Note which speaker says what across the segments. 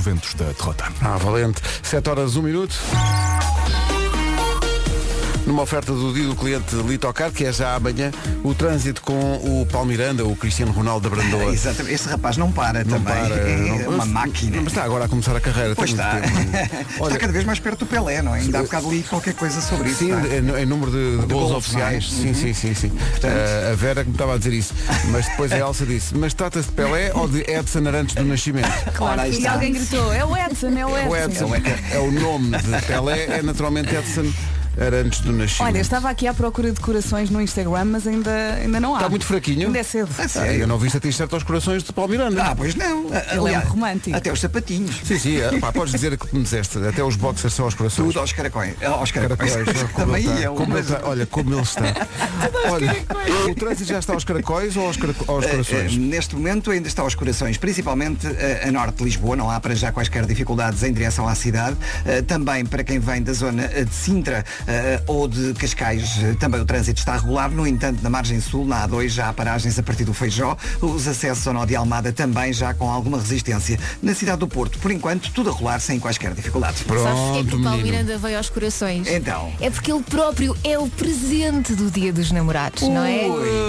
Speaker 1: ventos da derrota.
Speaker 2: Ah, valente. 7 horas, 1 minuto. Numa oferta do dia do cliente Litocar, que é já amanhã, o trânsito com o Palmiranda, o Cristiano Ronaldo da Brandoa.
Speaker 3: Exatamente. Este rapaz não para
Speaker 2: Não
Speaker 3: também.
Speaker 2: para,
Speaker 3: é
Speaker 2: não-
Speaker 3: uma
Speaker 2: mas-
Speaker 3: máquina.
Speaker 2: Mas está agora a começar a carreira.
Speaker 3: Pois
Speaker 2: tem
Speaker 3: está.
Speaker 2: muito tempo. Olha-
Speaker 3: está cada vez mais perto do Pelé, não é? Ainda há bocado li qualquer coisa sobre isso.
Speaker 2: Sim,
Speaker 3: não é?
Speaker 2: em em número de, de gols
Speaker 3: gols,
Speaker 2: oficiais.
Speaker 3: não é?
Speaker 2: Sim, sim, sim, sim. Eh, a Vera que me estava a dizer isso. Mas depois a Elsa disse, mas trata-se de Pelé ou de Edson Arantes do Nascimento?
Speaker 3: Ora, aí
Speaker 4: E
Speaker 3: está.
Speaker 4: alguém gritou, é o Edson, é o Edson.
Speaker 2: O Edson é o nome de Pelé, é naturalmente Edson Arantes do Nascimento.
Speaker 4: Olha, estava aqui à procura de corações no Instagram, mas ainda, ainda não há.
Speaker 2: Está muito fraquinho?
Speaker 4: Ainda é cedo.
Speaker 3: É
Speaker 2: Ah,
Speaker 3: sério?
Speaker 2: eu não vi se a certo aos corações de Palmiranda.
Speaker 3: Ah, pois não. Ele
Speaker 4: um romântico.
Speaker 3: Até os sapatinhos.
Speaker 2: Sim, sim, eh, pá, podes dizer que me disseste, até os boxers são aos corações.
Speaker 3: Tudo aos caracóis. Ah, Aos caracóis.
Speaker 2: Caracóis, ah, como
Speaker 3: Também
Speaker 2: ele está,
Speaker 3: iam,
Speaker 2: como ele
Speaker 3: mas-
Speaker 2: está, olha, como ele está. Olha, o trânsito já está aos caracóis ou aos, caraco- aos
Speaker 3: Eh, eh,
Speaker 2: corações?
Speaker 3: Neste momento ainda está aos corações, principalmente eh, a norte de Lisboa, não há para já quaisquer dificuldades em direção à cidade. Eh, Também para quem vem da zona eh, de Sintra eh, ou de Cascais, eh, também o trânsito está regular. No entanto, na margem sul, na A2, já há paragens a partir do Feijó. Os acessos ao nó de Almada também já com alguma resistência. Na cidade do Porto, por enquanto, tudo a rolar sem quaisquer dificuldades.
Speaker 5: Sabes porque é que
Speaker 2: Pronto,
Speaker 5: o Paulo
Speaker 2: menino.
Speaker 5: Miranda veio aos corações?
Speaker 3: Então.
Speaker 5: É porque ele próprio é o presente do dia dos namorados, não é?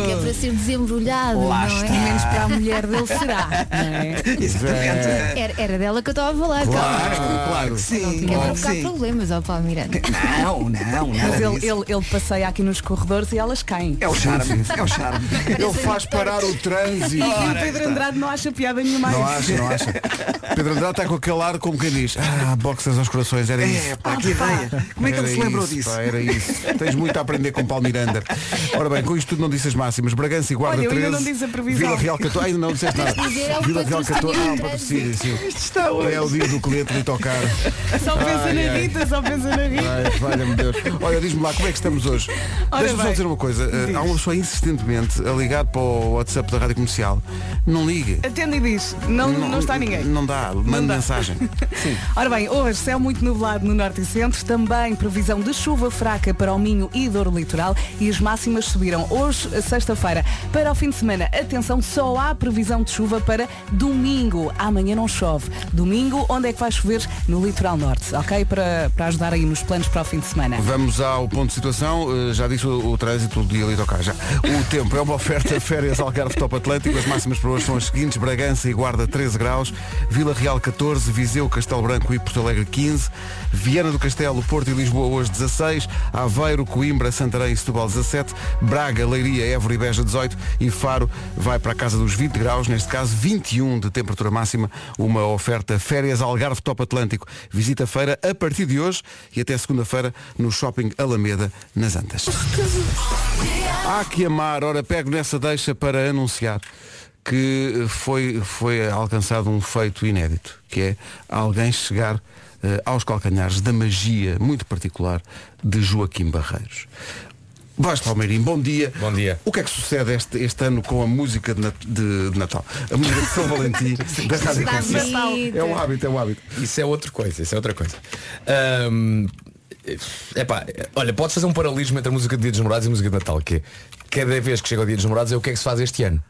Speaker 5: Que é para ser desembrulhado,
Speaker 3: Lá
Speaker 5: não
Speaker 3: está.
Speaker 5: é?
Speaker 4: Menos para a mulher dele será. não é?
Speaker 3: Exatamente.
Speaker 2: É.
Speaker 3: Eh,
Speaker 5: Era, era dela que eu estava a falar,
Speaker 3: Claro,
Speaker 5: calma.
Speaker 3: claro que sim.
Speaker 5: Que é
Speaker 3: claro
Speaker 5: para
Speaker 3: que
Speaker 5: ficar
Speaker 3: sim.
Speaker 5: problemas ao Paulo Miranda.
Speaker 3: Não, não,
Speaker 4: Mas
Speaker 3: nada
Speaker 4: ele,
Speaker 3: disso.
Speaker 4: ele- ele passeia aqui nos corredores e elas caem.
Speaker 3: É o charme, é o charme.
Speaker 2: Ele faz parar o trânsito.
Speaker 4: um E
Speaker 3: então.
Speaker 4: o Pedro Andrade não acha piada nenhuma. a
Speaker 2: Não
Speaker 4: isso.
Speaker 2: acha, não acha. Pedro Andrade está com aquele ar como quem diz, ah, boxers aos corações, era isso.
Speaker 3: É, pá, que ideia. Como é que
Speaker 2: Era
Speaker 3: ele se lembrou
Speaker 2: isso,
Speaker 3: disso?
Speaker 2: pá, era isso. Tens muito a aprender com Palmiranda. Ora bem, com isto tudo não disse as máximas. Bragança e Guarda
Speaker 4: Olha, eu
Speaker 2: 13.
Speaker 4: ainda não disse a previsão.
Speaker 2: Vila Real 14. Ainda não disseste nada.
Speaker 5: Tens de dizer, é o
Speaker 2: Vila Real
Speaker 5: patrocínio
Speaker 2: 14. Ah, o
Speaker 5: do
Speaker 2: patrocínio, sim. É o é. dia do colete de tocar.
Speaker 4: Só pensa
Speaker 2: Ai,
Speaker 4: na
Speaker 2: ai.
Speaker 4: Rita, só pensa na Rita.
Speaker 2: Ai, valha-me Deus. Olha, diz-me lá, como é que estamos hoje?
Speaker 4: Ora
Speaker 2: Deixa-me só
Speaker 4: bem.
Speaker 2: dizer uma coisa. Eh,
Speaker 4: Diz.
Speaker 2: Há uma pessoa insistentemente a ligar para o WhatsApp da Rádio Comercial. Não liga.
Speaker 4: Atende e diz, não, não,
Speaker 3: Hum.
Speaker 4: está ninguém.
Speaker 2: Não dá, manda
Speaker 4: dá.
Speaker 2: mensagem. Sim.
Speaker 4: Ora bem, hoje céu muito nublado no norte e centro, também previsão de chuva fraca para o Minho e Douro Litoral e as máximas subiram hoje, sexta-feira. Para o fim de semana, atenção, só há previsão de chuva para domingo. Amanhã não chove. Domingo, onde é que vai chover? No litoral norte, ok? Para, para ajudar aí nos planos para o fim de semana.
Speaker 2: Vamos ao ponto de situação, Eh, já disse o, o trânsito de ali tocar já. O tempo é uma oferta férias Algarve Top Atlântico, as máximas para hoje são as seguintes, Bragança e Guarda 13 graus, Vila Real 14, Viseu, Castelo Branco e Porto Alegre 15, Viana do Castelo, Porto e Lisboa hoje 16, Aveiro, Coimbra, Santarém e Setúbal 17, Braga, Leiria, Évora e Beja 18 e Faro vai para a casa dos 20 graus, neste caso 21 de temperatura máxima, uma oferta férias Algarve Top Atlântico. Visita a feira a partir de hoje e até segunda-feira no Shopping Alameda, nas Antas. Há que amar, ora pego nessa deixa para anunciar que foi, foi alcançado um feito inédito, que é alguém chegar eh, aos calcanhares da magia muito particular de Joaquim Barreiros. Vasco Palmeirim, bom dia.
Speaker 6: Bom dia.
Speaker 2: O que é que sucede este, este ano com a música de, Nat- de- de Natal? A música de São Valentim da Rádio
Speaker 5: Está
Speaker 2: Comercial.
Speaker 5: bonita.
Speaker 2: É um hábito, é um hábito.
Speaker 6: Isso é outra coisa, isso é outra coisa. Ahm, epá, olha, podes fazer um paralelismo entre a música do Dia dos Namorados e a música de Natal, que é, cada vez que chega o Dia dos Namorados é o que é que se faz este ano.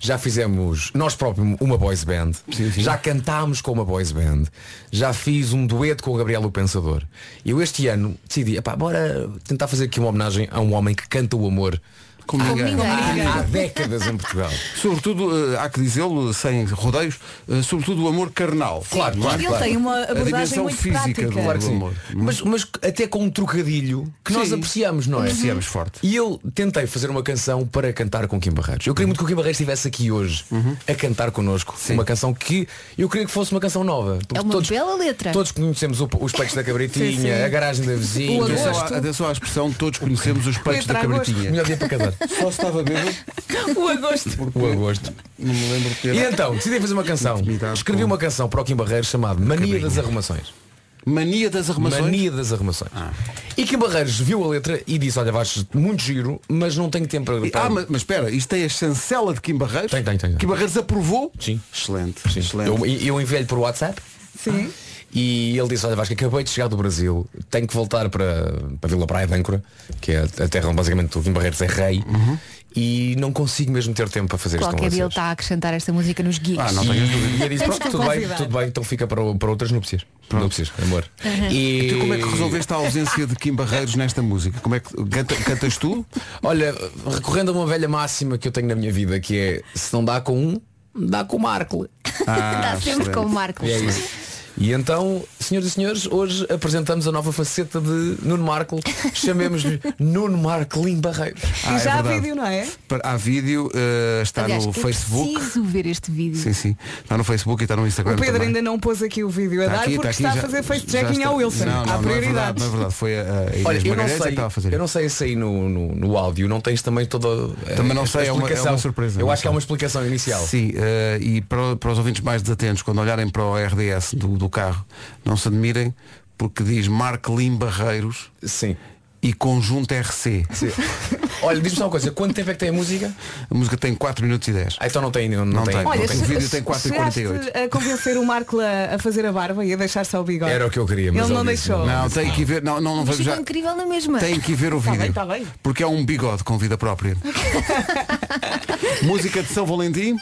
Speaker 6: Já fizemos nós próprios uma boys band,
Speaker 2: Sim, sim.
Speaker 6: já cantámos com uma boys band, já fiz um dueto com o Gabriel o Pensador. E eu este ano decidi, epá, bora tentar fazer aqui uma homenagem a um homem que canta o amor
Speaker 2: Como ninguém. Ah,
Speaker 5: ninguém.
Speaker 6: há, há décadas em Portugal.
Speaker 2: Sobretudo, eh, há que dizê-lo, sem rodeios, eh, sobretudo o amor carnal.
Speaker 6: Claro, claro,
Speaker 4: Ele
Speaker 6: claro.
Speaker 4: tem uma abordagem
Speaker 2: dimensão
Speaker 4: muito
Speaker 2: física
Speaker 4: prática.
Speaker 2: do-
Speaker 6: Claro que sim.
Speaker 2: amor.
Speaker 6: Mas, mas até com um trocadilho que nós
Speaker 2: Sim.
Speaker 6: apreciamos, não é?
Speaker 2: Apreciamos forte.
Speaker 6: E eu tentei fazer uma canção para cantar com Kim Barreiros. Eu queria muito que o Kim Barreiros estivesse aqui hoje
Speaker 2: Uhum.
Speaker 6: a cantar connosco. Uma canção que eu queria que fosse uma canção nova. Porque
Speaker 5: É uma
Speaker 6: todos,
Speaker 5: bela letra.
Speaker 6: Todos conhecemos o- os peitos da cabritinha,
Speaker 4: Sim, sim.
Speaker 6: a garagem da vizinha.
Speaker 4: O
Speaker 2: Atenção
Speaker 4: Agosto.
Speaker 2: à, atenção à expressão, todos conhecemos os peitos da
Speaker 4: Letra agosto.
Speaker 2: cabritinha.
Speaker 6: Melhor dia para casar.
Speaker 2: Só estava bêbado,
Speaker 4: O agosto.
Speaker 6: O agosto.
Speaker 2: não me lembro de ter.
Speaker 6: E então, decidi fazer uma canção.
Speaker 2: Intimidade
Speaker 6: Escrevi
Speaker 2: com-
Speaker 6: uma canção para o Kim Barreiros chamada Mania das Arrumações.
Speaker 2: Mania das arrumações. Ah.
Speaker 6: Mania das arrumações. E Kim Barreiros viu a letra e disse, olha, vais muito giro, mas não tenho tempo para.
Speaker 2: E- Ah, mas, mas espera, isto tem a chancela de Kim Barreiros?
Speaker 6: Tem, tem, tem, tem.
Speaker 2: Kim Barreiros aprovou?
Speaker 6: Sim.
Speaker 2: Excelente,
Speaker 6: Sim.
Speaker 2: excelente.
Speaker 6: Eu, eu enviei-lhe por WhatsApp
Speaker 4: Sim.
Speaker 6: e ele disse, olha Vasco, acabei de chegar do Brasil, tenho que voltar para, para Vila Praia de Âncora, que é a terra onde basicamente o Vim Barreiros é rei, e não consigo mesmo ter tempo para fazer isto com
Speaker 5: Qualquer dia ele
Speaker 6: vocês.
Speaker 5: está a acrescentar esta música nos geeks.
Speaker 2: Ah, não
Speaker 6: E-
Speaker 2: tenhas
Speaker 6: E
Speaker 2: dúvida.
Speaker 6: eu disse, pronto,
Speaker 5: Está
Speaker 6: tudo bem,
Speaker 5: convidado.
Speaker 6: tudo bem, então fica para, o- para outras núpcias. Núpcias, amor. E...
Speaker 2: Tu como é que resolveste a ausência de Kim Barreiros nesta música? Como é que canta- cantas tu?
Speaker 6: Olha, recorrendo a uma velha máxima que eu tenho na minha vida, que é se não dá com um, dá com o Marco.
Speaker 2: Ah,
Speaker 5: Está sempre com o Marcos.
Speaker 6: E é isso. E então, senhoras e senhores, hoje apresentamos a nova faceta de Nuno Marco. Chamemos-lhe Nuno Marclim Barreiros.
Speaker 2: Ah, é
Speaker 4: e já há
Speaker 2: verdade.
Speaker 4: vídeo, é não é?
Speaker 2: Para- Há vídeo, eh, está
Speaker 5: Aliás,
Speaker 2: no
Speaker 5: eu
Speaker 2: Facebook.
Speaker 5: preciso ver este vídeo.
Speaker 2: Sim, sim. Está no Facebook e está no Instagram.
Speaker 4: O Pedro
Speaker 2: também.
Speaker 4: ainda não pôs aqui o vídeo a
Speaker 2: Está
Speaker 4: dar
Speaker 2: aqui,
Speaker 4: porque
Speaker 2: está aqui,
Speaker 4: está
Speaker 2: já-
Speaker 4: a fazer
Speaker 2: já
Speaker 4: faceface-checking
Speaker 2: está-
Speaker 4: ao Wilson.
Speaker 2: Não,
Speaker 4: Há
Speaker 2: não, não é verdade,
Speaker 4: prioridades.
Speaker 2: não é verdade. Foi a, a Inês
Speaker 6: Olha, eu não,
Speaker 2: Margarida que
Speaker 6: sei,
Speaker 2: estava a fazer.
Speaker 6: eu não sei se aí no, no, no áudio não tens também toda eh,
Speaker 2: Também não
Speaker 6: a
Speaker 2: sei, é uma- é uma
Speaker 6: explicação.
Speaker 2: surpresa,
Speaker 6: Eu
Speaker 2: não
Speaker 6: acho que há
Speaker 2: sei.
Speaker 6: uma explicação
Speaker 4: é
Speaker 6: inicial.
Speaker 2: Sim, eh, e para, para os ouvintes mais desatentos, quando olharem para o RDS do, do carro, não se admirem porque diz Marcelim Barreiros
Speaker 6: Sim.
Speaker 2: e Conjunto RC.
Speaker 6: Olha, diz-me só uma coisa, quanto tempo é que tem a música?
Speaker 2: A música tem 4 minutos e 10.
Speaker 6: Ah, então não tem, não, não,
Speaker 2: Não tem.
Speaker 4: Olha,
Speaker 2: O vídeo tem 4 e
Speaker 4: chegaste
Speaker 2: 48.
Speaker 4: a convencer o Marco a, a fazer a barba e a deixar só o bigode.
Speaker 6: Era o que eu queria, mas
Speaker 4: Ele não
Speaker 6: ele disse
Speaker 4: deixou.
Speaker 2: Não, tem que ver. Não, não, não
Speaker 5: Mas
Speaker 2: vamos
Speaker 4: é
Speaker 5: ficou
Speaker 2: já.
Speaker 5: incrível na mesma.
Speaker 2: Tem que ver o
Speaker 4: Tá
Speaker 2: vídeo.
Speaker 4: bem, tá bem.
Speaker 2: Porque é um bigode com vida própria. música de São Valentim.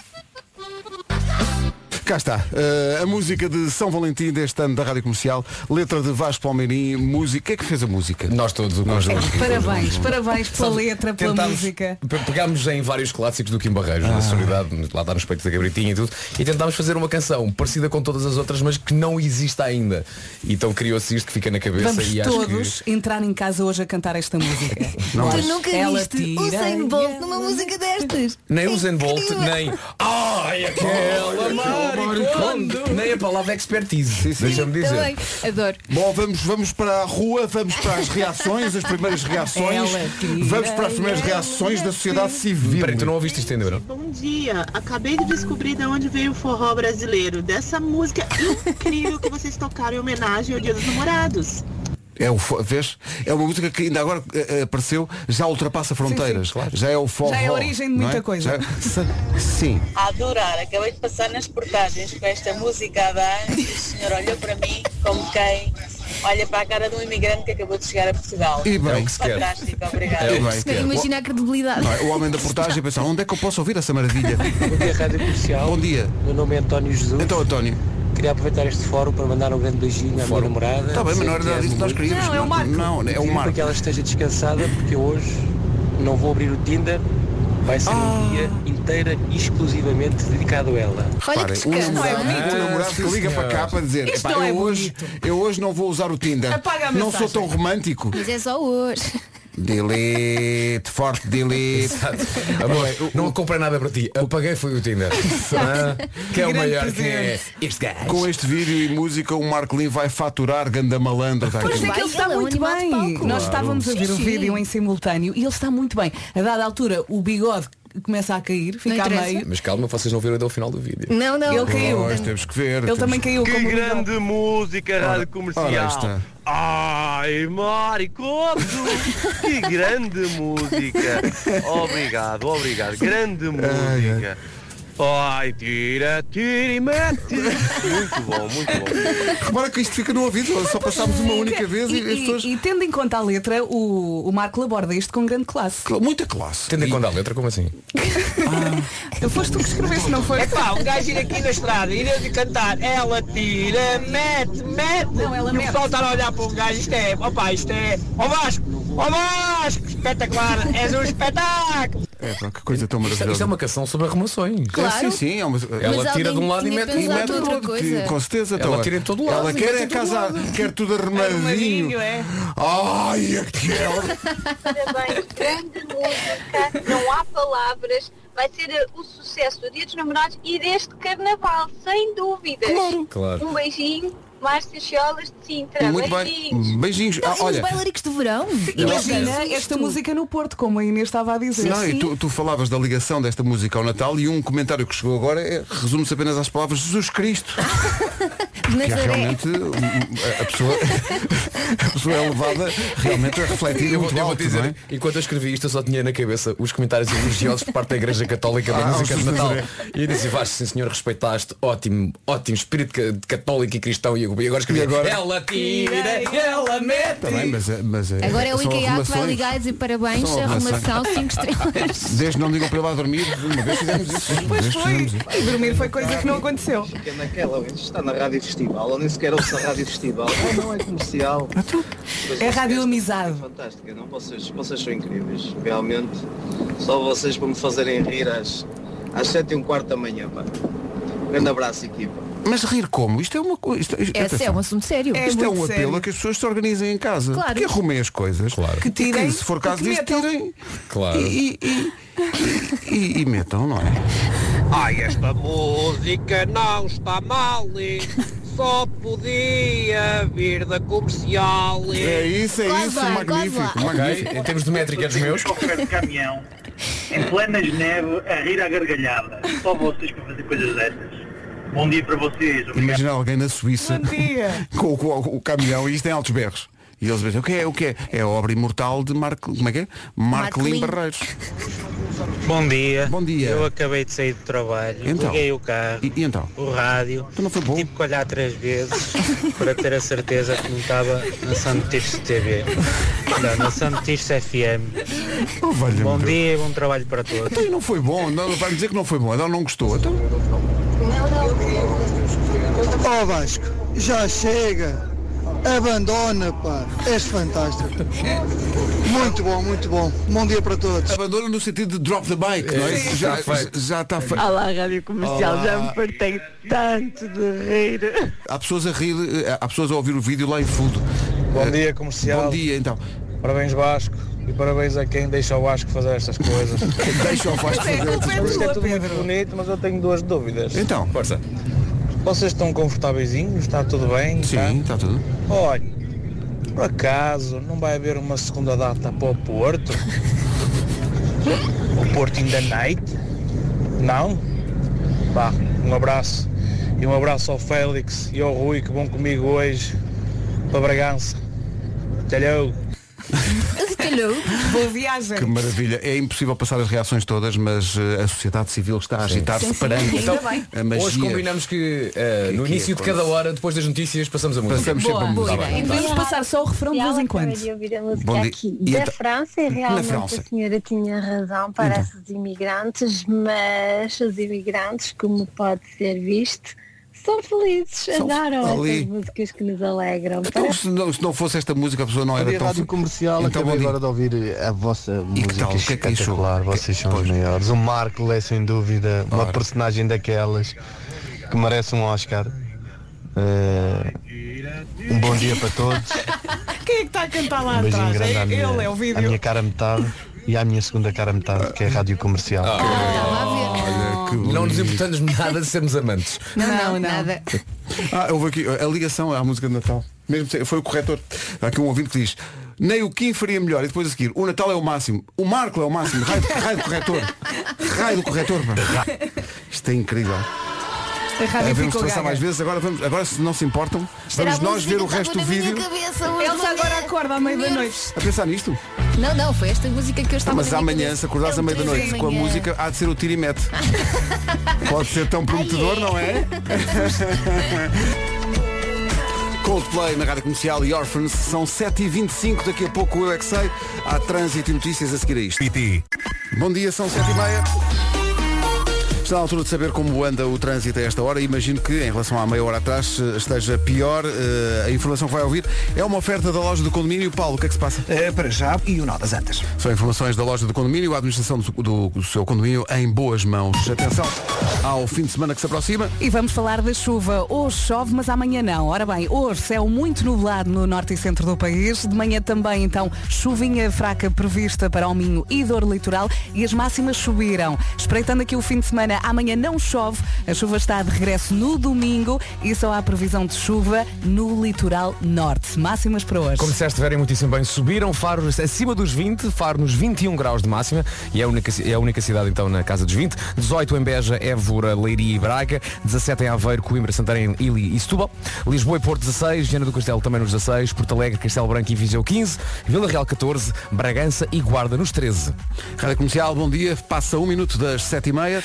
Speaker 2: Cá está, eh, a música de São Valentim deste ano da Rádio Comercial, letra de Vasco Palmeirim, música. Quem é que fez a música?
Speaker 6: Nós todos o conjunto.
Speaker 4: É, Parabéns, parabéns pela letra, pela
Speaker 6: Tentámos-
Speaker 4: música.
Speaker 6: pe- Pegámos em vários clássicos do Kim Barreiros,
Speaker 2: Ah.
Speaker 6: da Solidade, lá está no respeito da Gabritinha e tudo, e tentámos fazer uma canção parecida com todas as outras, mas que não existe ainda. Então criou-se isto que fica na cabeça
Speaker 4: Vamos
Speaker 6: e acho
Speaker 4: todos entrar em casa hoje a cantar esta música.
Speaker 5: Tu nunca
Speaker 4: Ela
Speaker 5: viste
Speaker 4: tira
Speaker 5: o Usain
Speaker 4: e
Speaker 5: Bolt
Speaker 4: ela-
Speaker 5: numa música destas.
Speaker 6: que. Nem Usain Bolt,
Speaker 5: Incrível.
Speaker 4: é-
Speaker 6: nem. Ai, aquela
Speaker 2: é
Speaker 6: maricondo! Nem a palavra expertise. Deixa-me dizer.
Speaker 5: Também. Adoro.
Speaker 2: Bom, vamos, vamos para a rua, vamos para as reações, as primeiras reações.
Speaker 4: Ela é tira é
Speaker 2: Vamos para as primeiras
Speaker 4: e
Speaker 2: reações da sociedade civil.
Speaker 6: Peraí, tu não ouviste isto ainda, não?
Speaker 1: Bom Um dia, acabei de descobrir de onde veio o forró brasileiro, dessa música incrível que vocês tocaram em homenagem ao Dia dos Namorados.
Speaker 2: É o fo- vês? É uma música que ainda agora eh, eh, apareceu, já ultrapassa fronteiras. Já é o forró.
Speaker 4: Já é a origem de
Speaker 2: não
Speaker 4: muita
Speaker 2: é?
Speaker 4: coisa.
Speaker 2: Já- se- sim.
Speaker 7: Adorar, acabei de passar nas portagens com esta música a dar e o senhor olhou para mim como quem olha para a cara de um imigrante que acabou de chegar a Portugal.
Speaker 2: E bem.
Speaker 6: É o que se quer.
Speaker 7: Fantástico, obrigada.
Speaker 6: É o
Speaker 2: E
Speaker 6: que
Speaker 2: bem.
Speaker 6: se quer.
Speaker 5: Imagina a credibilidade.
Speaker 2: Não é? O homem da portagem pensa, onde é que eu posso ouvir essa maravilha?
Speaker 8: Bom dia, Rádio Comercial.
Speaker 2: Bom dia.
Speaker 8: Meu nome é António Jesus.
Speaker 2: Então, António,
Speaker 8: Queria aproveitar este fórum para mandar um grande beijinho à minha namorada.
Speaker 2: está Tá bem, mas não era nada disso que nós queríamos.
Speaker 4: Não, é o Marco.
Speaker 2: então Não, é o
Speaker 8: Para que
Speaker 2: Marco.
Speaker 8: ela esteja descansada, porque hoje não vou abrir o Tinder. Vai ser
Speaker 2: Ah.
Speaker 8: um dia inteira e exclusivamente dedicado a ela.
Speaker 5: Olha que
Speaker 2: Reparem, um
Speaker 5: descanso.
Speaker 2: namorado, um namorado que liga para cá para dizer
Speaker 4: é Isto
Speaker 2: "Epá,
Speaker 4: não é
Speaker 2: eu, hoje, eu hoje não vou usar o Tinder
Speaker 4: Apaga a
Speaker 2: Não
Speaker 4: mensagem."
Speaker 2: sou tão romântico
Speaker 5: Mas é só hoje.
Speaker 2: Delete, forte É, delete
Speaker 6: Amor, não comprei nada para ti. Apaguei foi o Tinder. Ah, que é o
Speaker 4: Grande
Speaker 6: maior que é
Speaker 4: presente.
Speaker 6: este gajo.
Speaker 2: Com este vídeo e música o Marco Lin vai faturar ganda malandro está
Speaker 4: Pois
Speaker 2: aqui.
Speaker 4: é
Speaker 5: Vai,
Speaker 4: que ele está
Speaker 5: ele é um
Speaker 4: muito
Speaker 5: animal de
Speaker 4: bem.
Speaker 5: palco.
Speaker 4: Nós estávamos a
Speaker 5: Sim,
Speaker 4: ver o
Speaker 5: sim.
Speaker 4: vídeo em simultâneo e ele está muito bem. A dada altura o bigode começa a cair, fica a
Speaker 5: interessa.
Speaker 4: meio.
Speaker 6: Mas calma, vocês não viram até o final do vídeo.
Speaker 5: Não, não.
Speaker 4: Ele caiu.
Speaker 2: Pois, temos que ver
Speaker 4: Ele
Speaker 2: temos
Speaker 4: também caiu como o
Speaker 9: Que
Speaker 4: bigode.
Speaker 9: grande música,
Speaker 2: Ora,
Speaker 9: rádio comercial.
Speaker 2: ora é está. Ah!
Speaker 9: Ai, Maricondo! que grande música. Obrigado, obrigado. Grande música. Ai, tira, tira e mete. Muito bom, muito bom.
Speaker 2: Repara que isto fica no ouvido Só passámos uma única vez e,
Speaker 4: é, E,
Speaker 2: as pessoas
Speaker 4: e- e tendo em conta a letra, o, o Marco aborda isto com grande classe.
Speaker 2: Muita classe
Speaker 6: Tendo em conta a letra, como assim?
Speaker 4: Foste tu que escreveste, não foi?
Speaker 8: Pá, um gajo ir aqui na estrada, ir de cantar, ela tira, mete, mete.
Speaker 4: Não, ela
Speaker 8: e
Speaker 4: mete.
Speaker 8: o pessoal estar a olhar para um gajo, isto é, opá, isto é, ó Vasco, ó Vasco, espetacular, és um espetáculo.
Speaker 2: É, pá, que coisa tão
Speaker 6: Isto,
Speaker 2: maravilhosa
Speaker 6: isto é uma canção sobre arrumações.
Speaker 5: Claro.
Speaker 2: Sim, sim, é uma,
Speaker 6: Ela
Speaker 5: Mas
Speaker 6: tira
Speaker 5: alguém
Speaker 6: de um lado e
Speaker 5: tinha
Speaker 6: mete- e
Speaker 5: pensado
Speaker 6: mete
Speaker 2: Mete
Speaker 5: noutra
Speaker 2: tudo,
Speaker 5: coisa.
Speaker 2: que- com certeza. então,
Speaker 6: Ela tira em todo lado
Speaker 2: Ela
Speaker 6: e
Speaker 2: quer
Speaker 6: mete
Speaker 2: é
Speaker 6: em todo
Speaker 2: casar,
Speaker 6: lado.
Speaker 2: quer tudo arrumadinho.
Speaker 4: Arrumadinho, é.
Speaker 2: Ai, aquele.
Speaker 10: Parabéns, grande música, não há palavras. Vai ser eh, o sucesso do Dia dos Namorados e deste Carnaval, sem dúvidas.
Speaker 6: Claro.
Speaker 10: Um beijinho, Márcia Chiolas de Sintra.
Speaker 2: Muito
Speaker 10: Beijinhos.
Speaker 2: bem. Beijinhos. Ah,
Speaker 5: Nós vimos
Speaker 2: olha.
Speaker 5: bailaricos de verão.
Speaker 4: Imagina
Speaker 5: Isto.
Speaker 4: esta música no Porto, como a Inês estava a dizer.
Speaker 2: Não, e
Speaker 4: Sim.
Speaker 2: tu, tu falavas da ligação desta música ao Natal e um comentário que chegou agora é- resume-se apenas às palavras Jesus Cristo.
Speaker 5: De
Speaker 2: Que é
Speaker 5: Nazaré.
Speaker 2: realmente um, um, a pessoa, a pessoa é levada realmente a refletir
Speaker 6: Eu vou,
Speaker 2: muito
Speaker 6: eu vou
Speaker 2: alto, não é?
Speaker 6: dizer, enquanto eu escrevi isto, eu só tinha na cabeça os comentários elogiosos por parte da Igreja católica da
Speaker 11: Ah,
Speaker 6: música de
Speaker 11: Jesus
Speaker 6: Natal.
Speaker 11: Nazaré.
Speaker 6: E eu disse, Vasco, sim senhor, respeitaste, ótimo, ótimo, espírito ca- católico e cristão. E eu- e agora escrevi,
Speaker 2: agora?
Speaker 6: ela tira, ela mete.
Speaker 2: Está bem, mas, é- mas é-
Speaker 5: Agora é o
Speaker 2: são
Speaker 5: IKEA que vai
Speaker 2: arrumações.
Speaker 5: ligar e dizer parabéns,
Speaker 2: São arrumações.
Speaker 5: arrumação 5 estrelas.
Speaker 2: Desde que não digam para ele lá dormir, uma vez fizemos isso. Uma
Speaker 4: Pois
Speaker 2: vez
Speaker 4: foi.
Speaker 2: fizemos isso.
Speaker 4: E dormir foi coisa que não aconteceu.
Speaker 12: É naquela, ou está na Rádio Festival, ou nem sequer ouço a Rádio Festival, ou não é comercial.
Speaker 4: É rádio amizade.
Speaker 12: Fantástica, não? Vocês, vocês são incríveis, realmente. Só vocês para me fazerem rir às, às 7 e um quarto da manhã, pá. Grande abraço, equipa.
Speaker 2: Mas rir como? Isto é uma coisa. Isto, isto-
Speaker 5: Esse é
Speaker 2: atenção.
Speaker 5: um assunto sério.
Speaker 2: Isto é um apelo a que as pessoas se organizem em casa.
Speaker 5: Claro.
Speaker 2: Que arrumem as coisas. Claro.
Speaker 4: Que tirem,
Speaker 2: se for caso
Speaker 4: que
Speaker 2: disso,
Speaker 4: metam.
Speaker 2: tirem.
Speaker 6: Claro.
Speaker 2: E, e- e- e- e metam, não é?
Speaker 9: Ai, esta música não está mal, eh? só podia vir da comercial.
Speaker 2: É isso, é
Speaker 9: Quase
Speaker 2: isso,
Speaker 9: lá,
Speaker 2: magnífico,
Speaker 9: quase lá.
Speaker 2: magnífico.
Speaker 9: Ok, em
Speaker 6: termos de métrica é dos meus.
Speaker 13: de caminhão, em plenas neve, a rir à gargalhada. Só vocês para fazer coisas destas. Bom dia para vocês.
Speaker 2: Imagina alguém na Suíça com, com- com o caminhão e isto em altos berros. E eles dizem, o que é? O que é? É a obra imortal de Marco. Como é que é?
Speaker 13: Marco
Speaker 2: Marco Lim
Speaker 13: Lim.
Speaker 2: Barreiros.
Speaker 13: Bom dia.
Speaker 2: Bom dia.
Speaker 13: Eu acabei de sair do trabalho,
Speaker 2: Então?
Speaker 13: liguei o carro,
Speaker 2: então?
Speaker 13: o rádio, tive que olhar três vezes para ter a certeza que não estava na Santos TV. Não, na Santos FM. bom dia e bom trabalho para todos.
Speaker 2: Então e não foi bom, não, vai dizer que não foi bom, ela não gostou. Então,
Speaker 14: Ó Vasco, já chega. Abandona, pá. És fantástico. Muito bom, muito bom. Bom dia para todos.
Speaker 2: Abandona no sentido de drop the bike, não é?
Speaker 14: Sim.
Speaker 2: Já
Speaker 14: Está feito.
Speaker 2: já está feito.
Speaker 15: Olá, Rádio Comercial,
Speaker 2: Tá Olá.
Speaker 15: já me partei tanto de rir.
Speaker 2: Há pessoas a rir, eh, há pessoas a ouvir o vídeo lá em fundo. Bom dia, comercial. Bom dia, então.
Speaker 16: Parabéns Vasco e parabéns a quem deixa o Vasco fazer estas coisas.
Speaker 2: deixa o Vasco fazer estas coisas.
Speaker 16: Isto é tudo muito bonito, mas eu tenho duas dúvidas.
Speaker 2: Então,
Speaker 6: força.
Speaker 16: Vocês estão confortáveis? Está tudo bem?
Speaker 2: Sim, está Tá tudo.
Speaker 16: Olha, por acaso não vai haver uma segunda data para o Porto? o Porto in the night? Não? Vá, um abraço. E um abraço ao Félix e ao Rui que vão comigo hoje para Bragança. Tchau.
Speaker 4: Boa viagem.
Speaker 2: Que maravilha. É impossível passar as reações todas, mas eh, a sociedade civil está a agitar-se perante a magia.
Speaker 6: Hoje combinamos que eh,
Speaker 2: Que-
Speaker 6: no
Speaker 2: que
Speaker 6: início
Speaker 2: é
Speaker 6: de cada
Speaker 2: coisa.
Speaker 6: hora, depois das notícias, passamos a música.
Speaker 2: Passamos sempre a Boa, música. boa
Speaker 6: Tá bem,
Speaker 15: E
Speaker 6: tá bem.
Speaker 15: podemos passar só o refrão de vez em quando.
Speaker 17: Acabei de ouvir a música
Speaker 6: Bom dia.
Speaker 17: aqui
Speaker 6: E
Speaker 17: da
Speaker 6: então-
Speaker 17: França e realmente
Speaker 6: França.
Speaker 17: a senhora tinha razão para esses imigrantes, mas os imigrantes, como pode ser visto, são felizes, adoram
Speaker 2: ali.
Speaker 17: estas músicas que nos alegram.
Speaker 2: Então, se não, se não fosse esta música, a pessoa não era
Speaker 18: Rádio
Speaker 2: tão...
Speaker 18: comercial,
Speaker 2: então, bom
Speaker 18: acabei
Speaker 2: dia.
Speaker 18: agora de ouvir
Speaker 14: eh,
Speaker 18: a vossa música
Speaker 2: tal? O que é que achou?
Speaker 18: espetacular, vocês são os maiores. O Marco é sem dúvida uma personagem daquelas que merece um Oscar. Eh, um bom dia para todos,
Speaker 4: Quem é que está a cantar lá
Speaker 18: um beijinho
Speaker 4: atrás?
Speaker 18: grande
Speaker 4: É
Speaker 18: à minha,
Speaker 4: ele, é o
Speaker 18: à
Speaker 4: vídeo.
Speaker 18: minha cara metade e à minha segunda cara metade, que é a Rádio Comercial.
Speaker 6: Ah,
Speaker 2: Ah, tá
Speaker 6: Não nos importantes nada de sermos amantes.
Speaker 5: Não, não, nada.
Speaker 2: Ah, houve aqui a ligação à música de Natal. Mesmo sem- foi o corretor. Há aqui um ouvinte que diz, nem o Kim faria melhor. E depois a seguir, o Natal é o máximo, o Marco é o máximo. Raio, raio do corretor. Raio do corretor. pá. Isto é incrível. Ah,
Speaker 4: A rádio
Speaker 2: vamos
Speaker 4: ficou
Speaker 2: passar
Speaker 4: gaga.
Speaker 2: mais vezes. Agora, vamos, agora se não se importam, vamos nós ver o
Speaker 5: tá
Speaker 2: resto do vídeo.
Speaker 4: Elsa agora acorda à meia-da-noite.
Speaker 2: A pensar nisto?
Speaker 5: Não, não, foi esta música que eu estava na
Speaker 2: Mas
Speaker 5: minha
Speaker 2: amanhã,
Speaker 5: cabeça.
Speaker 2: se acordares à
Speaker 5: É um
Speaker 2: meia-da-noite
Speaker 5: três
Speaker 2: com a
Speaker 5: manhã.
Speaker 2: música, há de ser o tiro e mete. Pode ser tão prometedor, não é? Coldplay na Rádio Comercial e Orphans são 7h25, daqui a pouco eu é que sei. Há trânsito e notícias a seguir a isto. Bom dia, são 7h30. Está na altura de saber como anda o trânsito a esta hora e imagino que, em relação à meia hora atrás, eh, esteja pior. Eh, A informação que vai ouvir é uma oferta da loja do condomínio. Paulo, o que é que se passa?
Speaker 3: Eh, para já e o Nó das Antas.
Speaker 2: São informações da loja do condomínio, a administração do, do- do seu condomínio em boas mãos. Atenção ao fim de semana que se aproxima.
Speaker 4: E vamos falar da chuva. Hoje chove, mas amanhã não. Ora bem, hoje céu muito nublado no norte e centro do país. De manhã também, então, chuvinha fraca prevista para o Minho e dor litoral. E as máximas subiram. Espreitando aqui o fim de semana, Amanhã não chove, a chuva está de regresso no domingo e só há previsão de chuva no litoral norte. Máximas para hoje.
Speaker 6: Como disseste, verem muitíssimo bem. Subiram Faro acima dos 20, Faro nos 21 graus de máxima e é a única, é a única cidade então na casa dos 20. 18 em Beja, Évora, Leiria e Braga. 17 em Aveiro, Coimbra, Santarém, Ili e Setúbal. Lisboa e Porto 16, Viana do Castelo também nos 16, Porto Alegre, Castelo Branco e Viseu 15, Vila Real 14, Bragança e Guarda nos 13.
Speaker 2: Rádio Comercial, bom dia. Passa um minuto das sete e meia.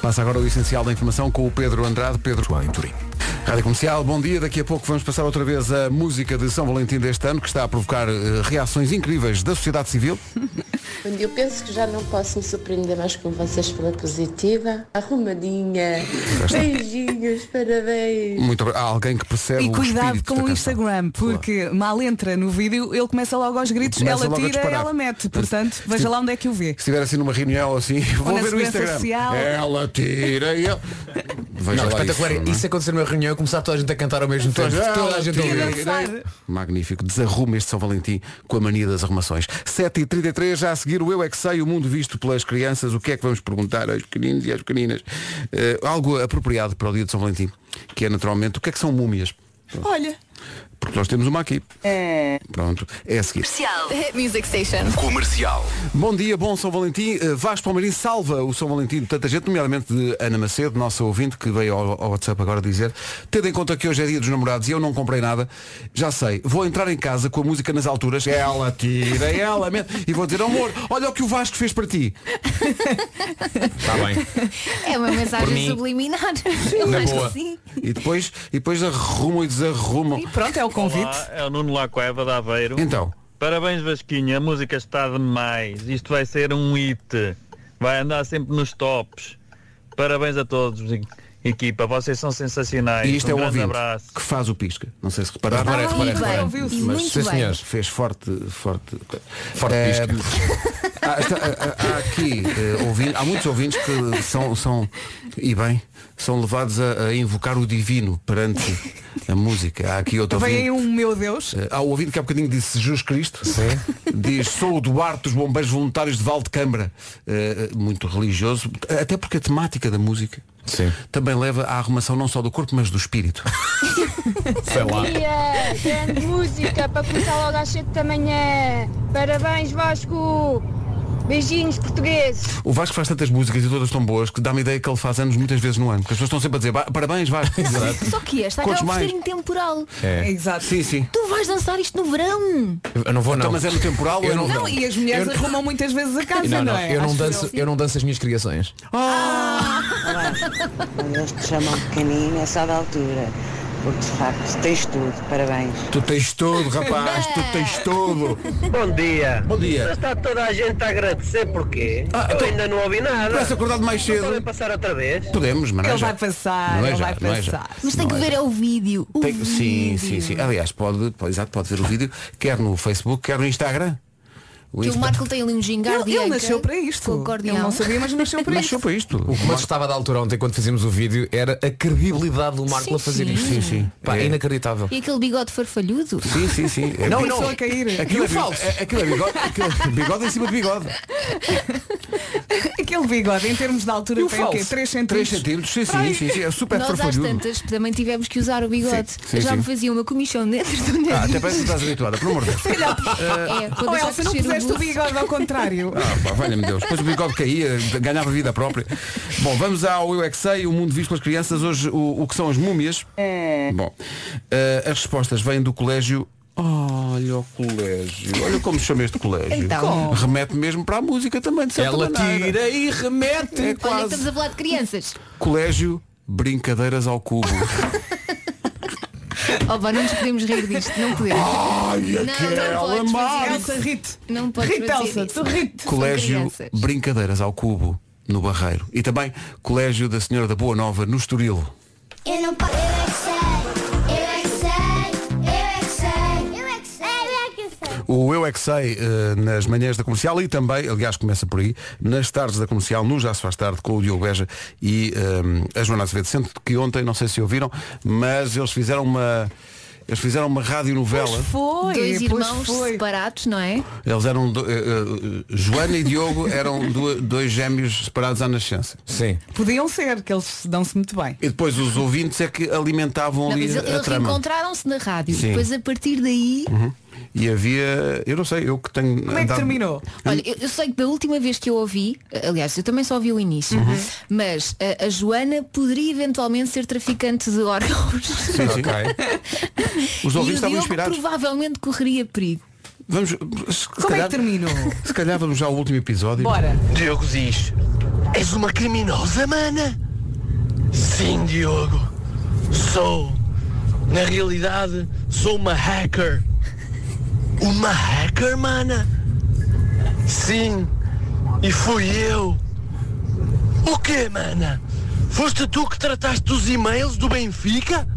Speaker 2: Passa agora o essencial da informação com o Pedro Andrade. Pedro João em Turim. Rádio Comercial, bom dia. Daqui a pouco vamos passar outra vez a música de São Valentim deste ano, que está a provocar eh, reações incríveis da sociedade civil.
Speaker 11: Bom dia, eu penso que já não posso me surpreender mais com vocês pela positiva. Arrumadinha.
Speaker 2: é está.
Speaker 11: Beijinhos, parabéns.
Speaker 2: Muito obri- Há alguém que percebe
Speaker 4: E
Speaker 2: o
Speaker 4: cuidado
Speaker 2: um espírito da
Speaker 4: com o
Speaker 2: canção.
Speaker 4: Instagram, porque mal entra no vídeo, ele começa logo aos gritos, ela
Speaker 2: Começa logo a
Speaker 4: tira,
Speaker 2: disparar.
Speaker 4: ela mete. Portanto, veja
Speaker 2: tipo-
Speaker 4: lá onde é que o vê.
Speaker 2: Se estiver assim numa reunião assim, vou
Speaker 4: na
Speaker 2: ver o
Speaker 4: segurança
Speaker 2: Instagram.
Speaker 4: social.
Speaker 2: Ela tira e eu. Veja lá
Speaker 6: não, espetacular.
Speaker 2: isso,
Speaker 6: Isso,
Speaker 2: não é?
Speaker 6: acontecer numa reunião e começar toda a gente a cantar ao mesmo tempo.
Speaker 2: Toda-
Speaker 6: Toda a gente a ouvir.
Speaker 2: Magnífico. Desarruma este São Valentim com a mania das arrumações. 7h33, já a seguir o Eu É Que Sei, o mundo visto pelas crianças. O que é que vamos perguntar aos pequeninos e às pequeninas? Eh, algo apropriado para o dia de São Valentim, que é naturalmente o que é que são múmias?
Speaker 15: Olha.
Speaker 2: Porque nós temos uma aqui.
Speaker 15: É.
Speaker 2: Pronto, é a seguir.
Speaker 15: Comercial. Music Station.
Speaker 2: Comercial. Bom dia, bom São Valentim. Eh, Vasco Palmeirim salva o São Valentim de tanta gente, nomeadamente de Ana Macedo, nossa ouvinte, que veio ao, ao WhatsApp agora dizer, tendo em conta que hoje é dia dos namorados e eu não comprei nada, já sei, vou entrar em casa com a música nas alturas, ela tira, ela mete, e vou dizer, amor, olha o que o Vasco fez para ti. Está bem.
Speaker 5: É uma
Speaker 2: Por
Speaker 5: mensagem
Speaker 2: mim.
Speaker 5: subliminar.
Speaker 2: Na
Speaker 5: Eu acho
Speaker 2: boa.
Speaker 5: que sim.
Speaker 2: E depois, e depois arrumam e desarrumam. E
Speaker 4: pronto, é o
Speaker 19: Olá, é o Nuno Lacoeva da Aveiro.
Speaker 2: Então.
Speaker 19: Parabéns Vasquinha, a música está demais. Isto vai ser um hit. Vai andar sempre nos tops. Parabéns a todos, equipa. Vocês são sensacionais.
Speaker 2: E isto
Speaker 19: um
Speaker 2: é o
Speaker 19: grande
Speaker 2: ouvinte
Speaker 19: abraço.
Speaker 2: que faz o pisca. Não sei se repararam.
Speaker 19: Reparei, reparei, reparei. Ah, ouviu-se.
Speaker 2: Mas
Speaker 19: Muito
Speaker 2: sim,
Speaker 19: bem.
Speaker 2: senhores, fez forte, forte,
Speaker 6: Forte
Speaker 2: Eh, há, está- eh, há- há aqui eh, ouvintes- há muitos ouvintes que são, são e bem, são levados a, a invocar o divino perante a música. Há aqui outro
Speaker 4: Vem
Speaker 2: ouvinte.
Speaker 4: aí um meu Deus.
Speaker 2: eh, Há um ouvinte que há bocadinho disse Jesus Cristo Diz, sou o Duarte dos Bombeiros Voluntários de Val de Câmara Eh, Muito religioso Até porque a temática da música Também leva à arrumação não só do corpo Mas do espírito Sei lá.
Speaker 20: dia,
Speaker 11: É,
Speaker 20: grande música para começar logo às 7 da manhã. Parabéns, Vasco. Beijinhos, portugueses.
Speaker 2: O Vasco faz tantas músicas e todas tão boas que dá-me a ideia que ele faz anos muitas vezes no ano. Que as pessoas estão sempre a dizer "Ba- parabéns Vasco.
Speaker 5: Só que esta
Speaker 2: Quantos
Speaker 5: acaba por
Speaker 2: mais?
Speaker 5: ser intemporal.
Speaker 2: É.
Speaker 4: Exato.
Speaker 2: Sim, sim.
Speaker 5: Tu vais dançar isto no verão.
Speaker 6: Eu não vou não.
Speaker 2: Então, mas é no temporal
Speaker 6: eu
Speaker 4: não,
Speaker 6: não,
Speaker 4: e as mulheres
Speaker 6: Eu-
Speaker 4: arrumam muitas vezes a casa,
Speaker 6: Não,
Speaker 4: não,
Speaker 6: não,
Speaker 4: é?
Speaker 6: eu não
Speaker 4: Acho
Speaker 6: danço, eu não danço as minhas criações.
Speaker 2: Ah!
Speaker 4: Ah.
Speaker 21: Quando eles te chamam pequenino é só da altura. Porque de facto tens tudo, parabéns.
Speaker 2: Tu tens tudo, rapaz, tu tens tudo.
Speaker 22: Bom dia.
Speaker 2: Bom dia. Ah, então,
Speaker 22: Mas está toda a gente a agradecer porque eu ainda não ouvi nada. Então
Speaker 2: Parece acordado mais cedo.
Speaker 22: Podem passar outra vez.
Speaker 2: Podemos, mas não é
Speaker 22: Ele
Speaker 2: já.
Speaker 22: vai passar,
Speaker 2: Não é
Speaker 22: ele
Speaker 2: já,
Speaker 22: vai
Speaker 2: não é já.
Speaker 22: passar.
Speaker 5: Mas tem
Speaker 2: Não
Speaker 5: que
Speaker 2: é
Speaker 5: ver
Speaker 2: já.
Speaker 5: é o vídeo. O
Speaker 2: Tem- sim,
Speaker 5: vídeo.
Speaker 2: sim, sim. Aliás, pode, pode, exato, pode ver o vídeo, quer no Facebook, quer no Instagram.
Speaker 5: Que o
Speaker 2: Insta-
Speaker 5: Marco tem ali um gingardo
Speaker 4: Ele- ele nasceu para isto.
Speaker 5: Com o cordeão.
Speaker 4: Ele não sabia, mas nasceu para isto.
Speaker 2: para isto.
Speaker 6: O que mais estava da altura ontem quando fazíamos o vídeo era a credibilidade do Marco
Speaker 5: Sim,
Speaker 6: a fazer
Speaker 5: sim.
Speaker 6: isto.
Speaker 5: Sim,
Speaker 6: Pá, é inacreditável.
Speaker 5: E aquele bigode farfalhudo.
Speaker 2: Sim, sim, sim. É
Speaker 6: Não,
Speaker 2: bigode.
Speaker 6: não.
Speaker 2: Aquilo
Speaker 6: E
Speaker 2: é bi-
Speaker 6: o falso?
Speaker 2: é- Aquilo é bigode, aquilo é bigode em cima de bigode.
Speaker 4: que Aquele bigode, em termos de altura,
Speaker 2: E o
Speaker 4: tem o quê?
Speaker 2: falso?
Speaker 4: 3
Speaker 2: Três
Speaker 4: centímetros?
Speaker 2: centímetros, sim,
Speaker 4: Ai.
Speaker 2: sim, sim, sim. É super
Speaker 5: Nós às
Speaker 2: farfalhudo.
Speaker 5: tantas também tivemos que usar o bigode.
Speaker 2: Sim, sim,
Speaker 5: já
Speaker 2: sim.
Speaker 5: me fazia uma comichão dentro do nariz.
Speaker 2: Ah, até parece que estás habituada, pelo amor de Deus.
Speaker 22: Ah,
Speaker 5: É, quando
Speaker 4: Oh,
Speaker 5: eu já
Speaker 4: Elsa, não
Speaker 5: crescer
Speaker 4: puseste o
Speaker 5: buço.
Speaker 4: bigode ao contrário.
Speaker 2: Ah, pá, valha-me Deus. Depois o bigode caía, ganhava vida própria. Bom, vamos ao Eu é Que Sei, o mundo visto pelas crianças. Hoje, o, o que são as múmias?
Speaker 22: É.
Speaker 2: Bom, eh, as respostas vêm do colégio. Olha o colégio. Olha como se chama este colégio.
Speaker 5: Então.
Speaker 2: Como? Remete mesmo para a música também, de certa
Speaker 6: Ela
Speaker 2: maneira.
Speaker 6: tira e remete.
Speaker 2: É
Speaker 5: Olha, que
Speaker 2: quase.
Speaker 5: estamos a falar de crianças.
Speaker 2: Colégio Brincadeiras ao Cubo.
Speaker 5: Oh, pá, não nos podemos rir disto, não podemos.
Speaker 2: Ai,
Speaker 5: não,
Speaker 2: aquela
Speaker 5: não podes fazer
Speaker 2: Marta.
Speaker 5: isso.
Speaker 4: Elsa, rite.
Speaker 5: Não podes
Speaker 4: Rite,
Speaker 5: fazer
Speaker 4: Elsa,
Speaker 5: isso.
Speaker 4: tu rite.
Speaker 2: Colégio Brincadeiras ao Cubo, no Barreiro. E também Colégio da Senhora da Boa Nova, no Estoril.
Speaker 23: Eu não pa- Eu é que sei, eu é que sei, eu é que sei, eu é que sei, eu é que sei.
Speaker 2: O Eu É Que Sei eh, nas manhãs da comercial e também, aliás, começa por aí, nas tardes da comercial, no Já Se Faz Tarde, com o Diogo Beja e eh, a Joana Azevedo. Sendo que ontem, não sei se ouviram, mas eles fizeram uma. eh, Eles fizeram uma radionovela.
Speaker 4: Foi,
Speaker 5: Dois
Speaker 4: pois
Speaker 5: irmãos
Speaker 4: foi.
Speaker 5: separados, não é?
Speaker 2: Eles eram do- eh, eh, Joana e Diogo eram du- dois gêmeos separados à nascença.
Speaker 6: Sim.
Speaker 4: Podiam ser, que eles dão-se muito bem.
Speaker 2: E depois os ouvintes é que alimentavam
Speaker 5: Não,
Speaker 2: ali
Speaker 5: mas
Speaker 2: a
Speaker 5: eles
Speaker 2: trama.
Speaker 5: reencontraram-se na rádio.
Speaker 2: Sim.
Speaker 5: Depois a partir daí.
Speaker 2: Uhum. E havia, eu não sei, eu que tenho.
Speaker 5: é
Speaker 2: Como
Speaker 6: então,
Speaker 5: Olha, eu, eu sei que da última vez que eu ouvi, eh, aliás, eu também só ouvi o início,
Speaker 2: Uhum.
Speaker 5: mas eh, a, a Joana poderia eventualmente ser traficante de órgãos.
Speaker 2: Sim, sim. Os
Speaker 5: e o
Speaker 2: ouvintes estavam
Speaker 5: Diogo
Speaker 2: inspirados.
Speaker 5: provavelmente correria perigo.
Speaker 2: Vamos, se calhar- Se calhar vamos já ao último episódio.
Speaker 5: Bora.
Speaker 22: Diogo diz. És uma criminosa, mana? Sim, Diogo. Sou. Na realidade, sou uma hacker. Uma hacker, mana? Sim. E fui eu. O quê, mana? Foste tu que trataste dos e-mails do Benfica?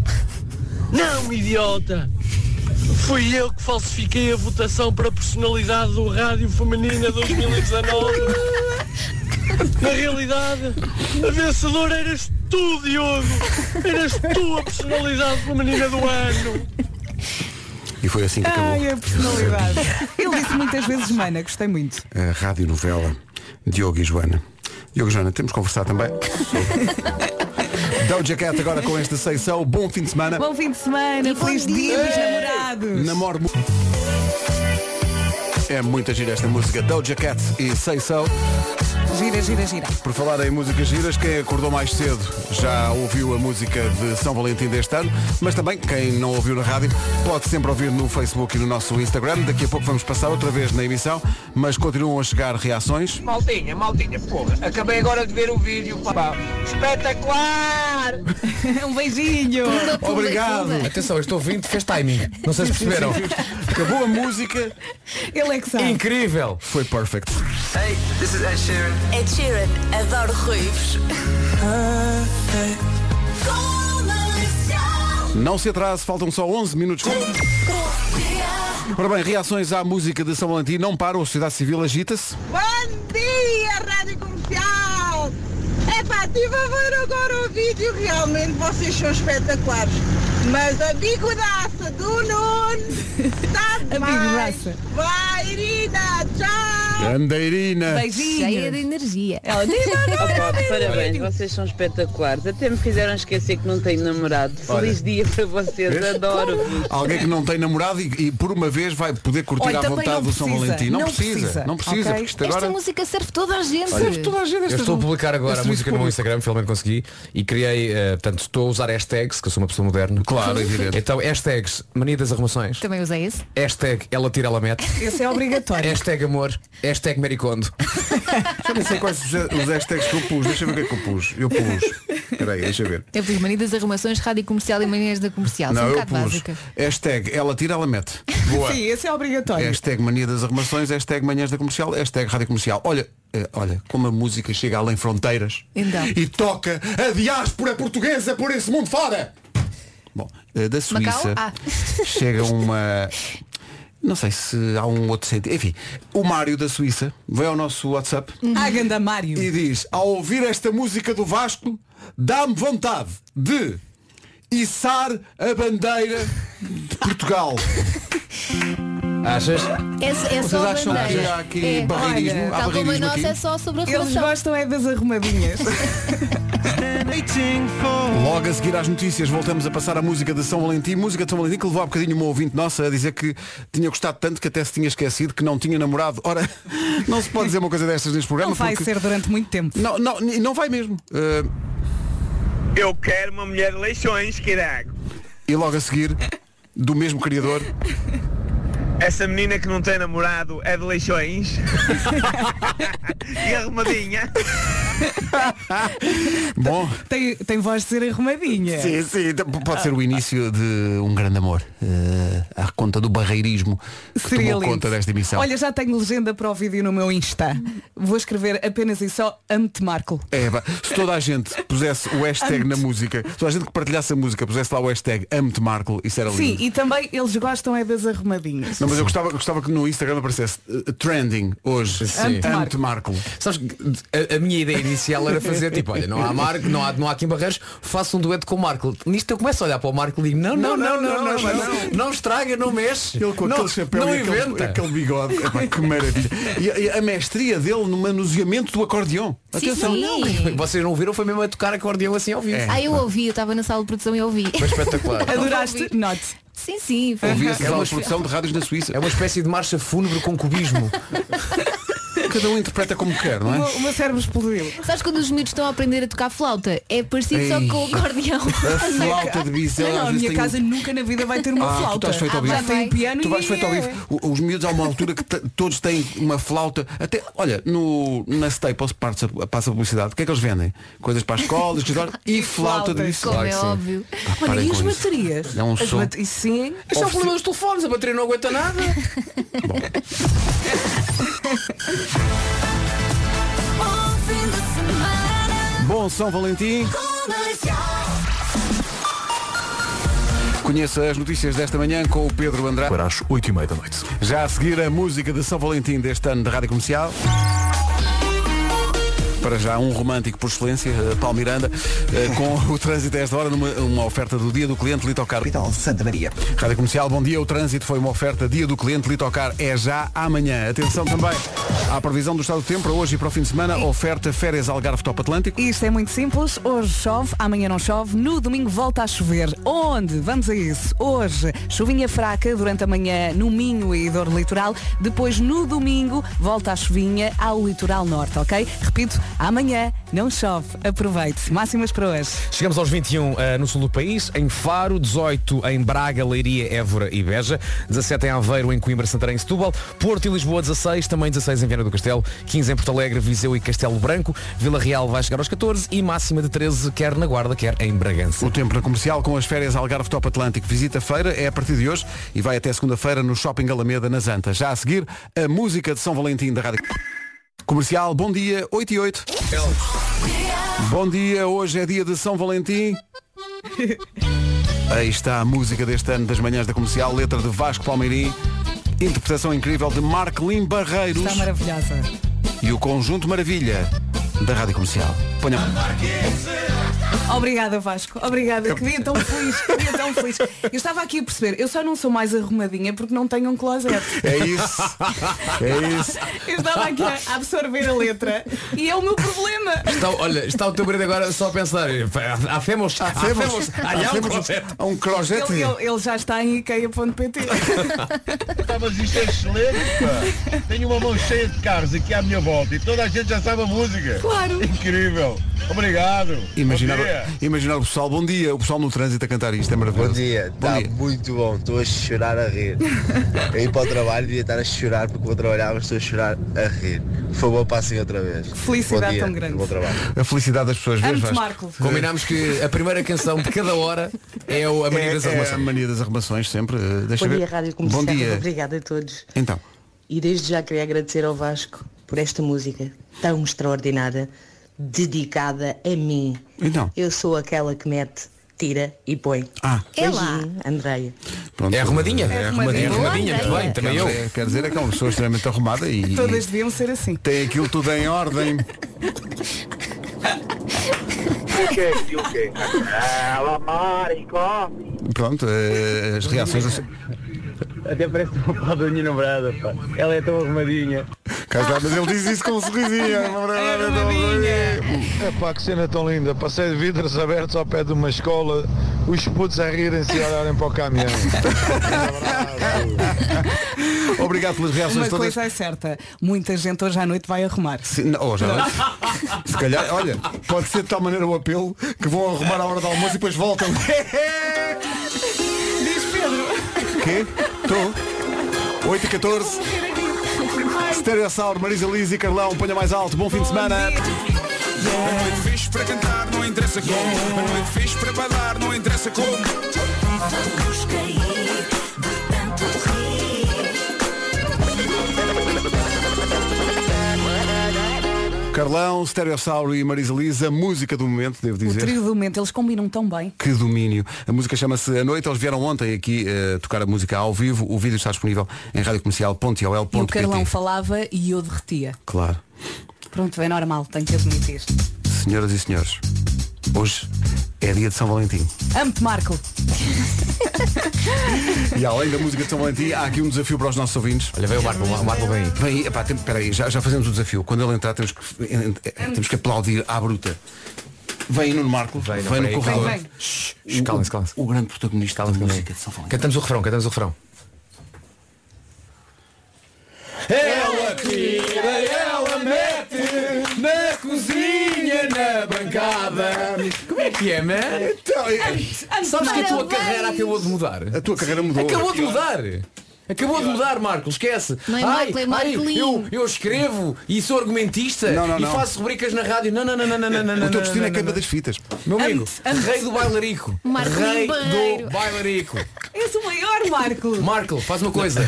Speaker 22: Não, idiota. Fui eu que falsifiquei a votação para a personalidade do Rádio Feminina 2019. Na realidade, a vencedora eras tu, Diogo! Eras tu a personalidade feminina do ano!
Speaker 2: E foi assim que acabou.
Speaker 4: Ai, a personalidade. Ele disse muitas vezes, mana, gostei muito.
Speaker 2: a rádio novela Diogo e Joana. Diogo e Joana, temos que conversar também. Doja Cat agora com esta seição. Bom fim de semana.
Speaker 4: Bom fim de semana, feliz dia dos namorados.
Speaker 2: Namoro. mu- É muita gira esta música. Doja Cat e seição.
Speaker 4: Gira, gira, gira.
Speaker 2: Por falar em músicas giras, quem acordou mais cedo já ouviu a música de São Valentim deste ano, mas também quem não ouviu na rádio pode sempre ouvir no Facebook e no nosso Instagram. Daqui a pouco vamos passar outra vez na emissão, mas continuam a chegar reações.
Speaker 9: Maldinha, maldinha, porra. Acabei agora de ver o vídeo. Pá. Espetacular!
Speaker 4: um beijinho.
Speaker 6: Atenção, estou ouvindo, fez timing. Não sei se perceberam.
Speaker 2: Acabou a música.
Speaker 4: Ele é que sabe.
Speaker 6: Incrível. Foi perfect.
Speaker 1: Hey, this is Ed Sheeran.
Speaker 7: Ed Sheeran, adoro ruivos.
Speaker 2: Não se atrase, faltam só 11 minutos. Ora bem, reações à música de São Valentim não param, a sociedade civil agita-se.
Speaker 7: Bom dia, Rádio Comercial! Epá, estive a ver agora o vídeo, realmente vocês são espetaculares. Mas a bigodaça do Nuno está demais.
Speaker 4: bigodaça.
Speaker 7: Vai, Irina, tchau!
Speaker 2: Andeirina.
Speaker 5: Cheia de energia.
Speaker 8: Opa, parabéns, vocês são espetaculares. Até me fizeram esquecer que não tenho namorado. Feliz dia para vocês, adoro-vos.
Speaker 2: Alguém que não tem namorado e, e por uma vez vai poder curtir
Speaker 8: Olha,
Speaker 2: à
Speaker 8: também
Speaker 2: vontade
Speaker 8: não
Speaker 2: do São
Speaker 8: precisa,
Speaker 2: Valentim. Não,
Speaker 8: não
Speaker 2: precisa,
Speaker 8: precisa,
Speaker 2: não precisa,
Speaker 5: Ok.
Speaker 2: porque isto
Speaker 5: Esta
Speaker 2: agora.
Speaker 5: música serve toda a gente.
Speaker 6: Olha, eu estou a publicar agora a
Speaker 2: este
Speaker 6: música no meu
Speaker 2: público.
Speaker 6: Instagram, finalmente consegui, e criei, eh, portanto, estou a usar hashtags, que eu sou uma pessoa moderna.
Speaker 2: Claro, evidente.
Speaker 6: Então, hashtags, mania das arrumações.
Speaker 5: Também usei esse.
Speaker 6: Hashtag ela tira, ela mete.
Speaker 4: Esse é obrigatório.
Speaker 6: Hashtag amor. Hashtag maricondo.
Speaker 2: Já nem sei quais os os hashtags que eu pus. Deixa eu ver o que é que eu pus. Eu pus. Espera aí, deixa eu ver.
Speaker 5: Eu pus manidas, arrumações, rádio comercial e manias da comercial. São um
Speaker 2: não, eu
Speaker 5: bocado
Speaker 2: pus.
Speaker 5: básica.
Speaker 2: Hashtag ela tira, ela mete. Boa.
Speaker 4: Sim, esse é obrigatório.
Speaker 2: Hashtag mania das arrumações, hashtag manhãs da comercial, hashtag rádio comercial. Olha, eh, olha, como a música chega além fronteiras
Speaker 5: Então.
Speaker 2: e toca a diáspora portuguesa por esse mundo fora. Bom, eh, da
Speaker 5: Macau?
Speaker 2: Suíça
Speaker 5: Ah.
Speaker 2: chega uma. Não sei se há um outro sentido. Enfim, o Mário da Suíça veio ao nosso WhatsApp
Speaker 5: Uhum. Ah,
Speaker 4: Aganda Mário.
Speaker 2: e diz, ao ouvir esta música do Vasco, dá-me vontade de içar a bandeira de Portugal.
Speaker 6: Achas?
Speaker 5: É, é
Speaker 2: Vocês
Speaker 5: só a
Speaker 2: acham que
Speaker 5: bandeira.
Speaker 2: há aqui
Speaker 5: é.
Speaker 2: barreirismo? Há
Speaker 5: tal como a
Speaker 2: barreirismo
Speaker 5: nossa
Speaker 2: aqui?
Speaker 5: é só sobre a
Speaker 4: Eles
Speaker 5: relação.
Speaker 4: gostam é das arrumadinhas.
Speaker 2: Logo a seguir às notícias voltamos a passar a música de São Valentim, música de São Valentim que levou há bocadinho uma ouvinte nossa a dizer que tinha gostado tanto que até se tinha esquecido que não tinha namorado. Ora, não se pode dizer uma coisa destas neste programa.
Speaker 4: Não vai
Speaker 2: porque-
Speaker 4: ser durante muito tempo.
Speaker 2: Não, não, e não vai mesmo. Uh,
Speaker 9: Eu quero uma mulher de leixões, caralho.
Speaker 2: e logo a seguir, do mesmo criador,
Speaker 9: Essa menina que não tem namorado é de leixões. e arrumadinha.
Speaker 2: bom.
Speaker 4: Tem, tem voz de ser arrumadinha.
Speaker 2: Sim, sim, t- pode ser o início de um grande amor. Uh, à conta do barreirismo que
Speaker 4: Seria
Speaker 2: tomou
Speaker 4: lindo.
Speaker 2: conta desta emissão.
Speaker 4: Olha, já tenho legenda para o vídeo no meu Insta. Vou escrever apenas e só amo-te Marco.
Speaker 2: É, pá, se toda a gente pusesse o hashtag na música, se toda a gente que partilhasse a música pusesse lá o hashtag Amo-te Marco, isso era
Speaker 4: Sim,
Speaker 2: lindo.
Speaker 4: e também eles gostam é das arrumadinhas.
Speaker 2: Não, mas eu gostava, gostava que no Instagram aparecesse eh, uh, trending hoje.
Speaker 4: Sim. Amo-te
Speaker 2: Amo-te Marco.
Speaker 6: Sabes que a, a minha ideia inicial era fazer tipo, olha, não há Marco, não há, não há aqui em Barreiros, faço um dueto com o Marco. Nisto eu começo a olhar para o Marco e digo, não, não, não, não, não, não, estraga, não mexe.
Speaker 2: Ele com
Speaker 6: não,
Speaker 2: aquele chapéu
Speaker 6: não
Speaker 2: e aquele-
Speaker 6: inventa.
Speaker 2: aquele bigode. Epá, que maravilha. E a- e a mestria dele no manuseamento do acordeão.
Speaker 5: Sim,
Speaker 2: Atenção.
Speaker 5: sim.
Speaker 2: Não. É
Speaker 6: Vocês não ouviram, foi mesmo a tocar acordeão assim ao vivo.
Speaker 5: Ah, eu ouvi, eu estava na sala de produção e ouvi.
Speaker 6: Foi espetacular.
Speaker 5: Adoraste?
Speaker 4: Note.
Speaker 5: Sim, sim. foi-
Speaker 6: É uma produção
Speaker 2: de rádios na Suíça.
Speaker 6: É uma espécie de marcha fúnebre com cubismo.
Speaker 2: Cada um interpreta como quer,
Speaker 4: O
Speaker 6: não
Speaker 4: meu- o meu cérebro explodiu.
Speaker 5: Sabes quando os miúdos estão a aprender a tocar flauta? É parecido só
Speaker 2: Ei.
Speaker 5: com o acordeão.
Speaker 2: A flauta de bisel,
Speaker 4: Não,
Speaker 2: às
Speaker 4: a
Speaker 2: vezes
Speaker 4: minha
Speaker 2: tem-
Speaker 4: casa nunca na vida vai ter uma
Speaker 2: Ah, tu
Speaker 4: flauta.
Speaker 2: estás feito ao vivo.
Speaker 4: Já tem o piano
Speaker 2: tu vais
Speaker 4: e é.
Speaker 2: feito ao vivo. O- Os miúdos há uma altura que t- todos têm uma flauta. Até, olha, no, na Staples passa, passa a publicidade. O que é que eles vendem? Coisas para as escolas, escritórios e flauta de bisel.
Speaker 4: Como é óbvio.
Speaker 2: Pá,
Speaker 4: Olha,
Speaker 2: Ah, parem
Speaker 4: e as
Speaker 2: com isso.
Speaker 4: baterias?
Speaker 2: É um
Speaker 4: As
Speaker 2: som.
Speaker 4: bate- E sim.
Speaker 6: Isso é o problema dos telefones, a bateria não aguenta nada.
Speaker 2: Bom São Valentim. Conheça as notícias desta manhã com o Pedro Andrade. Para às 8h30 da noite. Já a seguir a música de São Valentim deste ano da Rádio Comercial. Para já um romântico por excelência, eh, Paulo Miranda, eh, com o trânsito a esta hora numa uma oferta do dia do cliente Litocar. Capital Santa Maria. Rádio Comercial, bom dia. O trânsito foi uma oferta dia do cliente Litocar. É já amanhã. Atenção também à previsão do estado do tempo para hoje e para o fim de semana. Oferta férias Algarve Top Atlântico.
Speaker 4: Isto é muito simples, hoje chove, amanhã não chove, no domingo volta a chover. Onde? Vamos a isso. Hoje, chuvinha fraca durante a manhã no Minho e Dor Litoral, depois no domingo volta a chuvinha ao litoral norte, ok? Repito, amanhã não chove, aproveite. Máximas para hoje.
Speaker 10: Chegamos aos 21 eh, no sul do país, em Faro, 18 em Braga, Leiria, Évora e Beja, 17 em Aveiro, em Coimbra, Santarém e Setúbal, Porto e Lisboa 16, também 16 em Viana do Castelo, 15 em Porto Alegre, Viseu e Castelo Branco, Vila Real vai chegar aos 14 e máxima de 13, quer na Guarda, quer em Bragança.
Speaker 2: O tempo na comercial com as férias Algarve Top Atlântico. Visita a feira, é a partir de hoje e vai até segunda-feira no Shopping Alameda, nas Antas. Já a seguir, a música de São Valentim da Rádio Comercial. Bom dia, 8 e 8. Bom dia, hoje é dia de São Valentim. Aí está a música deste ano das manhãs da comercial, letra de Vasco Palmeirim, interpretação incrível de Marcelim Barreiros
Speaker 4: Está maravilhosa.
Speaker 2: e o conjunto Maravilha da Rádio Comercial. Ponham.
Speaker 4: Obrigada Vasco, obrigada, que dia tão feliz, que dia tão feliz. Eu estava aqui a perceber, eu só não sou mais arrumadinha porque não tenho um closet.
Speaker 2: É isso. É isso.
Speaker 4: Eu estava aqui a absorver a letra e é o meu problema.
Speaker 6: Está, olha, está o teu marido agora só a pensar. eh, Há femos, há femos, há um projeto.
Speaker 2: Há um crojete.
Speaker 4: Ele, ele- ele já está em Ikea.pt.
Speaker 12: Pá, mas isto é excelente, pá. Tenho uma mão cheia de carros aqui à minha volta e toda a gente já sabe a música.
Speaker 4: Claro.
Speaker 12: Incrível. Obrigado.
Speaker 2: Imaginar,
Speaker 12: Bom dia.
Speaker 2: imaginar o pessoal, bom dia, o pessoal no trânsito a cantar isto, é maravilhoso.
Speaker 13: Bom dia, está muito bom, estou a chorar a rir. Eu ir para o trabalho devia estar a chorar porque vou trabalhar, mas estou a chorar a rir. Por favor, passem outra vez.
Speaker 6: felicidade
Speaker 13: Bom dia,
Speaker 6: tão grande.
Speaker 13: Bom trabalho.
Speaker 2: A felicidade das pessoas, vês,
Speaker 6: Amo-te,
Speaker 2: Vasco?
Speaker 6: É Marco. Combinámos que a primeira canção de cada hora é o A Mania
Speaker 2: É-
Speaker 6: das
Speaker 2: é
Speaker 6: Arrumações.
Speaker 2: a mania das arrumações, sempre. eh, Deixa
Speaker 24: Bom
Speaker 2: ver.
Speaker 24: dia, Rádio
Speaker 2: Bom
Speaker 24: Comercial.
Speaker 2: dia.
Speaker 24: Obrigada a todos.
Speaker 2: Então,
Speaker 24: E desde já queria agradecer ao Vasco por esta música tão extraordinária, dedicada a mim.
Speaker 2: Então.
Speaker 24: Eu sou aquela que mete, tira e põe.
Speaker 2: Ah.
Speaker 24: É lá. Andreia.
Speaker 2: pronto.
Speaker 6: É arrumadinha?
Speaker 2: Eh,
Speaker 6: É arrumadinha. Boa
Speaker 2: muito
Speaker 6: ideia.
Speaker 2: bem, também eu.
Speaker 6: Quer-
Speaker 2: Quer dizer, é que é uma pessoa extremamente arrumada e,
Speaker 4: Todas deviam ser assim.
Speaker 2: tem aquilo tudo em ordem.
Speaker 9: O que é que Ah, o quê? Ela, Maricó.
Speaker 2: Pronto, eh, as reações. das-
Speaker 9: Até parece uma pau da minha namorada, pá. Ela é tão arrumadinha.
Speaker 2: Cá está, mas ele diz isso com um sorrisinho. é
Speaker 9: É
Speaker 12: pá, que cena tão linda. Passei de vidros abertos ao pé de uma escola, os putos a rirem-se e a olharem para o caminhão.
Speaker 2: Obrigado pelas reações
Speaker 4: Uma
Speaker 2: todas.
Speaker 4: coisa é certa, muita gente hoje à noite vai arrumar.
Speaker 2: Se, não, ou já vai. Se calhar, olha, pode ser de tal maneira o apelo que vão arrumar à hora do almoço e depois voltam.
Speaker 4: Diz Pedro.
Speaker 2: Quê? Tô. 8 e 14. Stereossauro, Marisa Liz e Carlão, ponha mais alto. Bom fim de semana.
Speaker 25: A noite fixe para cantar, não interessa como. A noite fixe para bailar, não interessa como. Vamos cair de tanto
Speaker 2: Carlão, Stereossauro e Marisa Liz, a música do momento, devo
Speaker 4: O
Speaker 2: dizer.
Speaker 4: trio do momento, eles combinam tão bem.
Speaker 2: Que domínio. A música chama-se A Noite. Eles vieram ontem aqui eh, tocar a música ao vivo. O vídeo está disponível em radiocomercial.ol.pt
Speaker 4: E o Carlão falava e eu derretia.
Speaker 2: Claro.
Speaker 4: Pronto, é normal, tenho que admitir.
Speaker 2: Senhoras e senhores, hoje é dia de São Valentim.
Speaker 4: Amo-te, Marco.
Speaker 2: E além da música de São Valentim, há aqui um desafio para os nossos ouvintes. Olha, vem o Marco, o Marco vem. Vem, epá, tem, peraí, já, já fazemos o desafio. Quando ele entrar, temos que, eh, eh, temos que aplaudir à bruta. Vem no Marco, vem,
Speaker 6: não,
Speaker 2: no
Speaker 6: peraí.
Speaker 2: corredor.
Speaker 6: Vem, vem.
Speaker 2: Shhh, o- O, grande protagonista da música de São Valentim.
Speaker 6: Cantamos o refrão, cantamos o refrão.
Speaker 25: Ela tira, ela mete na cozinha, na bancada.
Speaker 6: Como é que é, man?
Speaker 2: Então,
Speaker 6: Sabes que a tua carreira acabou de mudar?
Speaker 2: A tua carreira mudou.
Speaker 6: Acabou de mudar. Acabou de mudar, Marco, esquece.
Speaker 2: Não é Marco, é Marcelinho.
Speaker 6: eu, eu escrevo e sou argumentista
Speaker 2: Não, não,
Speaker 6: e
Speaker 2: não.
Speaker 6: faço rubricas na rádio. Não, não, não, não, não, não, não.
Speaker 2: O teu
Speaker 6: não,
Speaker 2: destino é
Speaker 6: não,
Speaker 2: queima
Speaker 6: não.
Speaker 2: das fitas.
Speaker 6: Meu amigo,
Speaker 4: Ante-
Speaker 6: rei do bailarico.
Speaker 4: Marco
Speaker 6: rei
Speaker 4: Ribeiro.
Speaker 6: do bailarico.
Speaker 4: És o maior, Marco.
Speaker 6: Marco, faz uma coisa.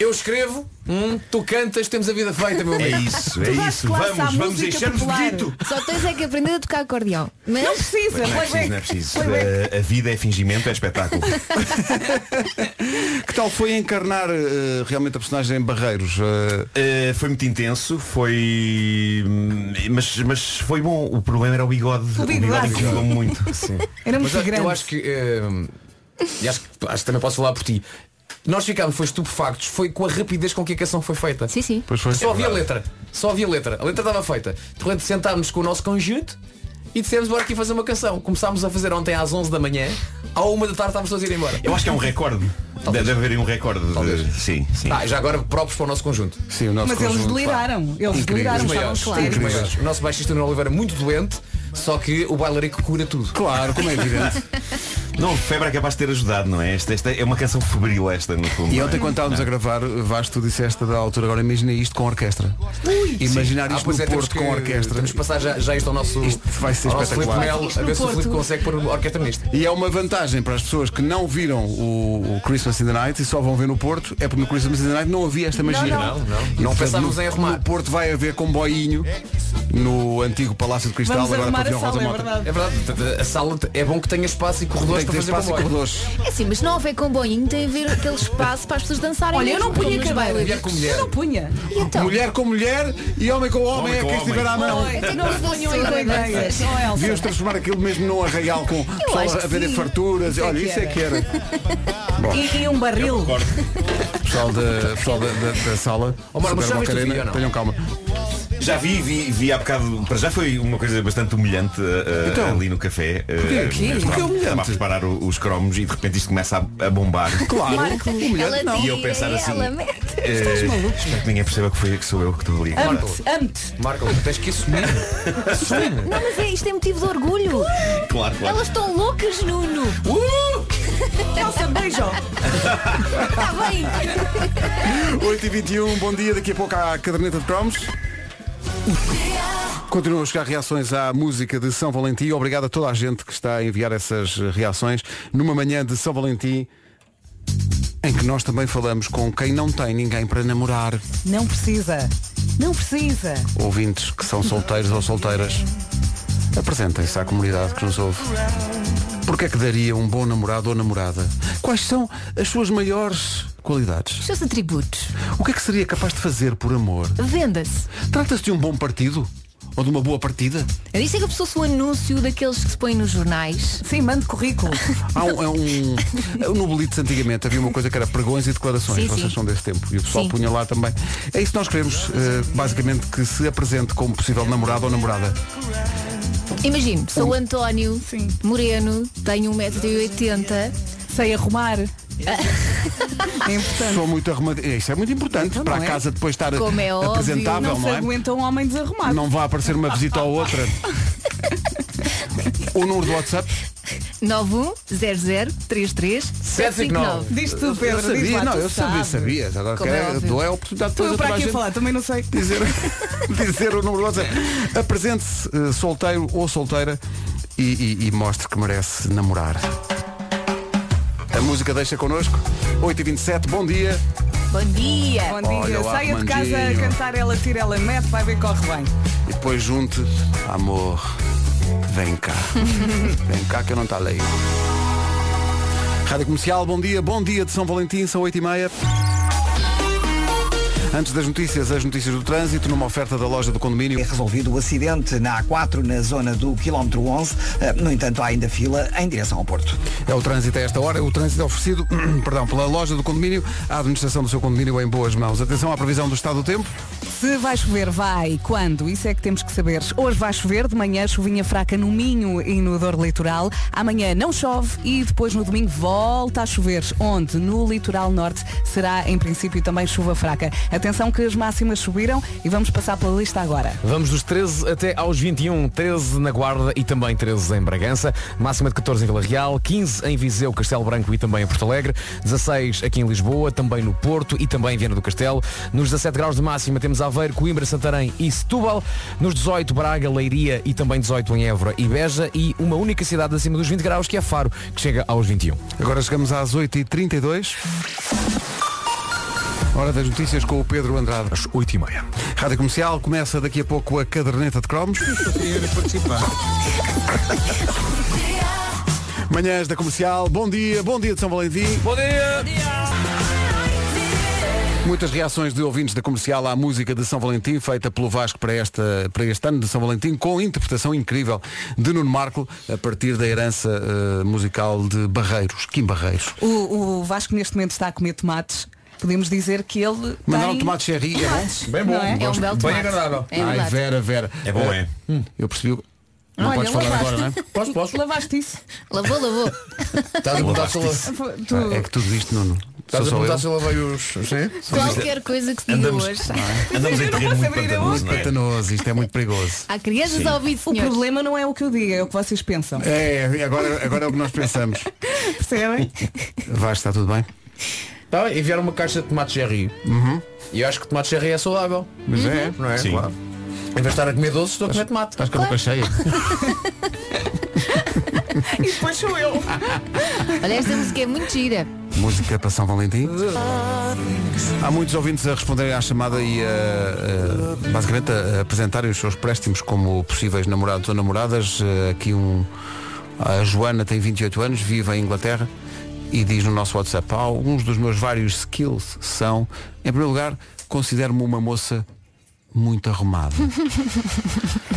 Speaker 6: Eu escrevo, hum, tu cantas, temos a vida feita, meu amigo.
Speaker 25: É isso, é Tu dás isso. classe à Vamos, vamos música encher-nos de popular. guito.
Speaker 5: Só tens é que aprender a tocar acordeão. Mas... Não
Speaker 25: Não
Speaker 4: precisa,
Speaker 25: é preciso, não é preciso. A, a vida é fingimento, é espetáculo.
Speaker 2: Que tal foi encarnar eh, realmente a personagem Barreiros? Eh,
Speaker 25: Uh, foi muito intenso, foi. hum, Mas, mas foi bom. O problema era o bigode.
Speaker 4: O
Speaker 25: O
Speaker 4: bigode.
Speaker 25: bigode incomodou muito.
Speaker 4: Era
Speaker 6: Mas
Speaker 4: muito
Speaker 6: eu-
Speaker 4: grande.
Speaker 6: eu acho que. hum, e acho, que- acho que também posso falar por ti. Nós ficámos, foi estupefactos, foi com a rapidez com que a canção foi feita. Sim,
Speaker 5: sim.
Speaker 2: Pois foi.
Speaker 6: Só
Speaker 25: É
Speaker 6: havia
Speaker 25: verdade.
Speaker 6: letra. Só havia letra. A letra estava feita. De repente sentámos com o nosso conjunto e dissemos bora aqui fazer uma canção. Começámos a fazer ontem às 11 da manhã, à 1 da tarde estávamos todos a ir embora.
Speaker 25: Eu acho que é um recorde. Deve haver aí um recorde. de- Sim, sim.
Speaker 6: Ah, e já agora próprios para o nosso conjunto.
Speaker 2: Sim, o
Speaker 4: Mas eles deliraram. Eles deliraram,
Speaker 6: Os
Speaker 4: estavam
Speaker 6: maiores,
Speaker 4: claros.
Speaker 6: os maiores. O nosso baixista Nuno Oliveira muito doente, só que o bailarico cura tudo.
Speaker 2: Claro, como é evidente.
Speaker 25: Não, o Febre é capaz de ter ajudado, não é? Esta, esta é uma canção febril esta, no fundo.
Speaker 2: E
Speaker 25: não
Speaker 2: ontem
Speaker 25: é?
Speaker 2: quando estávamos a gravar, Vasco, tu disseste da altura, agora imagina isto com orquestra. Imaginar
Speaker 6: Sim.
Speaker 2: isto
Speaker 6: pois
Speaker 2: no
Speaker 6: é, temos
Speaker 2: Porto com
Speaker 6: que-
Speaker 2: orquestra.
Speaker 6: Temos que passar já, já isto ao nosso,
Speaker 2: Isto vai ser
Speaker 6: ao nosso Filipe
Speaker 2: espetacular.
Speaker 6: Melo, a ver se o Filipe consegue pôr a orquestra nisto.
Speaker 2: E é uma vantagem para as pessoas que não viram o, o Christmas in the Night e só vão ver no Porto, é porque no Christmas in the Night não havia esta
Speaker 6: Não,
Speaker 2: magia.
Speaker 6: não. Não, não.
Speaker 2: E,
Speaker 6: Não
Speaker 2: portanto,
Speaker 6: pensávamos
Speaker 2: no,
Speaker 6: em arrumar.
Speaker 2: No Porto vai haver comboinho no antigo Palácio de Cristal,
Speaker 6: Vamos
Speaker 2: agora
Speaker 6: arrumar
Speaker 2: Pavilhão
Speaker 6: a sala,
Speaker 2: Rosa
Speaker 6: é
Speaker 2: Mota.
Speaker 6: verdade. É verdade. Portanto, A sala é bom que tenha espaço e corredores
Speaker 2: Tem que
Speaker 6: para
Speaker 2: ter
Speaker 6: fazer
Speaker 2: espaço e
Speaker 6: comboio.
Speaker 2: corredores.
Speaker 5: É assim, mas se não houver comboinho, tem a ver aquele espaço para as pessoas dançarem.
Speaker 4: Olha, eu não
Speaker 5: mesmo,
Speaker 4: punha
Speaker 5: como nos
Speaker 4: cadeira.
Speaker 5: bailes.
Speaker 4: Eu não punha.
Speaker 5: E então?
Speaker 2: Mulher com mulher e homem com homem,
Speaker 25: Homem
Speaker 2: é
Speaker 25: com
Speaker 2: quem estiver
Speaker 25: homem.
Speaker 2: à mão.
Speaker 4: Não, não ponham em
Speaker 5: ideias.
Speaker 4: Não, Elsa.
Speaker 2: Devíamos transformar aquilo mesmo num arraial com pessoas
Speaker 4: acho
Speaker 2: a
Speaker 4: que
Speaker 2: vender
Speaker 4: sim.
Speaker 2: farturas.
Speaker 4: Isso é
Speaker 2: Olha,
Speaker 4: que
Speaker 2: isso é
Speaker 4: era.
Speaker 2: que era. Bom,
Speaker 4: E, e um barril.
Speaker 2: pessoal da, pessoal da, da- da sala,
Speaker 25: Ó, Marcos,
Speaker 2: Super
Speaker 25: já
Speaker 2: Boca
Speaker 25: viste o
Speaker 2: Arena,
Speaker 25: vídeo ou não?
Speaker 2: tenham calma.
Speaker 25: Já vi, vi, vi há bocado, para já foi uma coisa bastante humilhante uh, uh,
Speaker 2: Então?
Speaker 25: ali no café. Uh,
Speaker 2: Porquê?
Speaker 25: eu
Speaker 2: Porquê?
Speaker 25: estava-
Speaker 2: Porquê é humilhante?
Speaker 25: Estava a preparar o- os cromos e de repente isto começa a, a bombar.
Speaker 2: Claro,
Speaker 25: Marco,
Speaker 5: Ela tira
Speaker 25: E eu pensar assim.
Speaker 5: ela mete.
Speaker 25: eh, espero que ninguém perceba que, foi, que sou eu que te li agora.
Speaker 4: Amo-te, amo-te.
Speaker 6: Marco, tens que assumir. Assume.
Speaker 5: Não, mas é, isto é motivo de orgulho.
Speaker 25: Claro, claro.
Speaker 5: Elas estão loucas, Nuno.
Speaker 4: Elsa, beijo.
Speaker 5: Está bem.
Speaker 2: 8h21, bom dia, daqui a pouco há a caderneta de cromos. Continuam a chegar reações à música de São Valentim. Obrigado a toda a gente que está a enviar essas eh, reações numa manhã de São Valentim em que nós também falamos com quem não tem ninguém para namorar.
Speaker 4: Não precisa. Não precisa.
Speaker 2: Ouvintes que são solteiros ou solteiras, apresentem-se à comunidade que nos ouve. Porquê é que daria um bom namorado ou namorada? Quais são Então, as suas maiores qualidades?
Speaker 5: Os seus atributos.
Speaker 2: O que é que seria capaz de fazer por amor?
Speaker 5: Venda-se.
Speaker 2: Trata-se de um bom partido? Ou de uma boa partida?
Speaker 5: Eu disse que eu fosse um anúncio daqueles que se põem nos jornais.
Speaker 4: Sim, mande currículo.
Speaker 2: Há um, é um- no Blitz antigamente havia uma coisa que era pregões e declarações.
Speaker 4: Sim,
Speaker 2: Vocês
Speaker 4: sim.
Speaker 2: são desse tempo. E o pessoal
Speaker 4: Sim.
Speaker 2: punha lá também. É isso que nós queremos, eh, basicamente, que se apresente como possível namorado ou namorada.
Speaker 5: Imagino, sou o António, moreno, tenho 1,80m.
Speaker 4: Sei arrumar. É importante.
Speaker 2: Sou muito arrumadinho. Isso é muito importante
Speaker 4: Então
Speaker 2: para
Speaker 4: não
Speaker 2: a
Speaker 4: é?
Speaker 2: casa depois estar
Speaker 4: Como é óbvio,
Speaker 2: apresentável,
Speaker 4: não
Speaker 2: não,
Speaker 4: se
Speaker 2: é?
Speaker 4: aguenta um homem desarrumado.
Speaker 2: Não vai aparecer uma visita ou outra. o número do WhatsApp?
Speaker 5: 910033759.
Speaker 4: Diz tu,
Speaker 2: Eu
Speaker 4: Pedro, diz
Speaker 2: sabia,
Speaker 4: lá,
Speaker 2: não,
Speaker 4: tu
Speaker 2: eu sabia,
Speaker 4: sabes.
Speaker 2: sabia. Agora
Speaker 4: Como é
Speaker 2: quero,
Speaker 4: óbvio.
Speaker 2: dou é a oportunidade
Speaker 4: Estou
Speaker 2: depois
Speaker 4: eu para
Speaker 2: a toda a
Speaker 4: aqui a
Speaker 2: gente
Speaker 4: falar, É. também não sei.
Speaker 2: dizer, dizer o número do WhatsApp. Apresente-se eh, solteiro ou solteira e, e- e mostre que merece namorar. A música deixa connosco. 8h27, bom dia.
Speaker 5: Bom dia.
Speaker 4: Bom dia.
Speaker 2: Olha lá,
Speaker 4: Saia de casa a
Speaker 2: Armandinho.
Speaker 4: cantar, ela tira, ela mete, vai ver, corre bem.
Speaker 2: E depois junte, amor, vem cá. vem cá que eu não está lei. Rádio Comercial, bom dia, bom dia de São Valentim, são 8h30. Antes das notícias, as notícias do trânsito, numa oferta da loja do condomínio.
Speaker 3: É resolvido o acidente na A4, na zona do quilómetro 11. Eh, No entanto, há ainda fila em direção ao Porto.
Speaker 2: É o trânsito a esta hora. O trânsito é oferecido perdão, pela loja do condomínio, a administração do seu condomínio é em boas mãos. Atenção à previsão do estado do tempo.
Speaker 4: Se vai chover, vai. Quando? Isso é que temos que saber. Hoje vai chover, de manhã chuvinha fraca no Minho e no Douro Litoral. Amanhã não chove e depois no domingo volta a chover. Onde? No litoral norte será em princípio também chuva fraca. Atenção que as máximas subiram e vamos passar pela lista agora.
Speaker 10: Vamos dos 13 até aos 21. 13 na Guarda e também 13 em Bragança. Máxima de 14 em Vila Real, 15 em Viseu, Castelo Branco e também em Porto Alegre. 16 aqui em Lisboa, também no Porto e também em Viana do Castelo. Nos 17 graus de máxima temos Aveiro, Coimbra, Santarém e Setúbal. Nos 18, Braga, Leiria e também 18 em Évora e Beja. E uma única cidade acima dos 20 graus, que é Faro, que chega aos 21.
Speaker 2: Agora chegamos às 8h32. Hora das notícias com o Pedro Andrade. Às 8h30. Rádio Comercial começa daqui a pouco a caderneta de cromos. Manhãs da Comercial, bom dia, bom dia de São Valentim. Bom dia! Muitas reações de ouvintes da comercial à música de São Valentim, feita pelo Vasco para, esta, para este ano de São Valentim, com interpretação incrível de Nuno Marco, a partir da herança eh, musical de Barreiros, Kim Barreiros.
Speaker 4: O, o Vasco neste momento está a comer tomates. Podemos dizer que ele.
Speaker 2: Mandar
Speaker 4: tem...
Speaker 2: um tomate cherry é bom?
Speaker 4: Não é?
Speaker 5: um
Speaker 2: Gosto. Ai, Vera, Vera. É
Speaker 6: bom, é.
Speaker 2: Eu percebi. o- Não
Speaker 4: Olha,
Speaker 2: podes falar
Speaker 4: lavaste.
Speaker 2: agora, não é?
Speaker 4: Posso, posso? Lavaste isso.
Speaker 5: Lavou, lavou.
Speaker 22: Tá
Speaker 2: Estás a perguntar se eu
Speaker 5: Lavaste
Speaker 2: lavei-
Speaker 5: isso. Tu-
Speaker 2: Ah, É que tudo isto, Nuno.
Speaker 13: Estás a
Speaker 2: Sou só
Speaker 13: perguntar
Speaker 2: eu.
Speaker 13: se eu lavei os... Sim?
Speaker 5: Qualquer coisa que se diga
Speaker 2: Andamos-
Speaker 5: hoje.
Speaker 13: Andamos em terreno muito
Speaker 2: Muito pantanoso, isto é muito perigoso.
Speaker 5: Há crianças
Speaker 2: Sim.
Speaker 5: a ouvir
Speaker 4: O problema não é o que eu digo, é o que vocês pensam.
Speaker 2: É, agora, agora é o que nós pensamos.
Speaker 4: Percebem?
Speaker 2: Vasco, está tudo bem?
Speaker 6: Tá, bem, enviaram uma caixa de tomate cherry.
Speaker 5: Uhum.
Speaker 6: E eu acho que tomate cherry é saudável.
Speaker 2: Mas é,
Speaker 6: Não é?
Speaker 2: Sim.
Speaker 6: Claro. Em vez de estar a comer doce, estou a comer tomate.
Speaker 2: Estás com a boca cheia?
Speaker 4: E depois sou eu.
Speaker 5: Olha, esta música é muito gira.
Speaker 2: Música para São Valentim. Há muitos ouvintes a responderem à chamada e a, a, basicamente a, a apresentarem os seus préstimos como possíveis namorados ou namoradas. Eh, Aqui um. A Joana tem 28 anos, vive em Inglaterra e diz no nosso WhatsApp, "Ah, alguns dos meus vários skills são, em primeiro lugar, considero-me uma moça muito arrumada.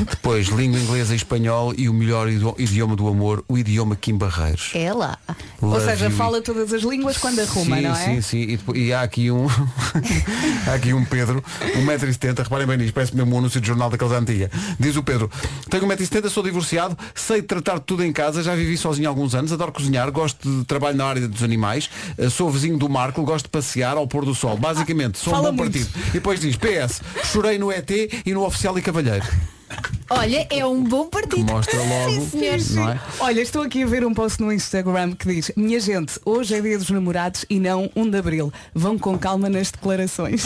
Speaker 2: Depois, língua inglesa e espanhol e o melhor idio- idioma do amor, o idioma Kim Barreiros.
Speaker 5: É lá.
Speaker 4: Ou
Speaker 2: Love
Speaker 4: seja,
Speaker 2: you.
Speaker 4: fala todas as línguas quando arruma,
Speaker 2: sim,
Speaker 4: não é?
Speaker 2: Sim, sim, e, depo- e há aqui um há aqui um Pedro, 1,70m, reparem bem nisto, parece mesmo um anúncio de jornal daqueles da antiga. Diz o Pedro, tenho 1,70m, sou divorciado, sei tratar de tudo em casa, já vivi sozinho há alguns anos, adoro cozinhar, gosto de trabalho na área dos animais, eh, sou vizinho do Marco, gosto de passear ao pôr do sol. Basicamente, sou
Speaker 4: Fala
Speaker 2: um bom
Speaker 4: muito.
Speaker 2: partido. E depois diz, PS, chorei no ET e no Oficial e Cavalheiro.
Speaker 5: Olha, é um bom
Speaker 2: Que
Speaker 5: partido.
Speaker 2: mostra logo.
Speaker 5: Sim, senhor.
Speaker 2: não é?
Speaker 4: Olha, estou aqui a ver um post no Instagram que diz Minha gente, hoje é dia dos namorados e não 1 de Abril. Vão com calma nas declarações.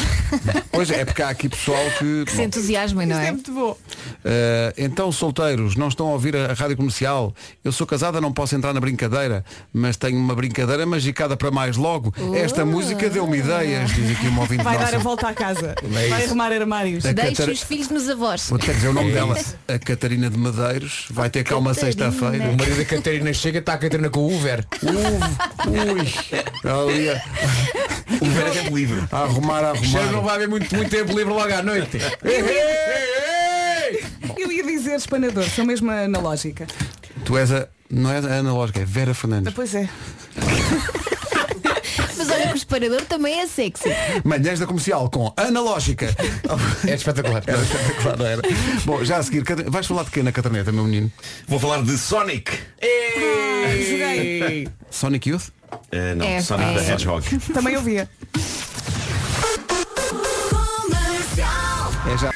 Speaker 2: Pois é, porque há aqui pessoal que.
Speaker 5: Que se entusiasmem, não é?
Speaker 2: Uh, então, solteiros, não estão a ouvir a, a rádio comercial. Eu sou casada, não posso entrar na brincadeira, mas tenho uma brincadeira magicada para mais logo. Esta música deu-me ideias, diz aqui uma ouvinte
Speaker 4: Uh. Vai
Speaker 2: nossa.
Speaker 4: dar a volta à casa.
Speaker 2: É
Speaker 4: Vai
Speaker 2: isso.
Speaker 4: arrumar armários.
Speaker 2: A
Speaker 5: Deixe
Speaker 2: Catar-
Speaker 5: os filhos nos avós.
Speaker 2: Vou ter que dizer o nome
Speaker 6: É
Speaker 2: dela.
Speaker 6: isso.
Speaker 2: A Catarina de Madeiros vai ter cá uma
Speaker 5: Catarina.
Speaker 2: sexta-feira.
Speaker 6: O marido da Catarina chega, está a Catarina com o Uber.
Speaker 2: Ali a...
Speaker 6: O Uber é tempo livre.
Speaker 2: a arrumar, a
Speaker 6: Cheiro,
Speaker 2: arrumar.
Speaker 6: não vai haver muito, muito tempo livre logo à noite.
Speaker 4: Eu ia dizer espanador, sou mesmo analógica.
Speaker 2: Tu és a. Não é a analógica, é Vera Fernandes.
Speaker 4: Pois é.
Speaker 5: Mas olha que o espanador também é sexy.
Speaker 2: Manhãs da comercial com analógica.
Speaker 6: É espetacular.
Speaker 2: Era espetacular, não era? Bom, já a seguir, Cata- vais falar de quê na caderneta, meu menino?
Speaker 14: Vou falar de Sonic.
Speaker 4: Ah, joguei.
Speaker 2: Sonic Youth?
Speaker 14: Eh, não,
Speaker 4: É,
Speaker 14: Sonic
Speaker 4: é.
Speaker 14: the Hedgehog.
Speaker 4: Também ouvia.
Speaker 2: É já.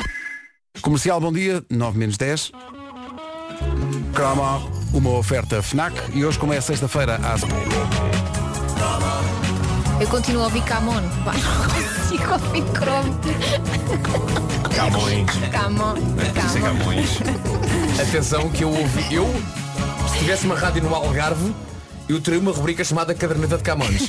Speaker 2: Comercial, bom dia, 9 menos 10. Crama, uma oferta FNAC e hoje como é sexta-feira às...
Speaker 5: Eu continuo a ouvir Camon. Pá, não consigo ouvir Chrome.
Speaker 14: Camões.
Speaker 5: Camon.
Speaker 14: Isso é
Speaker 5: Camon.
Speaker 14: Camões.
Speaker 6: Atenção que eu ouvi. Eu, se tivesse uma rádio no Algarve, eu teria uma rubrica chamada Caderneta de Camões.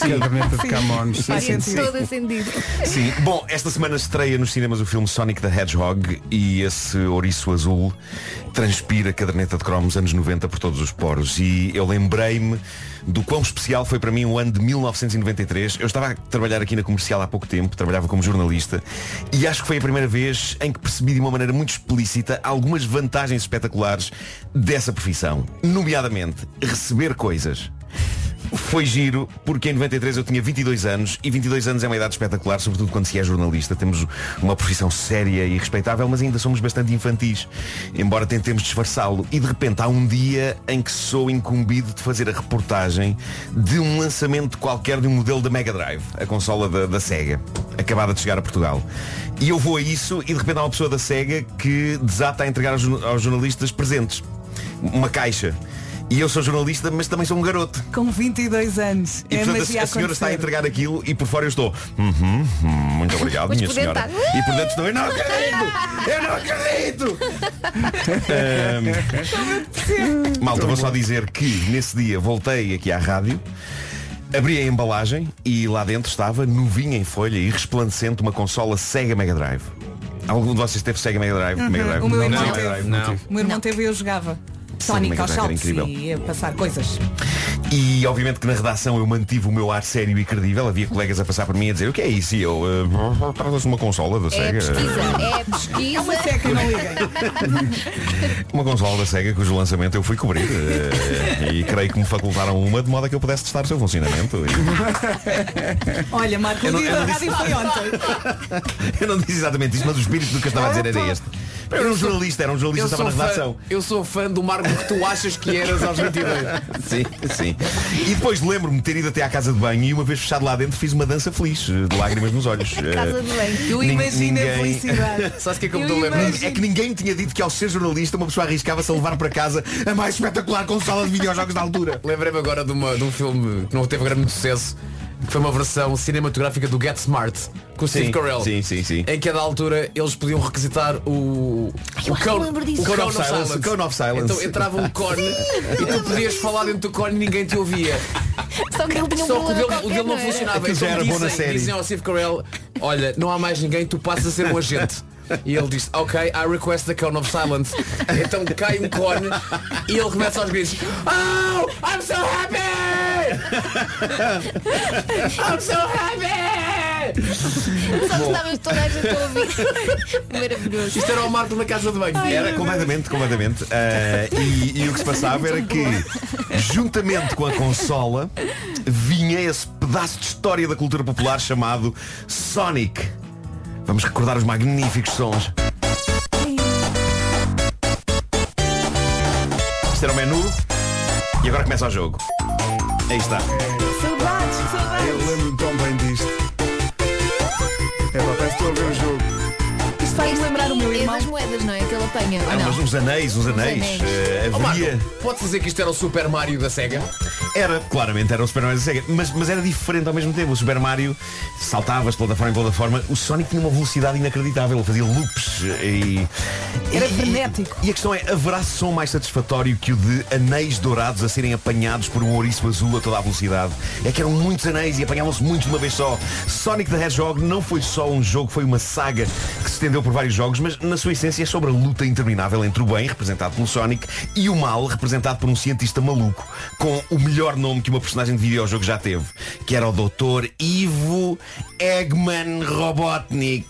Speaker 2: Caderneta
Speaker 6: de Camões, sim,
Speaker 5: Faz
Speaker 6: sim, sim.
Speaker 5: todo sentido.
Speaker 14: Sim, bom, esta semana estreia nos cinemas o filme Sonic the Hedgehog e esse ouriço azul transpira caderneta de cromos anos 90 por todos os poros e eu lembrei-me do quão especial foi para mim o ano de 1993. Eu estava a trabalhar aqui na comercial há pouco tempo, trabalhava como jornalista, e acho que foi a primeira vez em que percebi de uma maneira muito explícita algumas vantagens espetaculares dessa profissão. Nomeadamente, receber coisas. Foi giro, porque em 93 eu tinha 22 anos e 22 anos é uma idade espetacular, sobretudo quando se é jornalista. Temos uma profissão séria e respeitável, mas ainda somos bastante infantis, embora tentemos disfarçá-lo. E de repente há um dia em que sou incumbido de fazer a reportagem de um lançamento qualquer de um modelo da Mega Drive, a consola da, da Sega, acabada de chegar a Portugal. E eu vou a isso e de repente há uma pessoa da Sega que desata a entregar aos jorna- aos jornalistas presentes. Uma caixa. E eu sou jornalista, mas também sou um garoto.
Speaker 4: Com 22 anos.
Speaker 14: E
Speaker 4: é
Speaker 14: portanto a-
Speaker 4: magia
Speaker 14: a, senhora está a
Speaker 4: acontecer.
Speaker 14: entregar aquilo e por fora eu estou. "Uhum, hum, muito obrigado,
Speaker 4: Mas
Speaker 14: minha
Speaker 4: por
Speaker 14: senhora.
Speaker 4: dentro
Speaker 14: E por dentro estou. Eu não acredito! Eu não acredito! Ahm, Malta, vou só dizer que nesse dia voltei aqui à rádio, abri a embalagem e lá dentro estava, novinha em folha e resplandecente, uma consola Sega Mega Drive. Algum de vocês teve Sega Mega Drive?
Speaker 4: Uhum.
Speaker 14: Mega Drive?
Speaker 4: O meu irmão
Speaker 14: Mega
Speaker 4: teve.
Speaker 14: Drive,
Speaker 4: Não. O meu irmão teve e eu jogava.
Speaker 14: Sim,
Speaker 4: Sonic
Speaker 14: Mega
Speaker 4: aos
Speaker 14: Drive era
Speaker 4: saltos
Speaker 14: incrível.
Speaker 4: e a passar coisas.
Speaker 14: E obviamente que na redação eu mantive o meu ar sério e credível. Havia colegas a passar por mim a dizer o que é isso? E eu, "Ah, trata-se de uma consola da
Speaker 25: É
Speaker 14: SEGA.
Speaker 25: pesquisa, é pesquisa. É uma seca, não
Speaker 14: Uma consola da SEGA cujo lançamento eu fui cobrir. eh, e creio que me facultaram uma de modo a que eu pudesse testar o seu funcionamento.
Speaker 4: Olha, Marco,
Speaker 14: Eu
Speaker 4: o
Speaker 14: não-
Speaker 4: dia
Speaker 14: tipo. eu
Speaker 4: da
Speaker 14: não
Speaker 4: rádio foi ontem.
Speaker 14: Eu não disse exatamente isso, mas o espírito do que eu estava a dizer era este. Eu era um jornalista, era um jornalista, estava na redação.
Speaker 6: eu sou fã do Marco que tu achas que eras aos 22.
Speaker 14: sim, sim. E depois lembro-me de ter ido até à casa de banho e uma vez fechado lá dentro fiz uma dança feliz, eh, de lágrimas nos olhos. Eh, nin-
Speaker 6: Sabe o que é que eu,
Speaker 14: Eu
Speaker 6: me estou a lembrar?
Speaker 14: imagino. É que ninguém tinha dito que ao ser jornalista uma pessoa arriscava-se a levar para casa a mais espetacular consola de videojogos da altura.
Speaker 6: Lembrei-me agora de, uma- de um filme que não teve grande sucesso, que foi uma versão cinematográfica do Get Smart, com o Steve
Speaker 14: Sim,
Speaker 6: Carell.
Speaker 14: sim, sim, sim.
Speaker 6: Em que a da altura eles podiam requisitar o.
Speaker 14: eu acho que eu lembro disso.
Speaker 6: o Cone of Silence.
Speaker 14: O Cone of Silence.
Speaker 6: Então entrava um cone e tu podias falar dentro do cone e ninguém te ouvia.
Speaker 5: Só que ele tinha um
Speaker 6: Só que
Speaker 5: problema
Speaker 6: o dele,
Speaker 5: qualquer,
Speaker 6: o dele não
Speaker 5: é?
Speaker 6: funcionava.
Speaker 14: Aquilo já
Speaker 6: Então
Speaker 14: era bom na
Speaker 6: dizem-
Speaker 14: série.
Speaker 6: Dizem ao Steve Carell, olha, não há mais ninguém, tu passas a ser um agente. E ele diz, ok, I request the cone of silence. Então cai um cone e ele começa aos gritos. Oh, I'm so happy! I'm so happy!
Speaker 5: Só que estavas toda a gente a ouvir. Maravilhoso.
Speaker 6: Isto era o Marco na casa de banho.
Speaker 5: Ai,
Speaker 14: Era
Speaker 5: meu
Speaker 14: completamente, completamente. Ah, e, e o que se passava era que, juntamente com a consola, vinha esse pedaço de história da cultura popular chamado Sonic. Vamos recordar os magníficos sons. Isto era o menu. E agora começa o jogo. Aí está.
Speaker 4: Saudades, saudades.
Speaker 2: Eu lembro-me tão bem disto. É, pá, parece que estou a ver o jogo.
Speaker 5: Isto
Speaker 6: é
Speaker 5: faz-me lembrar o meu irmão. das moedas, não é? Que ele apanha.
Speaker 14: Ah,
Speaker 5: ou não?
Speaker 14: mas uns anéis, uns anéis.
Speaker 5: anéis.
Speaker 14: Eh,
Speaker 6: Ó,
Speaker 14: havia.
Speaker 6: Marco, podes dizer que isto era o Super Mario da SEGA?
Speaker 14: Era, claramente, era o Super Mario da Sega, mas, mas era diferente ao mesmo tempo. O Super Mario saltava de plataforma em plataforma, o Sonic tinha uma velocidade inacreditável, ele fazia loops e. Era frenético. E, a questão é, haverá som mais satisfatório que o de anéis dourados a serem apanhados por um ouriço azul a toda a velocidade? É que eram muitos anéis e apanhavam-se muitos de uma vez só. Sonic the Hedgehog não foi só um jogo, foi uma saga que se estendeu por vários jogos, mas na sua essência é sobre a luta interminável entre o bem, representado pelo Sonic, e o mal, representado por um cientista maluco, com o melhor nome que uma personagem de videojogo já teve, que era o Dr. Ivo Eggman Robotnik.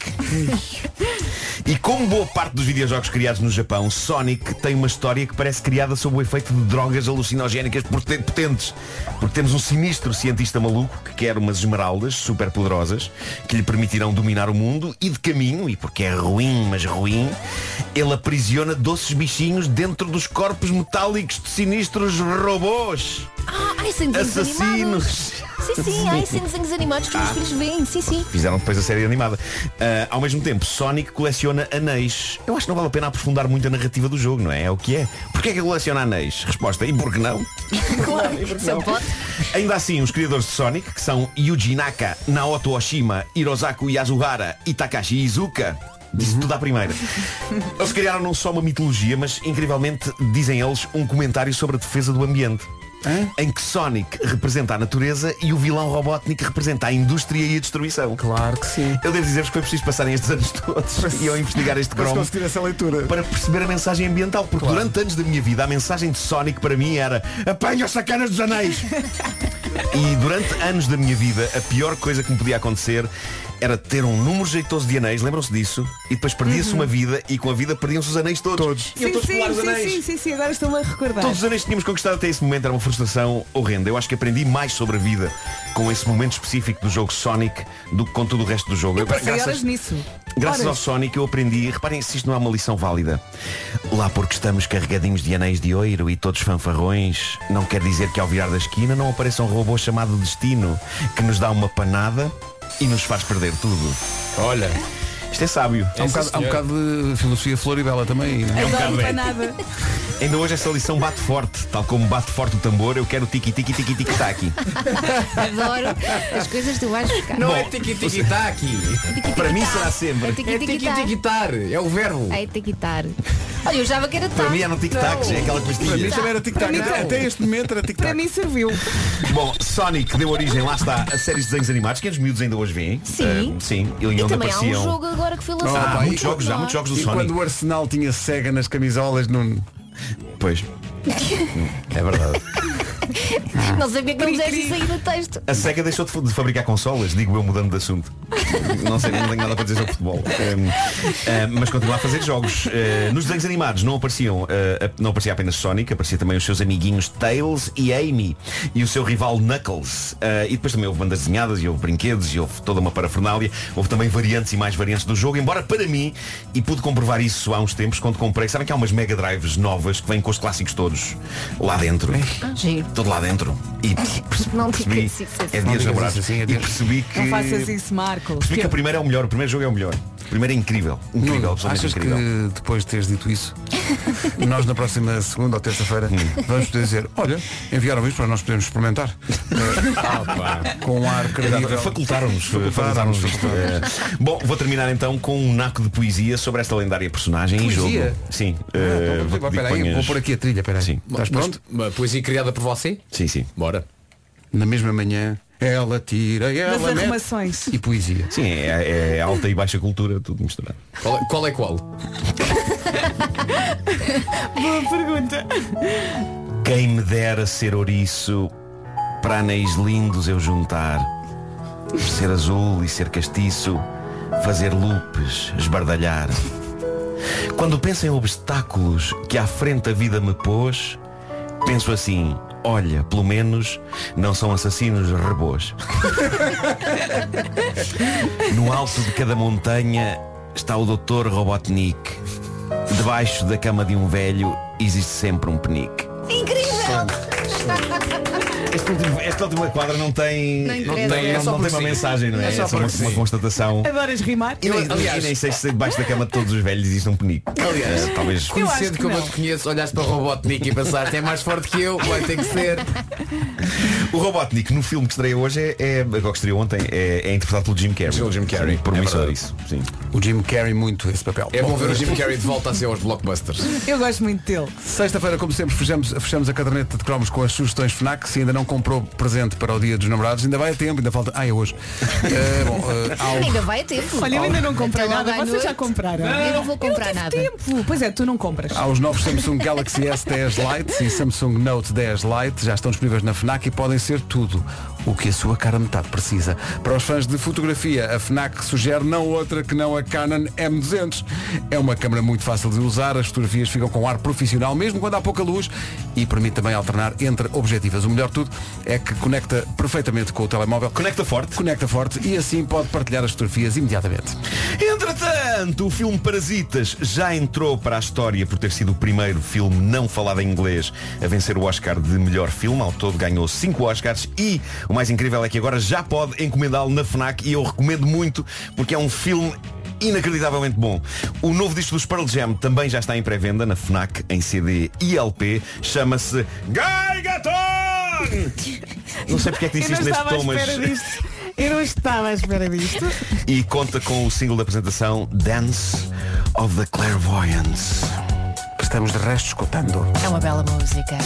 Speaker 14: E como boa parte dos videojogos criados no Japão, Sonic tem uma história que parece criada sob o efeito de drogas alucinogénicas porte- potentes. Porque temos um sinistro cientista maluco que quer umas esmeraldas super poderosas que lhe permitirão dominar o mundo e de caminho, e porque é ruim, mas ruim, ele aprisiona doces bichinhos dentro dos corpos metálicos de sinistros robôs.
Speaker 5: Ah, ai, sem desenhos
Speaker 14: Assassinos. Ah.
Speaker 5: animados. Sim, sim, ai, sem desenhos animados que os meus filhos veem. Sim, sim.
Speaker 14: Fizeram depois a série animada. Ah, ao mesmo tempo, Sonic coleciona anéis. Eu acho que não vale a pena aprofundar muito a narrativa do jogo, não é? É o que é. Porquê é que ele coleciona anéis? Resposta, e por que não? É Ainda assim, os criadores de Sonic, que são Yuji Naka, Naoto Oshima, Hirozaku Yasuhara e Takashi Iizuka, disse tudo à primeira. Eles criaram não só uma mitologia, mas, incrivelmente, dizem eles, um comentário sobre a defesa do ambiente. em que Sonic representa a natureza e o vilão Robotnik representa a indústria e a destruição.
Speaker 2: Claro que sim.
Speaker 14: Eu devo dizer-vos que foi preciso passarem estes anos todos e eu investigar este
Speaker 2: Para se
Speaker 14: cromo
Speaker 2: conseguir essa leitura.
Speaker 14: para perceber a mensagem ambiental. Porque durante anos da minha vida a mensagem de Sonic para mim era apanha os sacanas dos anéis. E durante anos da minha vida, a pior coisa que me podia acontecer era ter um número jeitoso de anéis, lembram-se disso? E depois perdia-se
Speaker 4: Uhum.
Speaker 14: uma vida e com a vida perdiam-se os anéis todos. Todos. E eu
Speaker 4: Sim,
Speaker 14: todos
Speaker 4: sim,
Speaker 14: colar os
Speaker 4: sim,
Speaker 14: anéis.
Speaker 4: sim, sim, sim, agora estou-me a recordar.
Speaker 14: Todos os anéis que tínhamos conquistado até esse momento era uma frustração horrenda. Eu acho que aprendi mais sobre a vida com esse momento específico do jogo Sonic do que com todo o resto do jogo. Eu,
Speaker 4: Passei horas
Speaker 14: graças,
Speaker 4: nisso.
Speaker 14: graças
Speaker 4: horas.
Speaker 14: ao Sonic eu aprendi, reparem se isto não é uma lição válida. Lá porque estamos carregadinhos de anéis de oiro e todos fanfarrões, não quer dizer que ao virar da esquina não apareça um robô chamado Destino, que nos dá uma panada e nos faz perder tudo. Olha. Isto é sábio.
Speaker 2: Há um, bocado, há um bocado de filosofia Floribela também. Não?
Speaker 14: É um bocado
Speaker 4: Para
Speaker 14: ético.
Speaker 4: nada.
Speaker 14: Ainda hoje essa lição bate forte, tal como bate forte o tambor, eu quero tiki tiki tiki tiki taki.
Speaker 5: Adoro as coisas que tu vais buscar.
Speaker 6: Não é tiki-tiki-taki.
Speaker 14: Para mim será sempre.
Speaker 5: É tiki-tiki-tac.
Speaker 6: tiki-tiki-tar. É o verbo.
Speaker 5: É tic-tac. Olha, eu já que era
Speaker 14: Para mim era um tic-tacs,
Speaker 5: Tá. Não.
Speaker 14: é aquela pastilha.
Speaker 5: Para mim também era um tic-tac. Para mim-
Speaker 14: Até este momento era tic-tac.
Speaker 4: Para mim serviu.
Speaker 14: Bom, Sonic deu origem, lá está, a séries de desenhos animados, que os miúdos ainda hoje veem.
Speaker 5: Sim.
Speaker 14: Ah, sim, e onde
Speaker 5: E também há um
Speaker 14: apareciam.
Speaker 5: jogo agora que foi
Speaker 14: Oh,
Speaker 5: lançado.
Speaker 14: pá, muitos jogos, já, muitos jogos do
Speaker 2: e
Speaker 14: Sonic.
Speaker 2: quando o Arsenal tinha cega nas camisolas, não...
Speaker 14: Pois. É verdade.
Speaker 5: Não sabia que não fizeste isso aí no texto.
Speaker 14: A SEGA deixou de, fa- de fabricar consolas, digo eu mudando de assunto. Não sei, não tenho nada para dizer sobre futebol. Um, um, mas continua a fazer jogos. Uh, nos desenhos animados não apareciam, uh, ap- não aparecia apenas Sonic, aparecia também os seus amiguinhos Tails e Amy e o seu rival Knuckles. Uh, e depois também houve bandas desenhadas e houve brinquedos e houve toda uma parafernália. Houve também variantes e mais variantes do jogo, embora para mim, e pude comprovar isso há uns tempos quando comprei, sabem que há umas Mega Drives novas que vêm com os clássicos todos lá dentro.
Speaker 5: Ah, Giro.
Speaker 14: Todo lá dentro. E percebi-
Speaker 5: Não
Speaker 14: percebi,
Speaker 5: digas isso assim.
Speaker 14: é
Speaker 5: Não
Speaker 14: dias
Speaker 5: digas
Speaker 14: namorados. e percebi que.
Speaker 4: Não faças isso, Marco.
Speaker 14: Percebi que o primeiro é o melhor, o primeiro jogo é o melhor. O primeiro é incrível. Incrível, absolutamente
Speaker 2: Achas
Speaker 14: incrível.
Speaker 2: que depois de teres dito isso, nós na próxima segunda ou terça-feira
Speaker 14: Hum.
Speaker 2: vamos poder dizer, olha, enviaram isto para nós podermos experimentar. Com um ar credível.
Speaker 14: É Facultaram-nos.
Speaker 2: Facultaram-nos.
Speaker 14: facultaram-nos isto. Eh, Bom, vou terminar então com um naco de poesia sobre esta lendária personagem e jogo.
Speaker 2: Poesia?
Speaker 14: Sim.
Speaker 2: então,
Speaker 14: eh, vou pedir que ponhas-
Speaker 2: aqui a trilha, peraí. Sim. Estás pronto?
Speaker 6: Uma poesia criada por você?
Speaker 14: Sim, sim.
Speaker 6: Bora.
Speaker 2: Na mesma manhã, É ela tira,
Speaker 4: Das
Speaker 2: ela mete
Speaker 4: arrumações.
Speaker 2: e poesia.
Speaker 14: Sim, é, é alta e baixa cultura, tudo misturado.
Speaker 6: Qual, qual é qual?
Speaker 4: Boa pergunta.
Speaker 14: Quem me dera ser ouriço Para anéis lindos eu juntar Ser azul e ser castiço Fazer lupes, esbardalhar Quando penso em obstáculos Que à frente a vida me pôs Penso assim Olha, pelo menos não são assassinos rebôs No alto de cada montanha Está o Dr. Robotnik Debaixo da cama de um velho Existe sempre um penique
Speaker 25: Incrível!
Speaker 14: Este último- esta última quadra não tem,
Speaker 25: Não
Speaker 14: não,
Speaker 25: interessa.
Speaker 14: tem,
Speaker 25: É
Speaker 14: não,
Speaker 25: só
Speaker 14: não
Speaker 25: por
Speaker 14: tem uma
Speaker 25: si.
Speaker 14: mensagem, não é?
Speaker 25: É
Speaker 14: É
Speaker 25: só
Speaker 14: só
Speaker 25: por
Speaker 14: uma,
Speaker 25: si.
Speaker 14: uma constatação.
Speaker 4: Adoras rimar?
Speaker 14: E nem, e nem sei se debaixo da cama de todos os velhos existe um penico.
Speaker 6: Aliás,
Speaker 14: Eh, talvez
Speaker 6: conhecendo como eu te conheço, olhaste para o Robotnik e pensaste é mais forte que eu, vai ter que ser.
Speaker 14: O Robotnik no filme que estreia hoje é, é agora que estreou ontem, é, é interpretado pelo Jim Carrey.
Speaker 6: Pelo Jim Carrey.
Speaker 14: Sim, promissor
Speaker 6: É verdade.
Speaker 14: isso. Sim.
Speaker 2: O Jim Carrey muito esse papel.
Speaker 6: É bom ver o Jim Carrey de volta a ser aos blockbusters.
Speaker 4: Eu gosto muito dele.
Speaker 2: Sexta-feira, como sempre, fechamos, fechamos a caderneta de cromos com as sugestões FNAC. Se ainda não comprou presente para o dia dos namorados, ainda vai a tempo, ainda falta. Ah, é hoje. Eh, bom, eh, há o-
Speaker 5: Ainda vai a tempo.
Speaker 4: Olha, eu ainda não comprei
Speaker 5: Até lá
Speaker 4: nada.
Speaker 5: vai
Speaker 4: Vocês
Speaker 5: noite.
Speaker 4: já compraram?
Speaker 5: Eu não vou comprar
Speaker 4: tive
Speaker 5: nada.
Speaker 4: tempo. Pois é, tu não compras.
Speaker 2: Há os novos Samsung Galaxy S10 Lite e Samsung Note 10 Lite já estão disponíveis na FNAC e podem ser tudo o que a sua cara metade precisa. Para os fãs de fotografia, a FNAC sugere não outra que não a Canon M200. É uma câmera muito fácil de usar, as fotografias ficam com ar profissional mesmo quando há pouca luz e permite também alternar entre objetivas. O melhor de tudo é que conecta perfeitamente com o telemóvel.
Speaker 14: Conecta forte.
Speaker 2: Conecta forte e assim pode partilhar as fotografias imediatamente.
Speaker 14: Entretanto, o filme Parasitas já entrou para a história por ter sido o primeiro filme não falado em inglês a vencer o Oscar de melhor filme. Ao todo ganhou 5 Oscars e o mais incrível é que agora já pode encomendá-lo na FNAC e eu recomendo muito porque é um filme inacreditavelmente bom. O novo disco dos Pearl Jam também já está em pré-venda na FNAC, em CD e LP. Chama-se Gaigaton! Não sei porque é que disse
Speaker 4: eu
Speaker 14: isto
Speaker 4: não
Speaker 14: neste
Speaker 4: estava
Speaker 14: tom,
Speaker 4: à
Speaker 14: mas...
Speaker 4: espera disto. Eu não estava à espera disto.
Speaker 14: E conta com o single da apresentação Dance of the Clairvoyance.
Speaker 2: estamos de resto escutando.
Speaker 11: É uma bela música.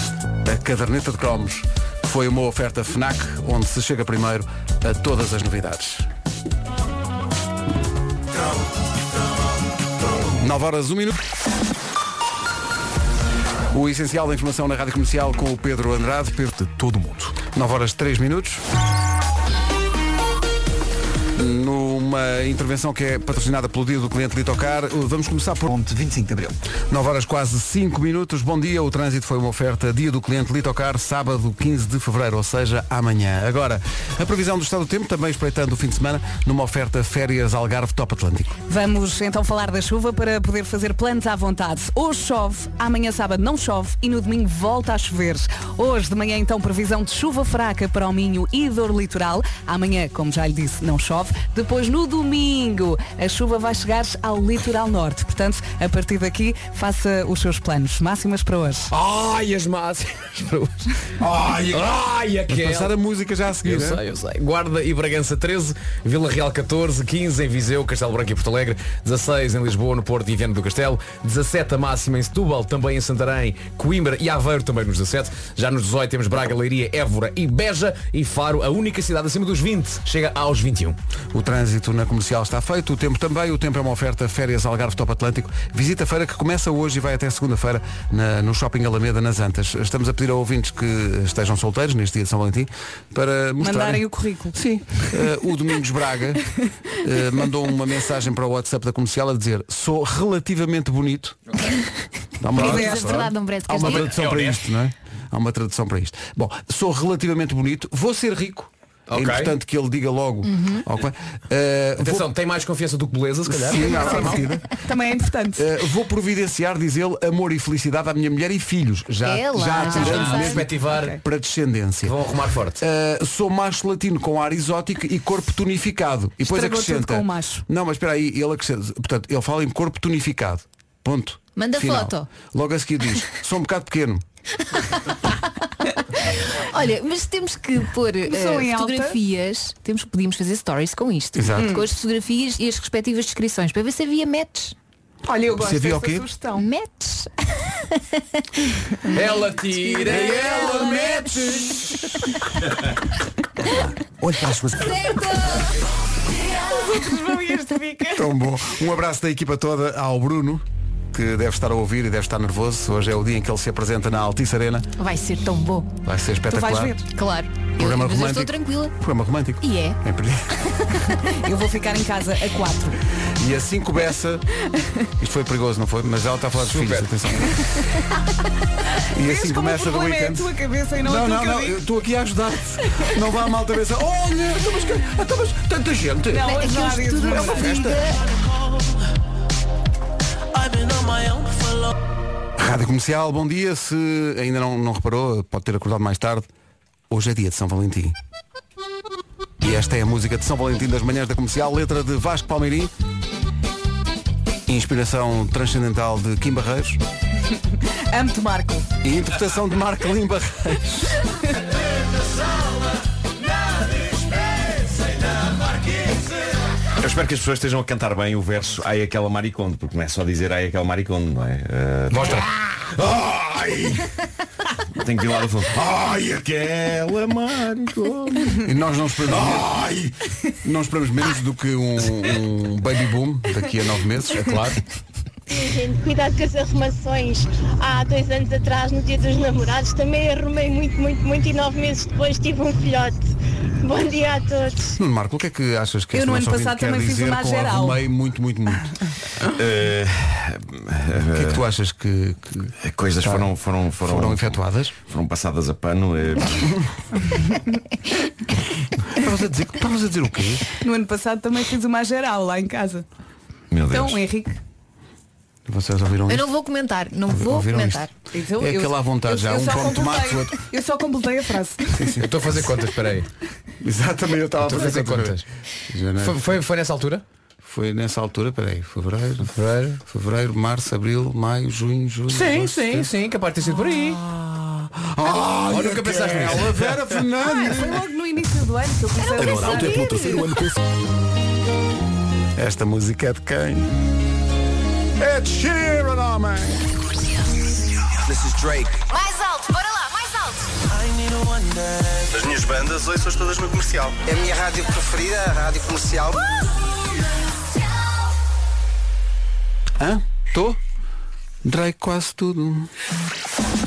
Speaker 2: A caderneta de cromos foi uma oferta FNAC, onde se chega primeiro a todas as novidades. 9 horas, 1 minuto. O essencial da informação na Rádio Comercial com o Pedro Andrade. Pedro de todo o mundo. 9 horas, 3 minutos. Numa intervenção que é patrocinada pelo Dia do Cliente Litocar, vamos começar por...
Speaker 3: Ponte 25 de Abril.
Speaker 2: 9 horas quase 5 minutos. Bom dia. O trânsito foi uma oferta dia do cliente Litocar, sábado 15 de fevereiro, ou seja, amanhã. Agora, a previsão do estado do tempo, também espreitando o fim de semana, numa oferta férias Algarve Top Atlântico.
Speaker 4: Vamos então falar da chuva para poder fazer planos à vontade. Hoje chove, amanhã sábado não chove e no domingo volta a chover. Hoje de manhã então previsão de chuva fraca para o Minho e dor litoral. Amanhã, como já lhe disse, não chove. Depois no domingo a chuva vai chegar ao litoral norte. Portanto, a partir daqui faça os seus planos. Máximas para hoje.
Speaker 6: Ai, as máximas para hoje. Ai, ai, aquela.
Speaker 2: Vamos passar a música já a seguir,
Speaker 6: Eu
Speaker 2: né?
Speaker 6: sei, eu sei. Guarda e Bragança 13, Vila Real 14, 15 em Viseu, Castelo Branco e Porto Alegre, 16 em Lisboa, no Porto e Viana do Castelo, 17 a máxima em Setúbal, também em Santarém, Coimbra e Aveiro também nos 17. Já nos 18 temos Braga, Leiria, Évora e Beja e Faro, a única cidade acima dos 20, chega aos 21.
Speaker 2: O trânsito na comercial está feito, o tempo também. O tempo é uma oferta férias Algarve Top Atlântico. Visita a feira que começa hoje e vai até segunda-feira na- no Shopping Alameda, nas Antas. Estamos a pedir a ouvintes que estejam solteiros neste dia de São Valentim para mostrarem...
Speaker 4: Mandarem o currículo.
Speaker 2: Sim. Eh, o Domingos Braga eh, mandou uma mensagem para o WhatsApp da comercial a dizer sou relativamente bonito. Há
Speaker 5: Pois é, é verdade, não parece que
Speaker 2: Há uma
Speaker 5: és
Speaker 2: tradução
Speaker 5: bonito.
Speaker 2: para
Speaker 5: É
Speaker 2: isto, não é? Há uma tradução para isto. Bom, sou relativamente bonito, vou ser rico. É
Speaker 6: Ok.
Speaker 2: importante que ele diga logo.
Speaker 6: Uhum.
Speaker 2: ao que vai. Eh, vou-
Speaker 6: Atenção, tem mais confiança do que beleza, se calhar.
Speaker 2: Sim, à
Speaker 6: Não é mal.
Speaker 2: partida.
Speaker 4: Também é importante.
Speaker 2: Eh, vou providenciar, diz ele, amor e felicidade à minha mulher e filhos. Já,
Speaker 6: É lá,
Speaker 2: já
Speaker 6: já
Speaker 2: atirando
Speaker 6: pensar.
Speaker 2: mesmo
Speaker 6: Perspectivar.
Speaker 2: para descendência.
Speaker 6: Vão arrumar forte.
Speaker 2: Eh, sou macho latino com ar exótico e corpo tonificado. E depois
Speaker 4: Estragou tudo
Speaker 2: acrescenta.
Speaker 4: com o macho.
Speaker 2: Não, mas espera aí, ele acrescenta. Portanto, ele fala em corpo tonificado. Ponto.
Speaker 5: Manda
Speaker 2: Final.
Speaker 5: foto.
Speaker 2: Logo a seguir diz, sou um bocado pequeno.
Speaker 5: Olha, mas temos que pôr eh,
Speaker 4: Começou em alta.
Speaker 5: fotografias, temos que podíamos fazer stories com isto.
Speaker 2: Exato.
Speaker 5: Com as fotografias e as respectivas descrições, para ver se havia matches.
Speaker 4: Olha, eu
Speaker 2: gosto Se havia desta o quê?
Speaker 4: sugestão.
Speaker 5: Matches.
Speaker 6: Ela tira e ela
Speaker 5: matches.
Speaker 2: Olha para as suas. Tão bom. Um abraço da equipa toda ao Bruno, que deve estar a ouvir e deve estar nervoso. Hoje é o dia em que ele se apresenta na Altice Arena.
Speaker 5: Vai ser tão bom.
Speaker 2: Vai ser espetacular.
Speaker 5: Claro. Eu-
Speaker 2: Programa
Speaker 5: mas eu
Speaker 2: romântico.
Speaker 5: estou tranquila.
Speaker 2: Programa romântico.
Speaker 5: E é.
Speaker 2: Em princípio.
Speaker 4: Eu vou ficar em casa a quatro.
Speaker 2: E assim começa. Isto foi perigoso, não foi? Mas ela está a falar de filhos, atenção. E
Speaker 4: Vês
Speaker 2: assim
Speaker 4: como
Speaker 2: começa
Speaker 4: o
Speaker 2: do
Speaker 4: problema é a
Speaker 2: weekend.
Speaker 4: tua cabeça e não, a
Speaker 2: não,
Speaker 4: tua
Speaker 2: não, não,
Speaker 4: cabeça.
Speaker 2: eu estou aqui a ajudar-te. Não vá a malta pensar, olha, então, mas, que- então, mas tanta gente.
Speaker 4: Não, hoje não há
Speaker 2: Aqueles
Speaker 4: dia de
Speaker 2: tudo é
Speaker 4: namoro.
Speaker 2: uma festa. Rádio Comercial, bom dia. Se ainda não, não reparou, pode ter acordado mais tarde. Hoje é dia de São Valentim. E esta é a música de São Valentim das manhãs da comercial, letra de Vasco Palmeirim. Inspiração transcendental de Kim Barreiros
Speaker 4: Amo-te, Marco.
Speaker 2: e interpretação de Marco Limba Reis.
Speaker 14: Eu espero que as pessoas estejam a cantar bem o verso Ai aquela maricondo, porque não é só dizer Ai aquela maricondo, não é? Eh,
Speaker 6: Mostra.
Speaker 14: Ai! Tenho que ir lá do fundo. Ai aquela maricondo.
Speaker 2: E nós não esperamos, menos, não esperamos menos do que um, um baby boom daqui a nove meses, é claro.
Speaker 15: Gente, cuidado com as arrumações. Há dois anos atrás, no dia dos namorados, também arrumei muito, muito, muito e nove meses depois tive um filhote. Bom dia a todos.
Speaker 2: Nuno Marco, o que é que achas que
Speaker 15: Eu
Speaker 2: este
Speaker 15: no
Speaker 2: nosso
Speaker 15: ano
Speaker 2: ouvinte
Speaker 15: passado
Speaker 2: quer
Speaker 15: também fiz
Speaker 2: dizer
Speaker 15: uma
Speaker 2: com
Speaker 15: geral.
Speaker 2: arrumei muito, muito, muito?
Speaker 14: O Eh,
Speaker 2: que é que tu achas que,
Speaker 14: coisas
Speaker 2: tá-
Speaker 14: foram, foram, foram
Speaker 2: foram efetuadas?
Speaker 14: Foram passadas a pano. eh,
Speaker 2: Estavas a dizer, estavas a dizer o quê?
Speaker 4: No ano passado também fiz uma geral lá em casa.
Speaker 14: Meu
Speaker 4: então,
Speaker 14: Deus.
Speaker 4: Henrique.
Speaker 2: Vocês ouviram
Speaker 5: Eu
Speaker 2: isto?
Speaker 5: não vou comentar, não vou
Speaker 2: Ouviram
Speaker 5: comentar.
Speaker 2: É aquele à vontade já, um
Speaker 4: só
Speaker 2: come tomates,
Speaker 4: completei-
Speaker 2: outro.
Speaker 4: Eu só completei a frase.
Speaker 6: Eu estou a fazer contas, espera aí.
Speaker 2: Exatamente, eu estava a
Speaker 6: Estou a
Speaker 2: fazer
Speaker 6: fazer
Speaker 2: contas.
Speaker 6: contas. Foi-
Speaker 2: nessa altura? Foi nessa altura, peraí, fevereiro, fevereiro, fevereiro, março, abril, maio, junho, julho.
Speaker 6: Sim, sim, sim, capaz de ter sido por aí.
Speaker 2: Ah,
Speaker 6: Olha o que eu pensaste nisso.
Speaker 2: aquela Vera Fernandes.
Speaker 4: Ai, Ah, foi logo no início do ano que eu comecei a pensar.
Speaker 2: Esta música é de quem? É de Sheeran, homem!
Speaker 1: This is Drake.
Speaker 11: Mais alto, bora lá, mais alto.
Speaker 1: As minhas bandas hoje são todas no comercial. É a minha rádio preferida, a rádio comercial.
Speaker 2: Hã? Tô? Drake quase tudo.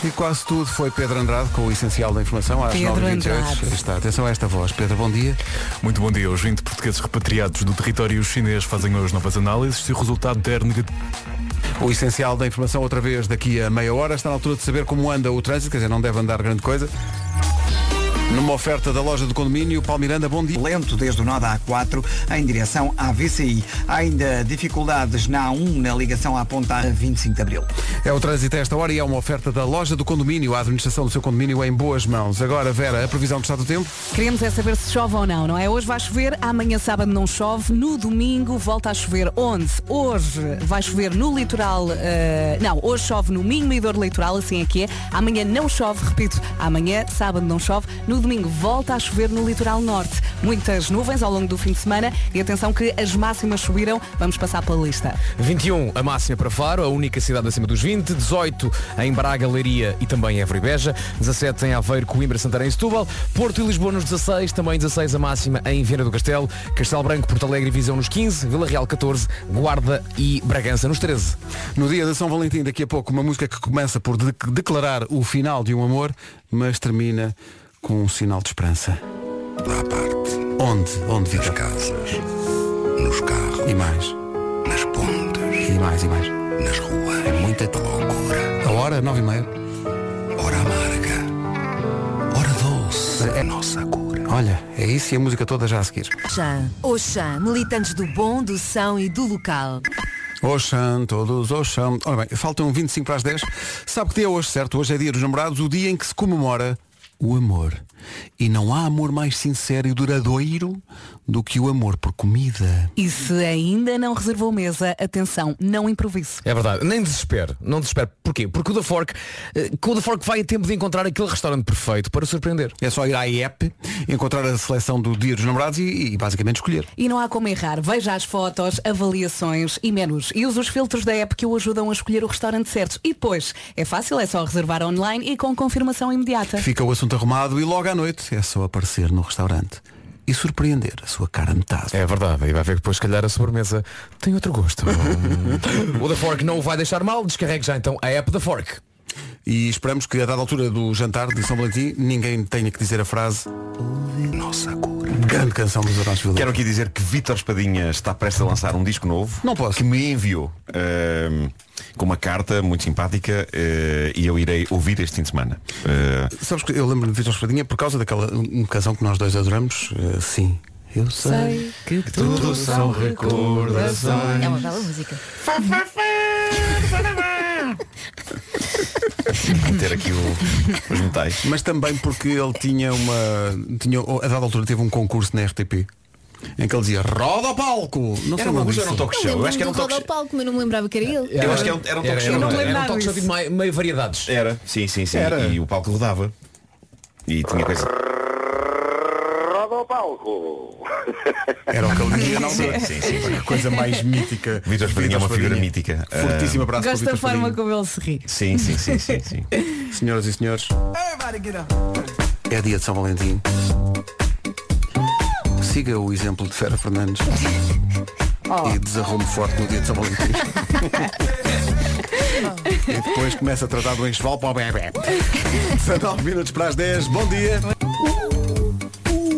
Speaker 2: E quase tudo foi Pedro Andrade com o essencial da informação às
Speaker 16: Pedro
Speaker 2: 9h28.
Speaker 16: Andrade.
Speaker 2: Aí Está, atenção a esta voz. Pedro, bom dia.
Speaker 16: Muito bom dia. Os 20 portugueses repatriados do território chinês fazem hoje novas análises. Se o resultado der negativo...
Speaker 2: O essencial da informação outra vez daqui a meia hora. Está na altura de saber como anda o trânsito, quer dizer, não deve andar grande coisa. Numa oferta da loja do condomínio, Palmiranda, bom dia.
Speaker 3: Lento desde o nó da A4 em direção à VCI. Há ainda dificuldades na A1 na ligação à ponta a 25 de Abril.
Speaker 2: É o trânsito a esta hora e é uma oferta da loja do condomínio. A administração do seu condomínio é em boas mãos. Agora, Vera, a previsão do estado do tempo.
Speaker 4: Queremos é saber se chove ou não, não é? Hoje vai chover, amanhã sábado não chove, no domingo volta a chover onde? Hoje vai chover no litoral, eh, não, hoje chove no Minho e Dor Litoral, assim é que é. Amanhã não chove, repito, amanhã sábado não chove, no domingo volta a chover no litoral norte. Muitas nuvens ao longo do fim de semana e atenção que as máximas subiram, vamos passar pela lista.
Speaker 10: 21 a máxima para Faro, a única cidade acima dos 20, 18 em Braga, Leiria e também Évora e Beja, 17 em Aveiro, Coimbra, Santarém e Setúbal, Porto e Lisboa nos 16, também 16 a máxima em Viana do Castelo, Castelo Branco, Porto Alegre e Visão nos 15, Vila Real 14, Guarda e Bragança nos 13.
Speaker 2: No dia de São Valentim, daqui a pouco, uma música que começa por de- declarar o final de um amor, mas termina com um sinal de esperança. Lá à parte. Onde? Onde fica? Nas casas, nos carros. E mais. Nas pontas. E mais, e mais. Nas ruas. É muita loucura. A hora, nove e meia. Hora amarga. Hora doce. É nossa cura. Olha, é isso e a música toda já a seguir.
Speaker 17: Oxã, Oxã, militantes do bom, do são e do local.
Speaker 2: Oxam, todos Oxam. Ora bem, faltam 25 para as 10. Sabe que dia é hoje, certo? Hoje é dia dos namorados, o dia em que se comemora o amor. E não há amor mais sincero e duradouro do que o amor por comida.
Speaker 4: E se ainda não reservou mesa, atenção, não improvise.
Speaker 10: É verdade, nem desespero, não desespero. Porquê? Porque o The Fork, eh, com o The Fork vai a tempo de encontrar aquele restaurante perfeito para o surpreender.
Speaker 2: É só ir à IEP, encontrar a seleção do dia dos namorados e, e basicamente escolher.
Speaker 4: E não há como errar. Veja as fotos, avaliações e menus. E use os filtros da app que o ajudam a escolher o restaurante certo. E pois, é fácil, é só reservar online e com confirmação imediata.
Speaker 2: Fica o assunto arrumado e logo à noite é só aparecer no restaurante e surpreender a sua cara metade.
Speaker 10: É verdade, e vai ver que depois, se calhar, a sobremesa tem outro gosto. o The Fork não o vai deixar mal, descarregue já então a app The Fork.
Speaker 2: E esperamos que a dada altura do jantar de São Valentim ninguém tenha que dizer a frase Nossa cura. Grande canção dos Arantes Vilas.
Speaker 14: Quero aqui dizer que Vítor Espadinha está prestes a lançar um disco novo.
Speaker 2: Não posso.
Speaker 14: Que me enviou ehm, com uma carta muito simpática eh, e eu irei ouvir este fim de semana. Eh,
Speaker 2: Sabes que eu lembro-me de Vitor Espadinha por causa daquela um, canção que nós dois adoramos, eh, sim. Eu sei, que tudo são recordações.
Speaker 11: É uma bela música.
Speaker 14: ter aqui o- os metais.
Speaker 2: Mas também porque ele tinha uma. Tinha, a dada altura teve um concurso na RTP em que ele dizia roda ao palco! Não
Speaker 14: Era
Speaker 2: sei
Speaker 14: uma
Speaker 2: lembro
Speaker 14: coisa, era um
Speaker 2: disso.
Speaker 14: talk show. Eu acho que era um talk
Speaker 5: Roda ao palco, mas não me lembrava que era ele.
Speaker 14: Eu acho que era um- era um talk show.
Speaker 5: Eu não me
Speaker 14: era?
Speaker 5: lembro
Speaker 14: Era um talk show
Speaker 5: disso.
Speaker 14: de meio, meio variedades. Era, sim, sim, sim.
Speaker 5: Era.
Speaker 14: E o palco rodava. E tinha coisa.
Speaker 18: Roda ao palco.
Speaker 2: Era o que ele dizia na
Speaker 14: Sim,
Speaker 2: altura.
Speaker 14: sim, sim.
Speaker 2: Que Coisa mais mítica.
Speaker 14: Vitor Espadinha é uma figura mítica. Ah,
Speaker 2: Fortíssima abraço para
Speaker 4: Gosto da
Speaker 2: Vítor
Speaker 4: forma como ele se ri.
Speaker 14: Sim, sim, sim, sim, sim.
Speaker 2: Senhoras e senhores, é dia de São Valentim. Siga o exemplo de Fera Fernandes e desarrume forte no dia de São Valentim. e depois começa a tratar do enxoval para o bebê. 19 minutos para as 10, bom dia.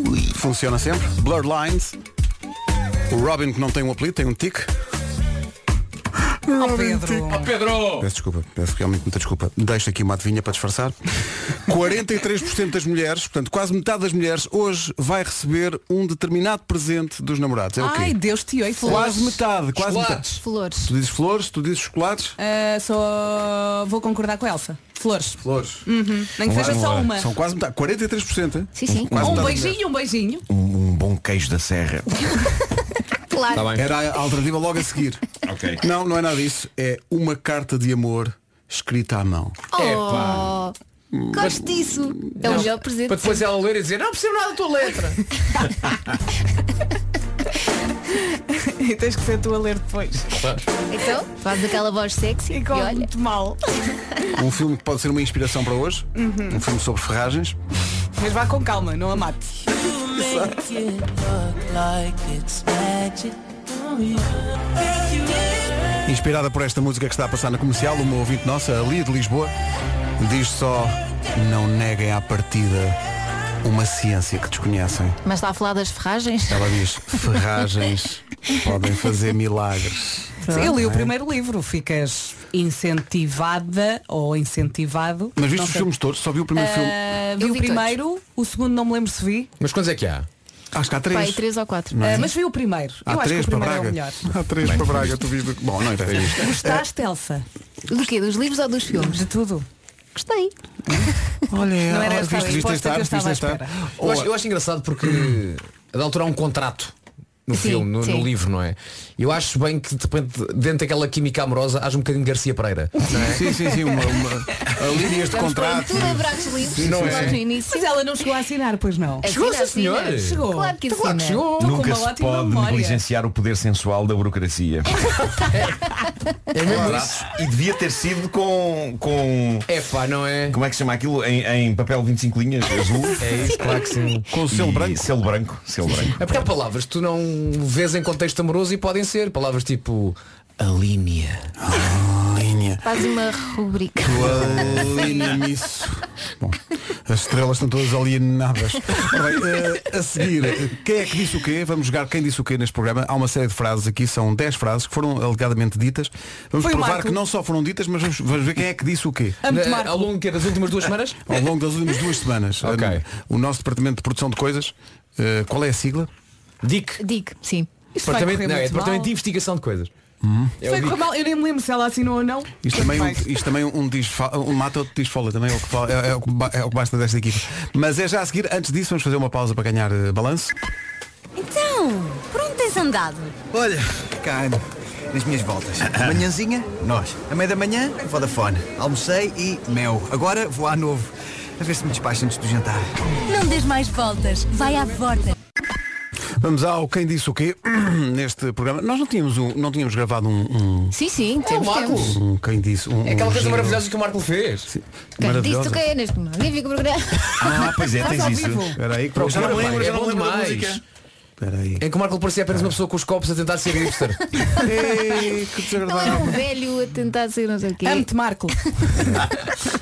Speaker 2: Ui, Funciona sempre. Blur Lines. O Robin que não tem um apelido, tem um tique.
Speaker 4: Oh, Pedro.
Speaker 10: Pedro!
Speaker 2: Peço desculpa, peço realmente muita desculpa. Deixo aqui uma adivinha para disfarçar. 43% das mulheres, portanto quase metade das mulheres, hoje vai receber um determinado presente dos namorados. É o
Speaker 4: Ai,
Speaker 2: quê?
Speaker 4: Deus te oi, flores.
Speaker 2: Quase metade, quase
Speaker 4: Chocolates.
Speaker 2: metade.
Speaker 4: Flores.
Speaker 2: Tu dizes flores, tu dizes chocolates.
Speaker 4: Ah, só vou concordar com a Elsa. Flores.
Speaker 2: Flores.
Speaker 4: Uhum. Nem que seja só uma.
Speaker 2: é, São quase metade, 43%. hein?
Speaker 4: Sim, sim.
Speaker 2: Quase
Speaker 4: Um
Speaker 2: metade das
Speaker 4: beijinho, um beijinho.
Speaker 14: Um, um bom queijo da serra.
Speaker 4: Claro.
Speaker 14: Tá bem.
Speaker 2: Era a alternativa logo a seguir.
Speaker 14: Ok.
Speaker 2: Não, não é nada disso. É uma carta de amor escrita à mão.
Speaker 5: Oh, gosto disso. É o melhor presente.
Speaker 10: Para depois ela ler e dizer, não percebo nada da tua letra.
Speaker 19: E tens que ser tu a ler depois.
Speaker 5: Então, faz aquela voz sexy e, olha. muito
Speaker 19: mal.
Speaker 2: Um filme que pode ser uma inspiração para hoje.
Speaker 19: Uhum.
Speaker 2: Um filme sobre ferragens.
Speaker 19: Mas vá com calma, não a mate.
Speaker 2: Inspirada por esta música que está a passar na comercial, uma ouvinte nossa, a Lia de Lisboa, diz só, não neguem à partida uma ciência que desconhecem.
Speaker 5: Mas está a falar das ferragens?
Speaker 2: Ela diz, ferragens podem fazer milagres.
Speaker 4: Sim, eu li o
Speaker 2: Não é?
Speaker 4: primeiro livro, ficas incentivada ou incentivado.
Speaker 2: Mas viste
Speaker 4: não
Speaker 2: os
Speaker 4: sei.
Speaker 2: filmes todos? Só vi o primeiro
Speaker 4: Ah,
Speaker 2: filme?
Speaker 4: Vi
Speaker 5: Eu
Speaker 4: o
Speaker 5: vi
Speaker 4: primeiro, o segundo não me lembro se vi.
Speaker 6: Mas quantos é que há?
Speaker 2: Acho que há três.
Speaker 4: Pai, três
Speaker 5: ou quatro. Eh,
Speaker 2: Não é?
Speaker 4: Ah, mas vi o primeiro.
Speaker 2: Há
Speaker 4: eu acho que
Speaker 2: três
Speaker 4: o
Speaker 2: para
Speaker 4: primeiro é o
Speaker 2: Braga.
Speaker 4: melhor.
Speaker 2: Há três para Braga, tu viste. Bom, não interessa isto.
Speaker 4: Gostaste, Elsa?
Speaker 5: Do quê? Dos livros ou dos filmes?
Speaker 4: De tudo.
Speaker 5: Gostei.
Speaker 2: Olha,
Speaker 5: Não era
Speaker 6: olha,
Speaker 5: esta a resposta que eu estava à espera.
Speaker 6: Eu acho, eu acho engraçado porque a da altura há um contrato no
Speaker 5: Sim,
Speaker 6: filme, no, no
Speaker 5: sim.
Speaker 6: livro, não é? Eu acho bem que de repente dentro daquela química amorosa haja um bocadinho de Garcia Pereira. Não é?
Speaker 2: Sim, sim, sim, uma, uma- linhas de
Speaker 6: Vamos pôr
Speaker 2: contrato.
Speaker 5: Tudo a braços livres,
Speaker 6: Sim, não
Speaker 5: logo
Speaker 6: é?
Speaker 5: no início.
Speaker 4: Mas ela não chegou a assinar, pois não?
Speaker 5: Chegou, sim, senhora.
Speaker 4: Chegou.
Speaker 5: Claro que
Speaker 4: Então, claro que
Speaker 5: assina.
Speaker 4: chegou. Estou com
Speaker 14: Ah, Nunca
Speaker 4: uma
Speaker 14: se
Speaker 4: ótima
Speaker 14: pode
Speaker 4: memória.
Speaker 14: negligenciar o poder sensual da burocracia.
Speaker 6: É mesmo
Speaker 14: Contratos. E devia ter sido com. com
Speaker 6: Epá, não é?
Speaker 14: Como é que se chama aquilo? Em, em papel 25 linhas azul.
Speaker 6: É isso, claro que sim.
Speaker 14: Com selo branco. Selo branco. Selo branco.
Speaker 6: É porque há palavras que tu não vês em contexto amoroso e podem ser palavras tipo a linha.
Speaker 2: A linha.
Speaker 5: Faz uma rubrica.
Speaker 2: Alienamis. Bom, as estrelas estão todas alienadas. Ora bem, eh, a seguir, eh, quem é que disse o quê? Vamos jogar quem disse o quê neste programa. Há uma série de frases aqui, são 10 frases que foram alegadamente ditas. Vamos
Speaker 6: Foi o
Speaker 2: provar
Speaker 6: Marco.
Speaker 2: que não só foram ditas, mas vamos, vamos ver quem é que disse o quê.
Speaker 6: Amo-te, Eh, Marco. ao longo das últimas duas semanas?
Speaker 2: ao longo das últimas duas semanas. Eh, O nosso departamento de produção de coisas, eh, qual é a sigla?
Speaker 6: DIC.
Speaker 5: DIC, sim.
Speaker 6: Departamento, não, é departamento de investigação de coisas.
Speaker 2: Hum.
Speaker 6: É o
Speaker 4: Foi
Speaker 6: DIC.
Speaker 4: com mal, eu nem me lembro se ela assinou ou não. É
Speaker 2: Isto também, um, isto também um, diz, fa- um mata outro diz fola, também é o, que, fa- é, é o que ba- é o que basta desta equipa. Mas é já a seguir, antes disso vamos fazer uma pausa para ganhar eh, balanço.
Speaker 17: Então, por onde tens andado?
Speaker 20: Olha, cá ando, nas minhas voltas. Manhãzinha, nós. A meia da manhã, Vodafone. Almocei e mel. Agora vou à novo. A ver se me despacho antes do jantar.
Speaker 17: Não dês mais voltas, vai à porta.
Speaker 2: Vamos ao quem disse o quê neste programa. Nós não tínhamos, um, não tínhamos gravado um, um,
Speaker 5: Sim, sim, temos, temos.
Speaker 2: um quem disse. Um,
Speaker 6: É aquela
Speaker 2: um
Speaker 6: coisa
Speaker 2: giro.
Speaker 6: maravilhosa que o Marco fez.
Speaker 5: Quem disse
Speaker 2: Maravilhosa.
Speaker 5: o que é neste magnífico programa?
Speaker 2: Ah, pois é, tens
Speaker 5: Faz ao
Speaker 2: isso.
Speaker 5: vivo.
Speaker 2: Espera aí, que
Speaker 6: Procura,
Speaker 2: já não me
Speaker 6: pai,
Speaker 2: lembro,
Speaker 6: é
Speaker 2: já não
Speaker 6: bom
Speaker 2: me lembro da
Speaker 6: demais.
Speaker 2: música.
Speaker 6: Em que o Marco parecia apenas uma pessoa com os copos a tentar ser hipster.
Speaker 2: Ei, que
Speaker 5: Não
Speaker 6: é
Speaker 5: era um velho a tentar ser não sei o quê. Amo-te,
Speaker 4: Marco.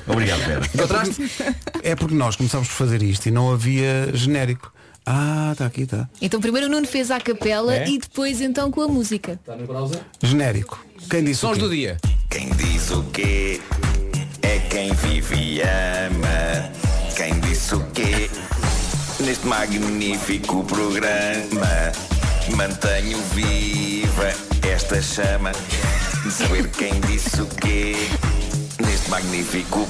Speaker 2: Obrigado, Pedro.
Speaker 6: Encontraste?
Speaker 2: É porque nós começámos por fazer isto e não havia genérico. Ah, está aqui, está.
Speaker 5: Então primeiro o Nuno fez à capela
Speaker 2: É?
Speaker 5: e depois então com a música.
Speaker 6: Está Tá no browser?
Speaker 2: Genérico. Quem disse
Speaker 6: Sons
Speaker 2: o quê?
Speaker 6: do dia.
Speaker 21: Quem diz o quê é quem vive e ama. Quem disse o quê neste magnífico programa. Mantenho viva esta chama de saber quem disse o quê neste magnífico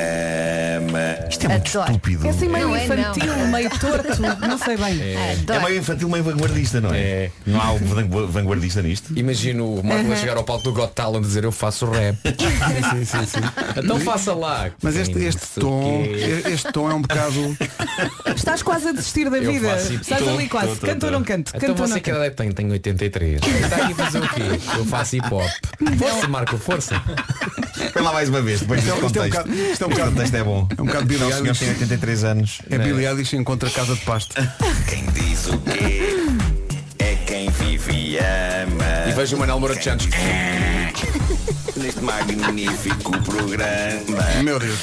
Speaker 21: programa.
Speaker 14: Isto é muito estúpido.
Speaker 4: É assim meio
Speaker 14: Não é, não.
Speaker 4: infantil, meio torto, não sei bem.
Speaker 14: É meio infantil, meio vanguardista, não é? Não há algo van- vanguardista nisto?
Speaker 6: Imagino o Marco a chegar ao palco do Got Talent e dizer eu faço rap.
Speaker 2: É. sim, sim, sim.
Speaker 6: Então faça lá.
Speaker 2: Mas este,
Speaker 6: Quem
Speaker 2: este
Speaker 6: disse o
Speaker 2: tom,
Speaker 6: quê?
Speaker 2: este tom é um bocado.
Speaker 4: Estás quase a desistir da
Speaker 6: Eu
Speaker 4: vida.
Speaker 6: faço hip-
Speaker 4: Estás
Speaker 6: Tô,
Speaker 4: ali quase.
Speaker 6: tô, tô,
Speaker 4: Canto ou
Speaker 6: tô.
Speaker 4: não canto?
Speaker 6: Então
Speaker 4: Canto ou
Speaker 6: você
Speaker 4: não
Speaker 6: que
Speaker 4: canto?
Speaker 6: idade tem? Tenho 83. Está aqui a fazer Tá, o quê? Eu faço hip hop. Força, Marco, força.
Speaker 14: Foi lá mais uma vez, depois
Speaker 2: Isto é-
Speaker 14: deste
Speaker 2: isto é um
Speaker 14: contexto.
Speaker 2: bocado- isto é um
Speaker 14: Este
Speaker 2: bocado-
Speaker 14: contexto é bom.
Speaker 2: É um bocado Billy
Speaker 14: O senhor
Speaker 2: Eilish.
Speaker 14: tem 83 anos.
Speaker 2: É Billy Eilish encontra casa de pasto.
Speaker 21: Quem diz o quê é quem vive e ama.
Speaker 6: E vejo o Manuel Moura de Santos.
Speaker 14: é?
Speaker 21: Neste magnífico programa.
Speaker 2: Meu Deus.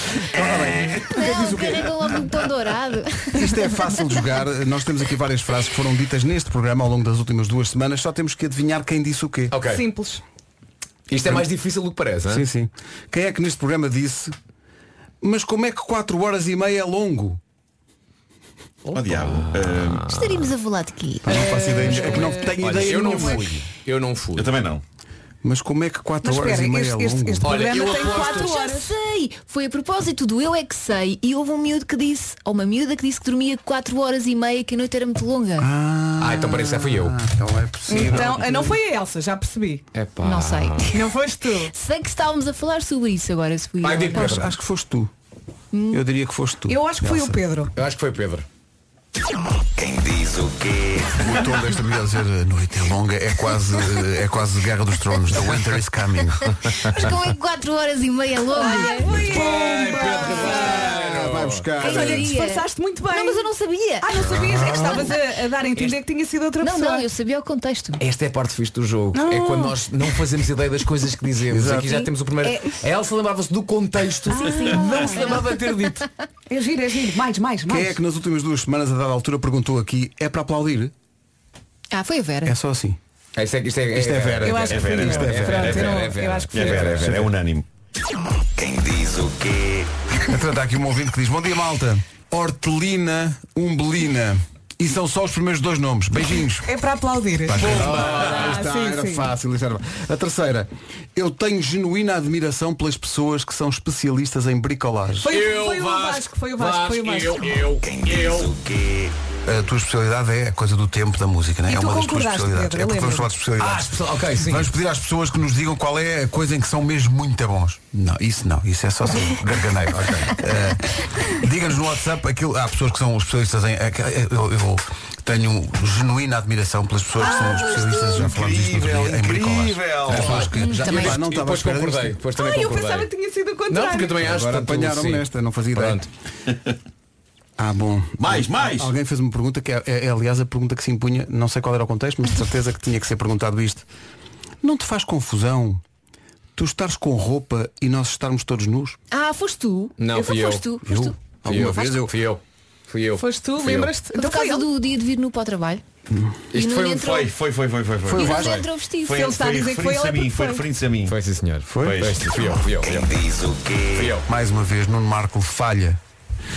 Speaker 5: Não, o cara com logo um tom dourado.
Speaker 2: Isto é fácil de jogar. Nós temos aqui várias frases que foram ditas neste programa ao longo das últimas duas semanas. Só temos que adivinhar quem disse o quê.
Speaker 6: Ok.
Speaker 4: Simples.
Speaker 6: Isto é mais difícil do que parece, hein?
Speaker 2: Sim, sim. Quem é que neste programa disse mas como é que 4 horas e meia é longo?
Speaker 14: Oh, diabo.
Speaker 5: Estaríamos a falar de quê?
Speaker 2: Não faço ideia. É que não tenho
Speaker 6: Olha,
Speaker 2: ideia
Speaker 6: eu não
Speaker 2: nenhuma.
Speaker 6: fui. Eu não fui.
Speaker 14: Eu também não.
Speaker 2: Mas como é que 4
Speaker 5: Mas
Speaker 2: horas
Speaker 5: espera,
Speaker 2: e meia
Speaker 5: este-
Speaker 2: é
Speaker 5: este-
Speaker 2: longo?
Speaker 5: este
Speaker 4: Olha, programa eu tem aposto-
Speaker 5: Eu já sei. Foi a propósito do Eu É Que Sei e houve um miúdo que disse, ou uma miúda que disse que dormia 4 horas e meia, que a noite era muito longa.
Speaker 6: Ah, então parece que já fui eu.
Speaker 2: Então é possível.
Speaker 4: Então, ah, não foi a Elsa, já percebi.
Speaker 6: Epá.
Speaker 5: Não sei.
Speaker 4: Não foste tu.
Speaker 5: Sei que estávamos a falar sobre isso agora, se fui eu. Hum.
Speaker 2: acho, tá acho que foste tu. Eu diria que foste tu.
Speaker 4: Eu acho que foi o
Speaker 2: Elsa.
Speaker 4: Pedro.
Speaker 6: Eu acho que foi o Pedro.
Speaker 21: Quem diz o quê
Speaker 2: O tom desta mulher dizer a noite é longa é quase, eh, é quase Guerra dos Tronos. The Winter is Coming.
Speaker 5: Mas como é que 4 horas e meia é longo?
Speaker 4: Ah,
Speaker 2: Vai buscar.
Speaker 4: Mas olha, é. disfarçaste muito bem.
Speaker 5: Não, mas eu não sabia.
Speaker 4: Ah, não sabias? É que estavas a, a dar a entender que tinha sido outra
Speaker 5: Não,
Speaker 4: pessoa.
Speaker 5: não, eu sabia o contexto.
Speaker 6: Esta é a parte fixe do jogo.
Speaker 5: Não.
Speaker 4: Ah.
Speaker 6: É quando nós não fazemos ideia das coisas que dizemos.
Speaker 5: Exato.
Speaker 6: Aqui já
Speaker 5: Sim.
Speaker 6: temos o primeiro.
Speaker 5: É-
Speaker 6: A Elsa lembrava-se do
Speaker 4: Ah,
Speaker 6: contexto. Não se lembrava de ter dito.
Speaker 4: É giro, é giro. Mais, mais, mais.
Speaker 2: Quem é que nas últimas duas semanas, a dada altura, perguntou aqui, é para aplaudir?
Speaker 5: Ah, foi a Vera.
Speaker 2: É só assim.
Speaker 6: Ah, Isto é, isto é,
Speaker 2: Isto é Vera.
Speaker 5: Eu acho
Speaker 14: É Vera,
Speaker 2: Isto é
Speaker 14: é
Speaker 2: Vera.
Speaker 14: Vera, é Vera,
Speaker 2: Pronto,
Speaker 14: é
Speaker 2: eu
Speaker 14: Vera.
Speaker 2: acho que
Speaker 14: É
Speaker 2: foi.
Speaker 14: Vera, é Vera, é unânime.
Speaker 21: Quem diz o quê?
Speaker 2: Então está aqui um ouvinte que diz, bom dia malta, hortelina, umbelina. E são só os primeiros dois nomes. Beijinhos.
Speaker 4: É para aplaudir.
Speaker 2: Pá,
Speaker 4: Pumba.
Speaker 2: ah, está,
Speaker 4: sim,
Speaker 2: era
Speaker 4: sim.
Speaker 2: fácil, isso era fácil. A terceira, eu tenho genuína admiração pelas pessoas que são especialistas em bricolagem.
Speaker 4: Foi, foi o Vasco, foi o Vasco, foi o Vasco. é
Speaker 21: eu, Quem diz o quê?
Speaker 2: A tua especialidade é a coisa do tempo da música, não é?
Speaker 4: E
Speaker 2: é
Speaker 4: tu
Speaker 2: uma das tuas
Speaker 4: concordaste,
Speaker 2: especialidades.
Speaker 4: Pedro,
Speaker 2: é porque
Speaker 4: eu
Speaker 2: vamos falar de
Speaker 6: Ah,
Speaker 2: especialidades.
Speaker 6: espe- ok, sim.
Speaker 2: Vamos pedir às pessoas que nos digam qual é a coisa em que são mesmo muito bons. Não, isso não, isso é só ser garganeiro. ok. Eh, Diga-nos no WhatsApp aquilo. Há pessoas que são especialistas em. eh, eh, Eu, eu tenho genuína admiração pelas pessoas que
Speaker 4: Ah,
Speaker 2: são especialistas, já falámos isto no outro dia, em bricolagem. As pessoas que já,
Speaker 6: Também- tá,
Speaker 2: Epá, não estava à
Speaker 6: Depois
Speaker 2: espera
Speaker 6: concordei,
Speaker 2: disto.
Speaker 6: depois também
Speaker 4: Ah, eu pensava que tinha sido o contrário.
Speaker 6: Não, porque eu também acho
Speaker 2: Agora
Speaker 6: portanto,
Speaker 2: apanharam-me
Speaker 6: sim.
Speaker 2: nesta, não fazia ideia.
Speaker 6: Pronto.
Speaker 2: Ah, bom.
Speaker 14: Mais,
Speaker 2: Al-
Speaker 14: mais!
Speaker 2: Alguém fez uma pergunta que é, é- é, aliás, a pergunta que se impunha, não sei qual era o contexto, mas de certeza que tinha que ser perguntado isto. Não te faz confusão tu estares com roupa e nós estarmos todos nus?
Speaker 5: Ah, foste tu?
Speaker 6: Não,
Speaker 5: eu
Speaker 6: fui eu.
Speaker 5: Foste tu? Foste tu?
Speaker 6: Fui eu.
Speaker 2: Alguma vez eu-
Speaker 6: Fui eu. Fui eu.
Speaker 4: Foste tu,
Speaker 6: Fui eu.
Speaker 4: lembras-te? Então
Speaker 5: Por causa do dia de vir nu para o trabalho.
Speaker 14: Isto
Speaker 5: E
Speaker 14: foi,
Speaker 5: não
Speaker 14: um-
Speaker 5: entrou-
Speaker 14: foi, foi, foi, foi, foi, foi.
Speaker 5: E não
Speaker 14: Foi.
Speaker 5: entrou vestido.
Speaker 14: Foi,
Speaker 5: Se ele está a
Speaker 14: foi
Speaker 5: dizer que foi,
Speaker 14: referindo-se
Speaker 5: ele é
Speaker 14: a mim,
Speaker 5: porque
Speaker 14: foi
Speaker 5: foi.
Speaker 14: referindo-se a mim.
Speaker 6: Foi sim senhor.
Speaker 2: Foi?
Speaker 14: Pois,
Speaker 6: Fui eu, fui eu. Fui eu.
Speaker 21: Diz o quê?
Speaker 6: Fui eu.
Speaker 2: Mais uma vez, Nuno Marco falha.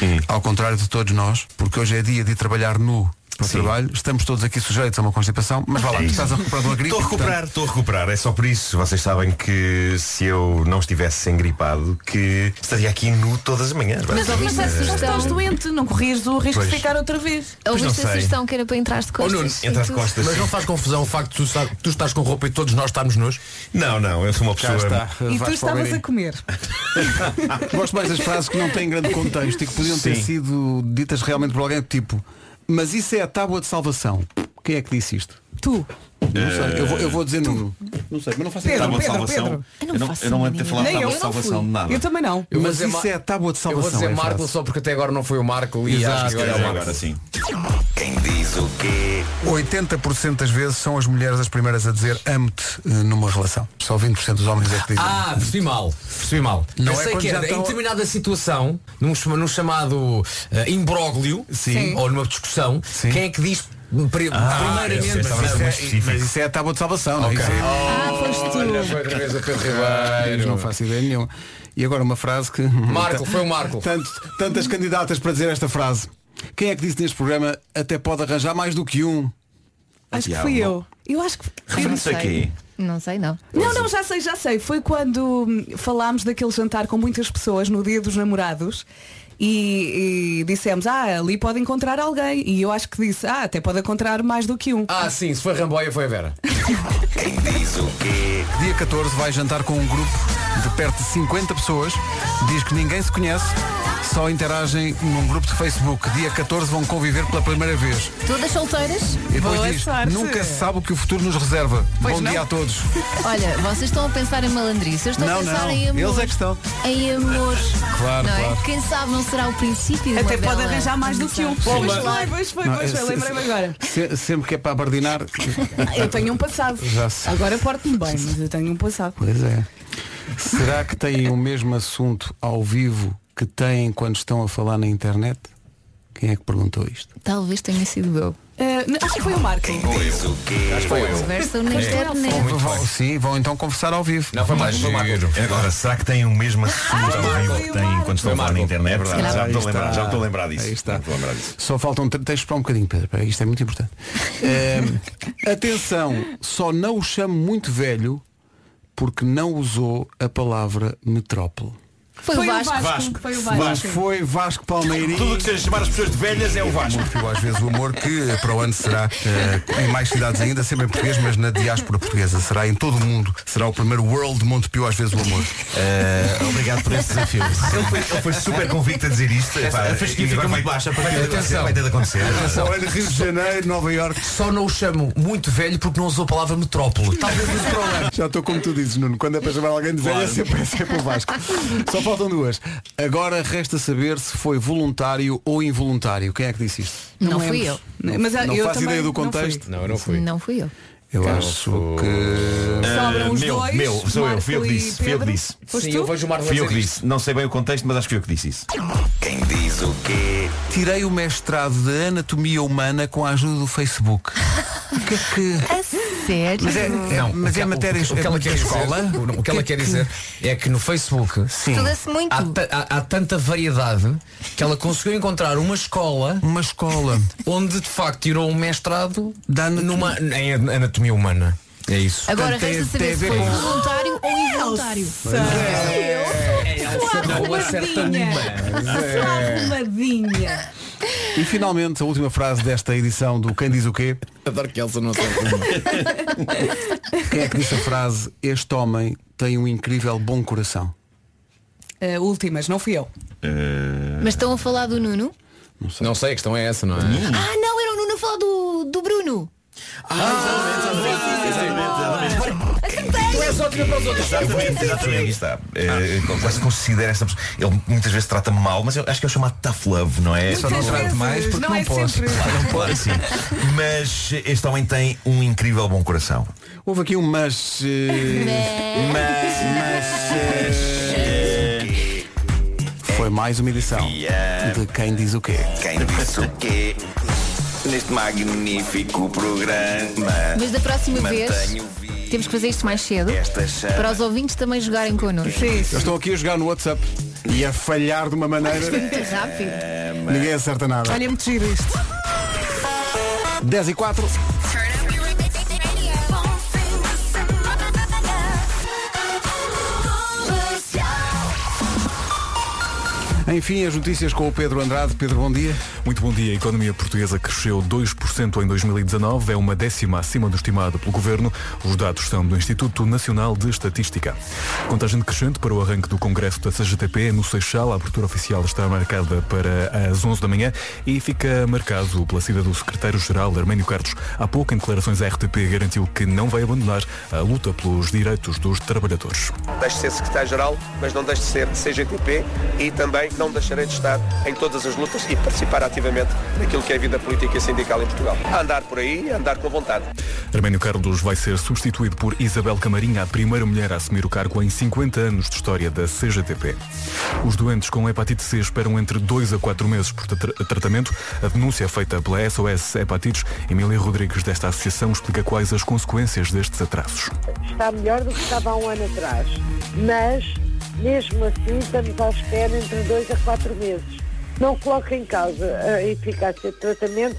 Speaker 14: Hum.
Speaker 2: Ao contrário de todos nós, porque hoje é dia de ir trabalhar nu para o trabalho, estamos todos aqui sujeitos a uma constipação, mas vá
Speaker 14: É
Speaker 2: lá,
Speaker 14: isso.
Speaker 2: estás a recuperar de uma gripe.
Speaker 14: Estou a recuperar, estou a recuperar. É só por isso. Vocês sabem que se eu não estivesse engripado, que estaria aqui nu todas as manhãs.
Speaker 4: Mas ouviste a
Speaker 14: Eh,
Speaker 4: sugestão. Estás doente, não corrias o risco de
Speaker 14: Pois.
Speaker 4: ficar outra vez.
Speaker 14: Pois não
Speaker 5: Ouviste a
Speaker 14: sei.
Speaker 5: sugestão que era para entrar
Speaker 6: Oh,
Speaker 5: Oh, de costas. e
Speaker 14: entrar de
Speaker 5: tudo.
Speaker 14: costas.
Speaker 6: Mas não faz confusão o facto de tu, sa- tu estás com roupa e todos nós estarmos nus?
Speaker 14: Não, não, eu sou uma
Speaker 2: Cá
Speaker 14: pessoa.
Speaker 2: está.
Speaker 4: E
Speaker 2: Vasco
Speaker 4: tu estavas
Speaker 2: Palmeirinho.
Speaker 4: a comer.
Speaker 2: Gosto mais das frases que não têm grande contexto e que podiam ter
Speaker 14: Sim.
Speaker 2: sido ditas realmente por alguém tipo, mas isso é a tábua de salvação. Quem é que disse isto?
Speaker 4: Tu.
Speaker 2: Não sei, eu vou, eu vou dizer Nuno. Não sei, mas não faço
Speaker 4: Pedro,
Speaker 2: ideia.
Speaker 14: Tábua de
Speaker 4: Pedro,
Speaker 14: salvação.
Speaker 4: Pedro.
Speaker 14: Eu não- Eu não faço eu não lembro de ter ideia. falado
Speaker 4: Nem
Speaker 14: tábua
Speaker 4: eu,
Speaker 14: de
Speaker 4: eu
Speaker 14: salvação
Speaker 4: não fui.
Speaker 14: de nada.
Speaker 4: Eu também não.
Speaker 6: Eu vou
Speaker 2: Mas
Speaker 6: dizer
Speaker 2: isso
Speaker 6: Ma-
Speaker 2: é a tábua de
Speaker 6: Eu vou
Speaker 2: salvação.
Speaker 6: dizer
Speaker 2: é a
Speaker 6: Marco
Speaker 2: frase.
Speaker 6: só porque até agora não foi o Marco e
Speaker 2: Exato,
Speaker 6: acho que agora é o Marco.
Speaker 14: Agora sim.
Speaker 21: Quem diz o quê?
Speaker 2: 80% das vezes são as mulheres as primeiras a dizer amo-te eh, numa relação. Só 20% dos homens é que dizem.
Speaker 6: Ah, percebi mal, percebi mal.
Speaker 2: Não
Speaker 6: Não
Speaker 2: é
Speaker 6: Pensei
Speaker 2: quando
Speaker 6: que
Speaker 2: já
Speaker 6: era
Speaker 2: estão-
Speaker 6: em determinada situação, num, chama- num chamado eh, imbróglio,
Speaker 2: Sim. Ah,
Speaker 6: ou numa discussão, quem é que diz pri- primeiramente.
Speaker 14: eu estava a ser mais específico.
Speaker 2: Mas isso é a tábua de salvação, não é? Isso é?
Speaker 4: Ah, foste
Speaker 6: Oh, Olha,
Speaker 4: tu.
Speaker 6: foi outra vez o Pedro
Speaker 2: Mas Não
Speaker 6: Ribeiro.
Speaker 2: faço ideia nenhuma. E agora uma frase que.
Speaker 6: Marco, foi o Marco.
Speaker 2: Tanto- tantas candidatas para dizer esta frase. Quem é que disse neste programa até pode arranjar mais do que um?
Speaker 4: Acho que fui eu. Eu acho que.
Speaker 5: Eu não
Speaker 14: Referência
Speaker 5: sei.
Speaker 14: aqui.
Speaker 5: Não sei, não.
Speaker 4: Não, não, já sei, já sei. Foi quando hum, falámos daquele jantar com muitas pessoas no dia dos namorados e, e dissemos, ah, ali pode encontrar alguém. E eu acho que disse, ah, até pode encontrar mais do que um.
Speaker 6: Ah, sim, se foi Ramboia foi a Vera.
Speaker 21: Quem diz o quê?
Speaker 2: Dia 14 vai jantar com um grupo de perto de 50 pessoas. Diz que ninguém se conhece, só interagem num grupo de Facebook. Dia 14 vão conviver pela primeira vez.
Speaker 5: Todas solteiras?
Speaker 2: E depois
Speaker 4: Boa
Speaker 2: diz,
Speaker 4: sorte.
Speaker 2: nunca se sabe o que o futuro nos reserva.
Speaker 4: Pois
Speaker 2: Bom
Speaker 4: não.
Speaker 2: dia a todos.
Speaker 5: Olha, vocês estão a pensar em malandrice. Eu estou a
Speaker 2: Não,
Speaker 5: pensar
Speaker 2: não.
Speaker 5: em amor.
Speaker 2: Eles é que estão.
Speaker 5: Em amor.
Speaker 2: Claro,
Speaker 5: não é?
Speaker 2: claro.
Speaker 5: Quem sabe não será o princípio. de uma
Speaker 4: Até pode
Speaker 5: bela
Speaker 4: arranjar mais do que um. Pois foi, pois foi,
Speaker 2: Não,
Speaker 4: pois
Speaker 2: é-
Speaker 4: foi. Lembrei-me agora.
Speaker 2: Se- sempre que é para bardinar.
Speaker 4: Eu tenho um passado.
Speaker 2: Já sei.
Speaker 4: Agora porto-me bem, mas eu tenho um passado.
Speaker 2: Pois é. Será que têm o mesmo assunto ao vivo que têm quando estão a falar na internet? Quem é que perguntou isto?
Speaker 5: Talvez tenha sido eu.
Speaker 4: Ah, não, acho que foi o Marco.
Speaker 21: Diz o quê?
Speaker 6: É.
Speaker 5: Conversam na internet.
Speaker 2: Vão- sim, vão então conversar ao vivo.
Speaker 6: Não foi mais, um foi Marco.
Speaker 14: É Agora, será que têm o
Speaker 5: Ah,
Speaker 14: mesmo assunto ao vivo que têm quando estão a falar na internet?
Speaker 5: Se calhar.
Speaker 14: já me estou a lembrar,
Speaker 2: Aí
Speaker 14: já me estou a lembrar disso.
Speaker 2: Aí está.
Speaker 14: Já me estou a lembrar disso.
Speaker 2: Só faltam tre- tens de esperar um bocadinho, Pedro. Espera aí, Isto é muito importante. Ahm, atenção, só não o chamo muito velho porque não usou a palavra metrópole.
Speaker 5: Foi, o Vasco. Foi o Vasco.
Speaker 2: Mas foi Vasco Palmeirinho. Tudo
Speaker 14: que seja chamar as pessoas de velhas é o Vasco.
Speaker 2: Muito às vezes o humor que eh, para o ano será eh, em mais cidades ainda, sempre em português, mas na diáspora portuguesa. Será em todo o mundo. Será o primeiro World de Montepio às vezes o humor.
Speaker 14: Eh,
Speaker 2: Eh,
Speaker 14: obrigado por esse desafio. Ele foi, ele foi super convicto a dizer isto. Epá,
Speaker 2: a fasquia
Speaker 14: e
Speaker 2: fica
Speaker 14: agora vai-
Speaker 2: muito baixa, a partir
Speaker 14: vai-
Speaker 2: de agora
Speaker 14: atenção.
Speaker 2: vai ter de acontecer.
Speaker 14: Atenção.
Speaker 2: é Olha, Rio de Janeiro, Nova Iorque.
Speaker 7: Só não o chamo muito velho porque não usou a palavra metrópole. Talvez
Speaker 2: é
Speaker 7: use para o
Speaker 2: Já estou como tu dizes, Nuno. Quando é para chamar alguém de velho, é
Speaker 7: Claro.
Speaker 2: sempre, é sempre o Vasco. Só faltam duas. Agora resta saber se foi voluntário ou involuntário. Quem é que disse isto?
Speaker 5: Não,
Speaker 4: lembro.
Speaker 5: fui eu.
Speaker 4: Mas
Speaker 2: não
Speaker 4: eu
Speaker 2: faz
Speaker 4: também
Speaker 2: ideia do
Speaker 4: não fui.
Speaker 2: contexto?
Speaker 14: Não, eu não fui.
Speaker 5: Não fui eu.
Speaker 2: Eu acho
Speaker 14: que.
Speaker 4: Sobram os
Speaker 14: meu,
Speaker 4: dois,
Speaker 14: meu, sou eu, fui eu que
Speaker 4: Marco e
Speaker 14: disse. Fui eu que
Speaker 4: Pedro.
Speaker 14: disse.
Speaker 4: Foste Sim, tu? eu vejo o Marco
Speaker 14: Fui eu que
Speaker 4: fazer
Speaker 14: disse. Não sei bem o contexto, mas acho que fui eu que disse isso.
Speaker 2: Quem diz o quê? Tirei o mestrado de anatomia humana com a ajuda do Facebook. O que é que.
Speaker 5: A sério?
Speaker 2: Mas é- é-
Speaker 7: Não,
Speaker 2: mas
Speaker 7: o que-
Speaker 2: é
Speaker 7: o-
Speaker 2: matéria-
Speaker 7: o que ela
Speaker 2: é
Speaker 7: quer
Speaker 2: muita
Speaker 7: dizer-
Speaker 2: escola?
Speaker 7: o- O que ela
Speaker 2: Que-
Speaker 7: quer dizer é que no Facebook
Speaker 5: Estuda-se muito.
Speaker 7: Há, ta- há- há tanta variedade que ela conseguiu encontrar uma escola
Speaker 2: uma escola
Speaker 7: onde de facto tirou um mestrado numa, em an- anatomia humana. É isso.
Speaker 5: Agora resta saber se foi voluntário ou involuntário.
Speaker 4: Sua
Speaker 7: Não acerta
Speaker 4: arrumadinha.
Speaker 2: nenhuma.
Speaker 4: Sua arrumadinha.
Speaker 2: E finalmente a última frase desta edição do Quem Diz o Quê?
Speaker 6: Adoro que Elsa não sabe
Speaker 2: Quem é que disse a frase Este homem tem um incrível bom coração?
Speaker 4: Eh, últimas, não fui eu.
Speaker 5: Mas estão a falar do Nuno?
Speaker 6: Não sei. a questão é essa, não é?
Speaker 5: Ah não, era o Nuno a falar do, do Bruno. Ah,
Speaker 7: Tu és ótima
Speaker 22: Ah,
Speaker 7: para os outros.
Speaker 14: Exatamente, exatamente. Aqui está. Eh, como é que se considera essa pessoa? Ele muitas vezes trata mal, mas eu acho que é o chamado tough love, não é?
Speaker 7: Só não Muitas trato vezes, mais porque não não é posso. sempre.
Speaker 14: Claro, não pode, sim. Mas este homem tem um incrível bom coração.
Speaker 2: Houve aqui um mas. eh, mas. eh, Foi mais uma edição de Quem Diz o Quê?
Speaker 21: Quem disse o quê? Neste magnífico programa.
Speaker 5: Mas da próxima vez
Speaker 21: Mantenho
Speaker 5: temos que fazer isto mais cedo
Speaker 21: esta chama.
Speaker 5: para os ouvintes também jogarem connosco.
Speaker 2: Eu estou aqui a jogar no WhatsApp e a falhar de uma maneira.
Speaker 5: é Muito rápido.
Speaker 2: Ninguém acerta nada.
Speaker 4: Olha, é muito giro isto.
Speaker 2: 10 e 4. Enfim, as notícias com o Pedro Andrade. Pedro, bom dia.
Speaker 16: Muito bom dia. A economia portuguesa cresceu 2% em 2019, é uma décima acima do estimado pelo governo. Os dados são do Instituto Nacional de Estatística. Contagem decrescente para o arranque do Congresso da CGTP no Seixal. A abertura oficial está marcada para as 11 da manhã e fica marcado pela saída do secretário-geral Arménio Carlos. Há pouco, em declarações à RTP, garantiu que não vai abandonar a luta pelos direitos dos trabalhadores.
Speaker 8: Deixe de ser secretário-geral, mas não deixe de ser CGTP e também não deixarei de estar em todas as lutas e participar ativamente naquilo que é a vida política e sindical em Portugal. A andar por aí, a andar com vontade.
Speaker 16: Arménio Carlos vai ser substituído por Isabel Camarinha, a primeira mulher a assumir o cargo em 50 anos de história da CGTP. Os doentes com hepatite C esperam entre 2 a 4 meses por tra- tratamento. A denúncia é feita pela SOS Hepatites, Emília Rodrigues desta associação explica quais as consequências destes atrasos.
Speaker 22: está melhor do que estava há um ano atrás. Mas, mesmo assim, estamos à espera entre dois a quatro meses. Não coloca em causa a eficácia de tratamento,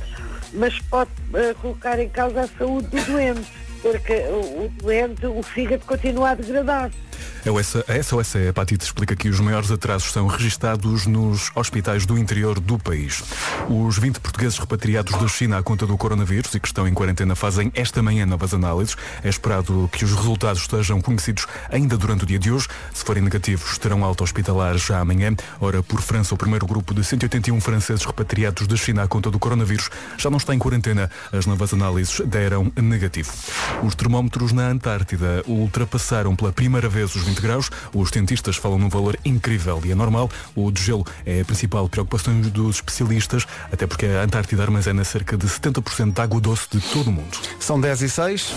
Speaker 22: mas pode eh, colocar em causa a saúde do doente, porque o, o doente, o fígado continua a degradar-se.
Speaker 16: A OS a SOS Hepatite explica que os maiores atrasos são registados nos hospitais do interior do país. Os 20 portugueses repatriados da China à conta do coronavírus e que estão em quarentena fazem esta manhã novas análises. É esperado que os resultados estejam conhecidos ainda durante o dia de hoje. Se forem negativos, terão alta hospitalar já amanhã. Ora, por França, o primeiro grupo de 181 franceses repatriados da China à conta do coronavírus já não está em quarentena. As novas análises deram negativo. Os termómetros na Antártida ultrapassaram pela primeira vez os 20 graus. Os cientistas falam num valor incrível e anormal. O desgelo é a principal preocupação dos especialistas, até porque a Antártida armazena cerca de 70% de água doce de todo o mundo.
Speaker 2: São 10 e 6.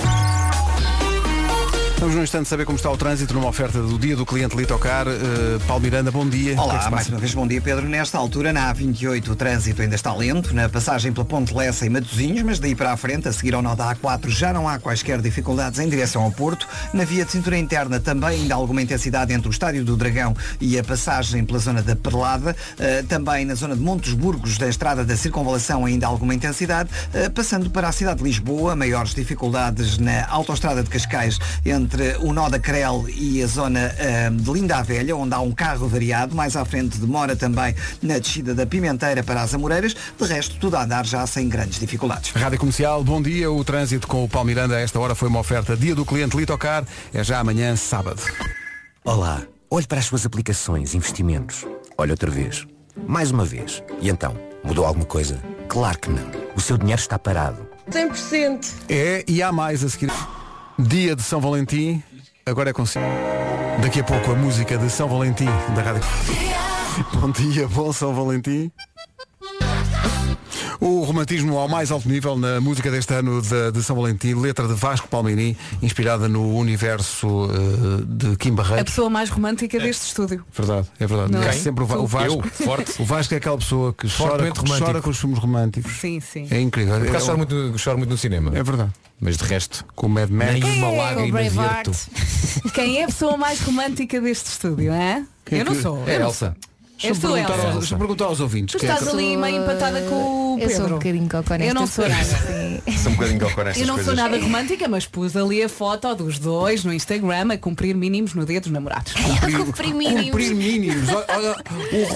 Speaker 2: Vamos num instante saber como está o trânsito numa oferta do dia do cliente Litocar. Eh, Paulo Miranda, bom dia. O que é que
Speaker 3: Olá,
Speaker 2: se
Speaker 3: mais
Speaker 2: passa?
Speaker 3: uma vez bom dia Pedro. Nesta altura, na A28, o trânsito ainda está lento, na passagem pela Ponte Lessa e Matosinhos, mas daí para a frente, a seguir ao nó da A4, já não há quaisquer dificuldades em direção ao Porto. Na via de cintura interna também ainda há alguma intensidade entre o Estádio do Dragão e a passagem pela zona da Perlada. Eh, também na zona de Montes Burgos, da estrada da Circunvalação, ainda há alguma intensidade. Eh, passando para a cidade de Lisboa, maiores dificuldades na autoestrada de Cascais entre entre o nó da Crel e a zona ahm, de Linda a Velha, onde há um carro variado. Mais à frente demora também na descida da Pimenteira para as Amoreiras. De resto, tudo a andar já sem grandes dificuldades.
Speaker 2: Rádio Comercial, bom dia. O trânsito com o Paulo Miranda a esta hora foi uma oferta dia do cliente Litocar. É já amanhã, sábado.
Speaker 9: Olá, olho para as suas aplicações, investimentos. Olho outra vez. Mais uma vez. E então, mudou alguma coisa? Claro que não. O seu dinheiro está parado.
Speaker 2: 100%. É, e há mais a seguir. Dia de São Valentim, agora é consigo. Daqui a pouco a música de São Valentim da Rádio. Bom dia, bom São Valentim. O romantismo ao mais alto nível na música deste ano de, de São Valentim, letra de Vasco Palmini, inspirada no universo eh, de Kim
Speaker 4: A
Speaker 2: Barreiros.
Speaker 4: pessoa mais romântica deste estúdio.
Speaker 2: Verdade, é verdade.
Speaker 4: Não é?
Speaker 2: É sempre o, Va-
Speaker 4: Tu.
Speaker 2: o Vasco.
Speaker 4: Eu, forte.
Speaker 2: O Vasco é aquela pessoa que chora,
Speaker 6: Fortemente
Speaker 2: que chora
Speaker 6: romântico.
Speaker 2: com os filmes românticos.
Speaker 4: Sim, sim.
Speaker 2: É incrível.
Speaker 6: Por
Speaker 2: É
Speaker 6: acaso
Speaker 2: um-
Speaker 6: choro, muito, choro muito no cinema.
Speaker 2: É verdade.
Speaker 6: Mas de resto,
Speaker 2: com o Mad Max.
Speaker 6: nem uma
Speaker 4: É, com o
Speaker 6: lágrima
Speaker 4: Braveheart.
Speaker 6: verto.
Speaker 4: Quem é a pessoa mais romântica deste estúdio, é?
Speaker 2: Quem
Speaker 4: eu não
Speaker 2: que-
Speaker 4: sou.
Speaker 2: É
Speaker 4: eu não
Speaker 2: Elsa.
Speaker 4: sou. És tu, Elsa.
Speaker 2: aos, deixa eu perguntar aos ouvintes.
Speaker 4: Tu
Speaker 2: quem é que-
Speaker 4: estás ali meio empatada com o
Speaker 5: Eu
Speaker 4: Pedro.
Speaker 5: sou um bocadinho cocó
Speaker 4: Eu não
Speaker 5: nestas
Speaker 4: sou nada.
Speaker 5: coisas.
Speaker 14: Sou um bocadinho cocó nestas
Speaker 4: Eu não sou
Speaker 14: coisas.
Speaker 4: nada romântica, mas pus ali a foto dos dois no Instagram a cumprir mínimos no dia dos namorados.
Speaker 5: Cumprir
Speaker 14: Um
Speaker 5: mínimos.
Speaker 2: Cumprir mínimos. Olha, olha,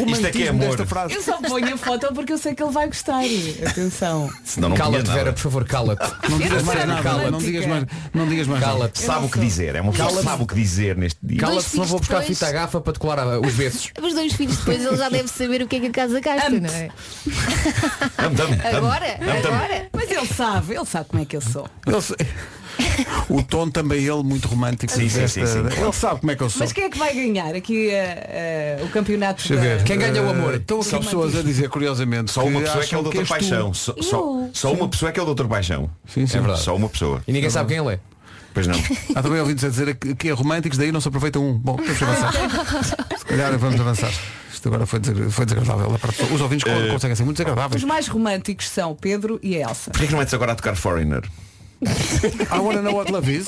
Speaker 2: o
Speaker 14: Isto é que é
Speaker 2: romantismo
Speaker 14: amor.
Speaker 2: desta frase.
Speaker 4: Eu só ponho a foto porque eu sei que ele vai gostar. Atenção.
Speaker 14: Senão não
Speaker 6: Cala-te,
Speaker 14: tinha nada.
Speaker 6: Vera, por favor, cala-te.
Speaker 2: Não
Speaker 6: Eu
Speaker 2: digas
Speaker 6: não
Speaker 2: mais
Speaker 6: sou
Speaker 2: nada.
Speaker 6: romântica.
Speaker 2: Não digas mais, não digas mais nada.
Speaker 6: Cala-te.
Speaker 14: Sabe o que dizer. É uma pessoa que
Speaker 6: Cala-te.
Speaker 14: sabe o que dizer neste dia.
Speaker 6: Cala-te, senão vou buscar a
Speaker 5: depois-
Speaker 6: fita à gafa para te colar ah, os beços.
Speaker 5: Os dois filhos depois ele já deve saber o que é que a casa gasta, não é? Agora? Agora?
Speaker 4: Mas ele sabe, ele sabe como é que eu sou.
Speaker 2: Eu sei. O tom também é ele muito romântico.
Speaker 4: Sim,
Speaker 2: desta-
Speaker 4: sim, sim, sim.
Speaker 2: Ele sabe como é que eu sou.
Speaker 4: Mas quem é que vai ganhar aqui eh, eh, o campeonato?
Speaker 2: Deixa eu ver.
Speaker 4: da-
Speaker 2: Estão aqui
Speaker 4: São
Speaker 2: Então pessoas a dizer, curiosamente,
Speaker 14: Só uma
Speaker 2: que
Speaker 14: pessoa é que é
Speaker 2: acham
Speaker 14: o Doutor
Speaker 2: és tu.
Speaker 14: Paixão. Só, só,
Speaker 2: Eu?
Speaker 14: só uma pessoa é que é o Doutor Paixão.
Speaker 2: sim.
Speaker 14: É verdade. Só uma pessoa.
Speaker 6: E ninguém sabe quem ele é.
Speaker 14: Pois não.
Speaker 2: Tá Há também ouvintes a dizer que, que é românticos, daí não se aproveita um. Bom, vamos avançar. Se calhar vamos avançar. Isto agora foi, des- foi desagradável. da parte- Os ouvintes
Speaker 14: Eh,
Speaker 2: conseguem ser muito desagradáveis.
Speaker 4: Os mais românticos são o Pedro e a Elsa.
Speaker 14: Porquê que não metes agora a tocar Foreigner?
Speaker 2: I wanna know what love is.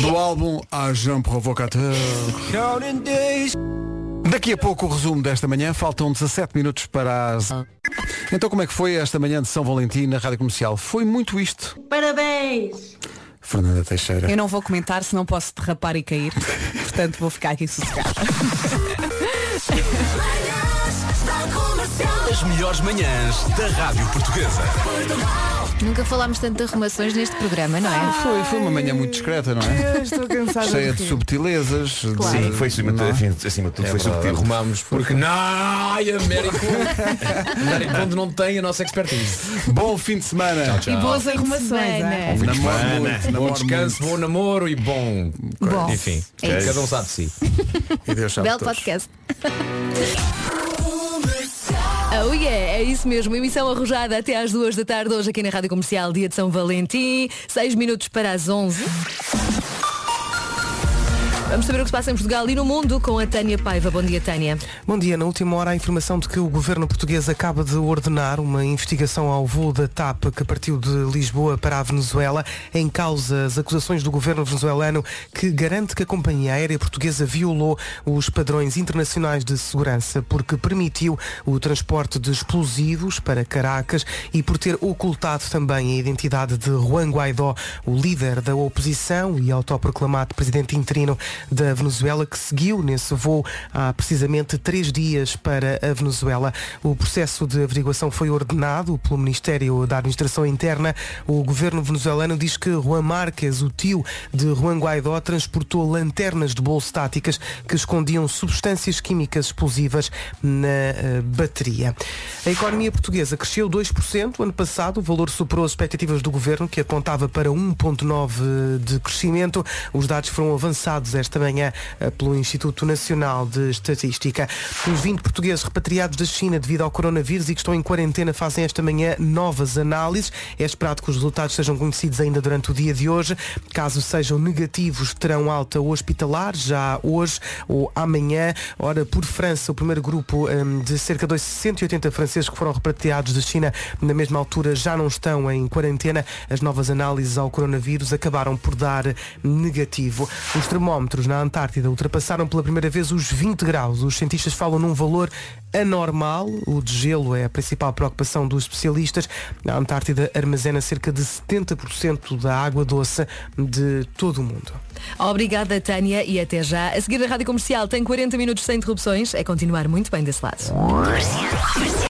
Speaker 2: Do álbum Agent Provocateur. Daqui a pouco o resumo desta manhã. Faltam 17 minutos para as. Então como é que foi esta manhã de São Valentim na Rádio Comercial? Foi muito isto.
Speaker 4: Parabéns!
Speaker 2: Fernanda Teixeira.
Speaker 4: Eu não vou comentar, senão posso derrapar e cair. Portanto, vou ficar aqui sossegada.
Speaker 12: As melhores manhãs da Rádio Portuguesa.
Speaker 5: Nunca falámos tanto de arrumações neste programa, não é?
Speaker 2: Foi, foi uma manhã muito discreta, não é?
Speaker 5: Eu estou cansada
Speaker 2: Cheia
Speaker 5: de
Speaker 2: de
Speaker 5: rir.
Speaker 2: subtilezas.
Speaker 5: Claro.
Speaker 14: Sim, foi acima, de-
Speaker 2: Não é?
Speaker 14: enfim, acima de tudo.
Speaker 6: É
Speaker 14: foi
Speaker 6: verdade,
Speaker 14: subtil.
Speaker 6: arrumámos porque não ai Américo Américo não tem a nossa expertise
Speaker 2: bom fim de semana
Speaker 4: E boas arrumações. é?
Speaker 6: Bom,
Speaker 2: Namoro
Speaker 6: namoro,
Speaker 2: muito, namoro
Speaker 6: bom descanso, bom namoro e bom.
Speaker 5: Bom.
Speaker 6: Enfim,
Speaker 5: É isso.
Speaker 6: cada um sabe de si.
Speaker 2: E Deus
Speaker 5: Belo podcast.
Speaker 17: Oh yeah, é isso mesmo. Emissão arrojada até às duas da tarde hoje aqui na Rádio Comercial, dia de São Valentim. Seis minutos para as 11. Vamos saber o que se passa em Portugal e no mundo com a Tânia Paiva. Bom dia, Tânia.
Speaker 13: Bom dia. Na última hora, há informação de que o governo português acaba de ordenar uma investigação ao voo da TAP que partiu de Lisboa para a Venezuela em causa as acusações do governo venezuelano que garante que a companhia aérea portuguesa violou os padrões internacionais de segurança porque permitiu o transporte de explosivos para Caracas e por ter ocultado também a identidade de Juan Guaidó, o líder da oposição e autoproclamado presidente interino da Venezuela, que seguiu nesse voo há precisamente três dias para a Venezuela. O processo de averiguação foi ordenado pelo Ministério da Administração Interna. O governo venezuelano diz que Juan Marques, o tio de Juan Guaidó, transportou lanternas de bolso táticas que escondiam substâncias químicas explosivas na eh, bateria. A economia portuguesa cresceu 2% o ano passado, o valor superou as expectativas do governo, que apontava para 1,9% de crescimento. Os dados foram avançados esta manhã eh, pelo Instituto Nacional de Estatística. Os 20 portugueses repatriados da China devido ao coronavírus e que estão em quarentena fazem esta manhã novas análises. É esperado que os resultados sejam conhecidos ainda durante o dia de hoje. Caso sejam negativos, terão alta hospitalar já hoje ou amanhã. Ora, por França, o primeiro grupo hum, de cerca de 180 franceses que foram repatriados da China na mesma altura já não estão em quarentena. As novas análises ao coronavírus acabaram por dar negativo. Os termómetros metros na Antártida ultrapassaram pela primeira vez os 20 graus. Os cientistas falam num valor anormal. O degelo é a principal preocupação dos especialistas. A Antártida armazena cerca de 70% da água doce de todo o mundo.
Speaker 17: Obrigada, Tânia, e até já. A seguir a Rádio Comercial tem 40 minutos sem interrupções. É continuar muito bem desse lado.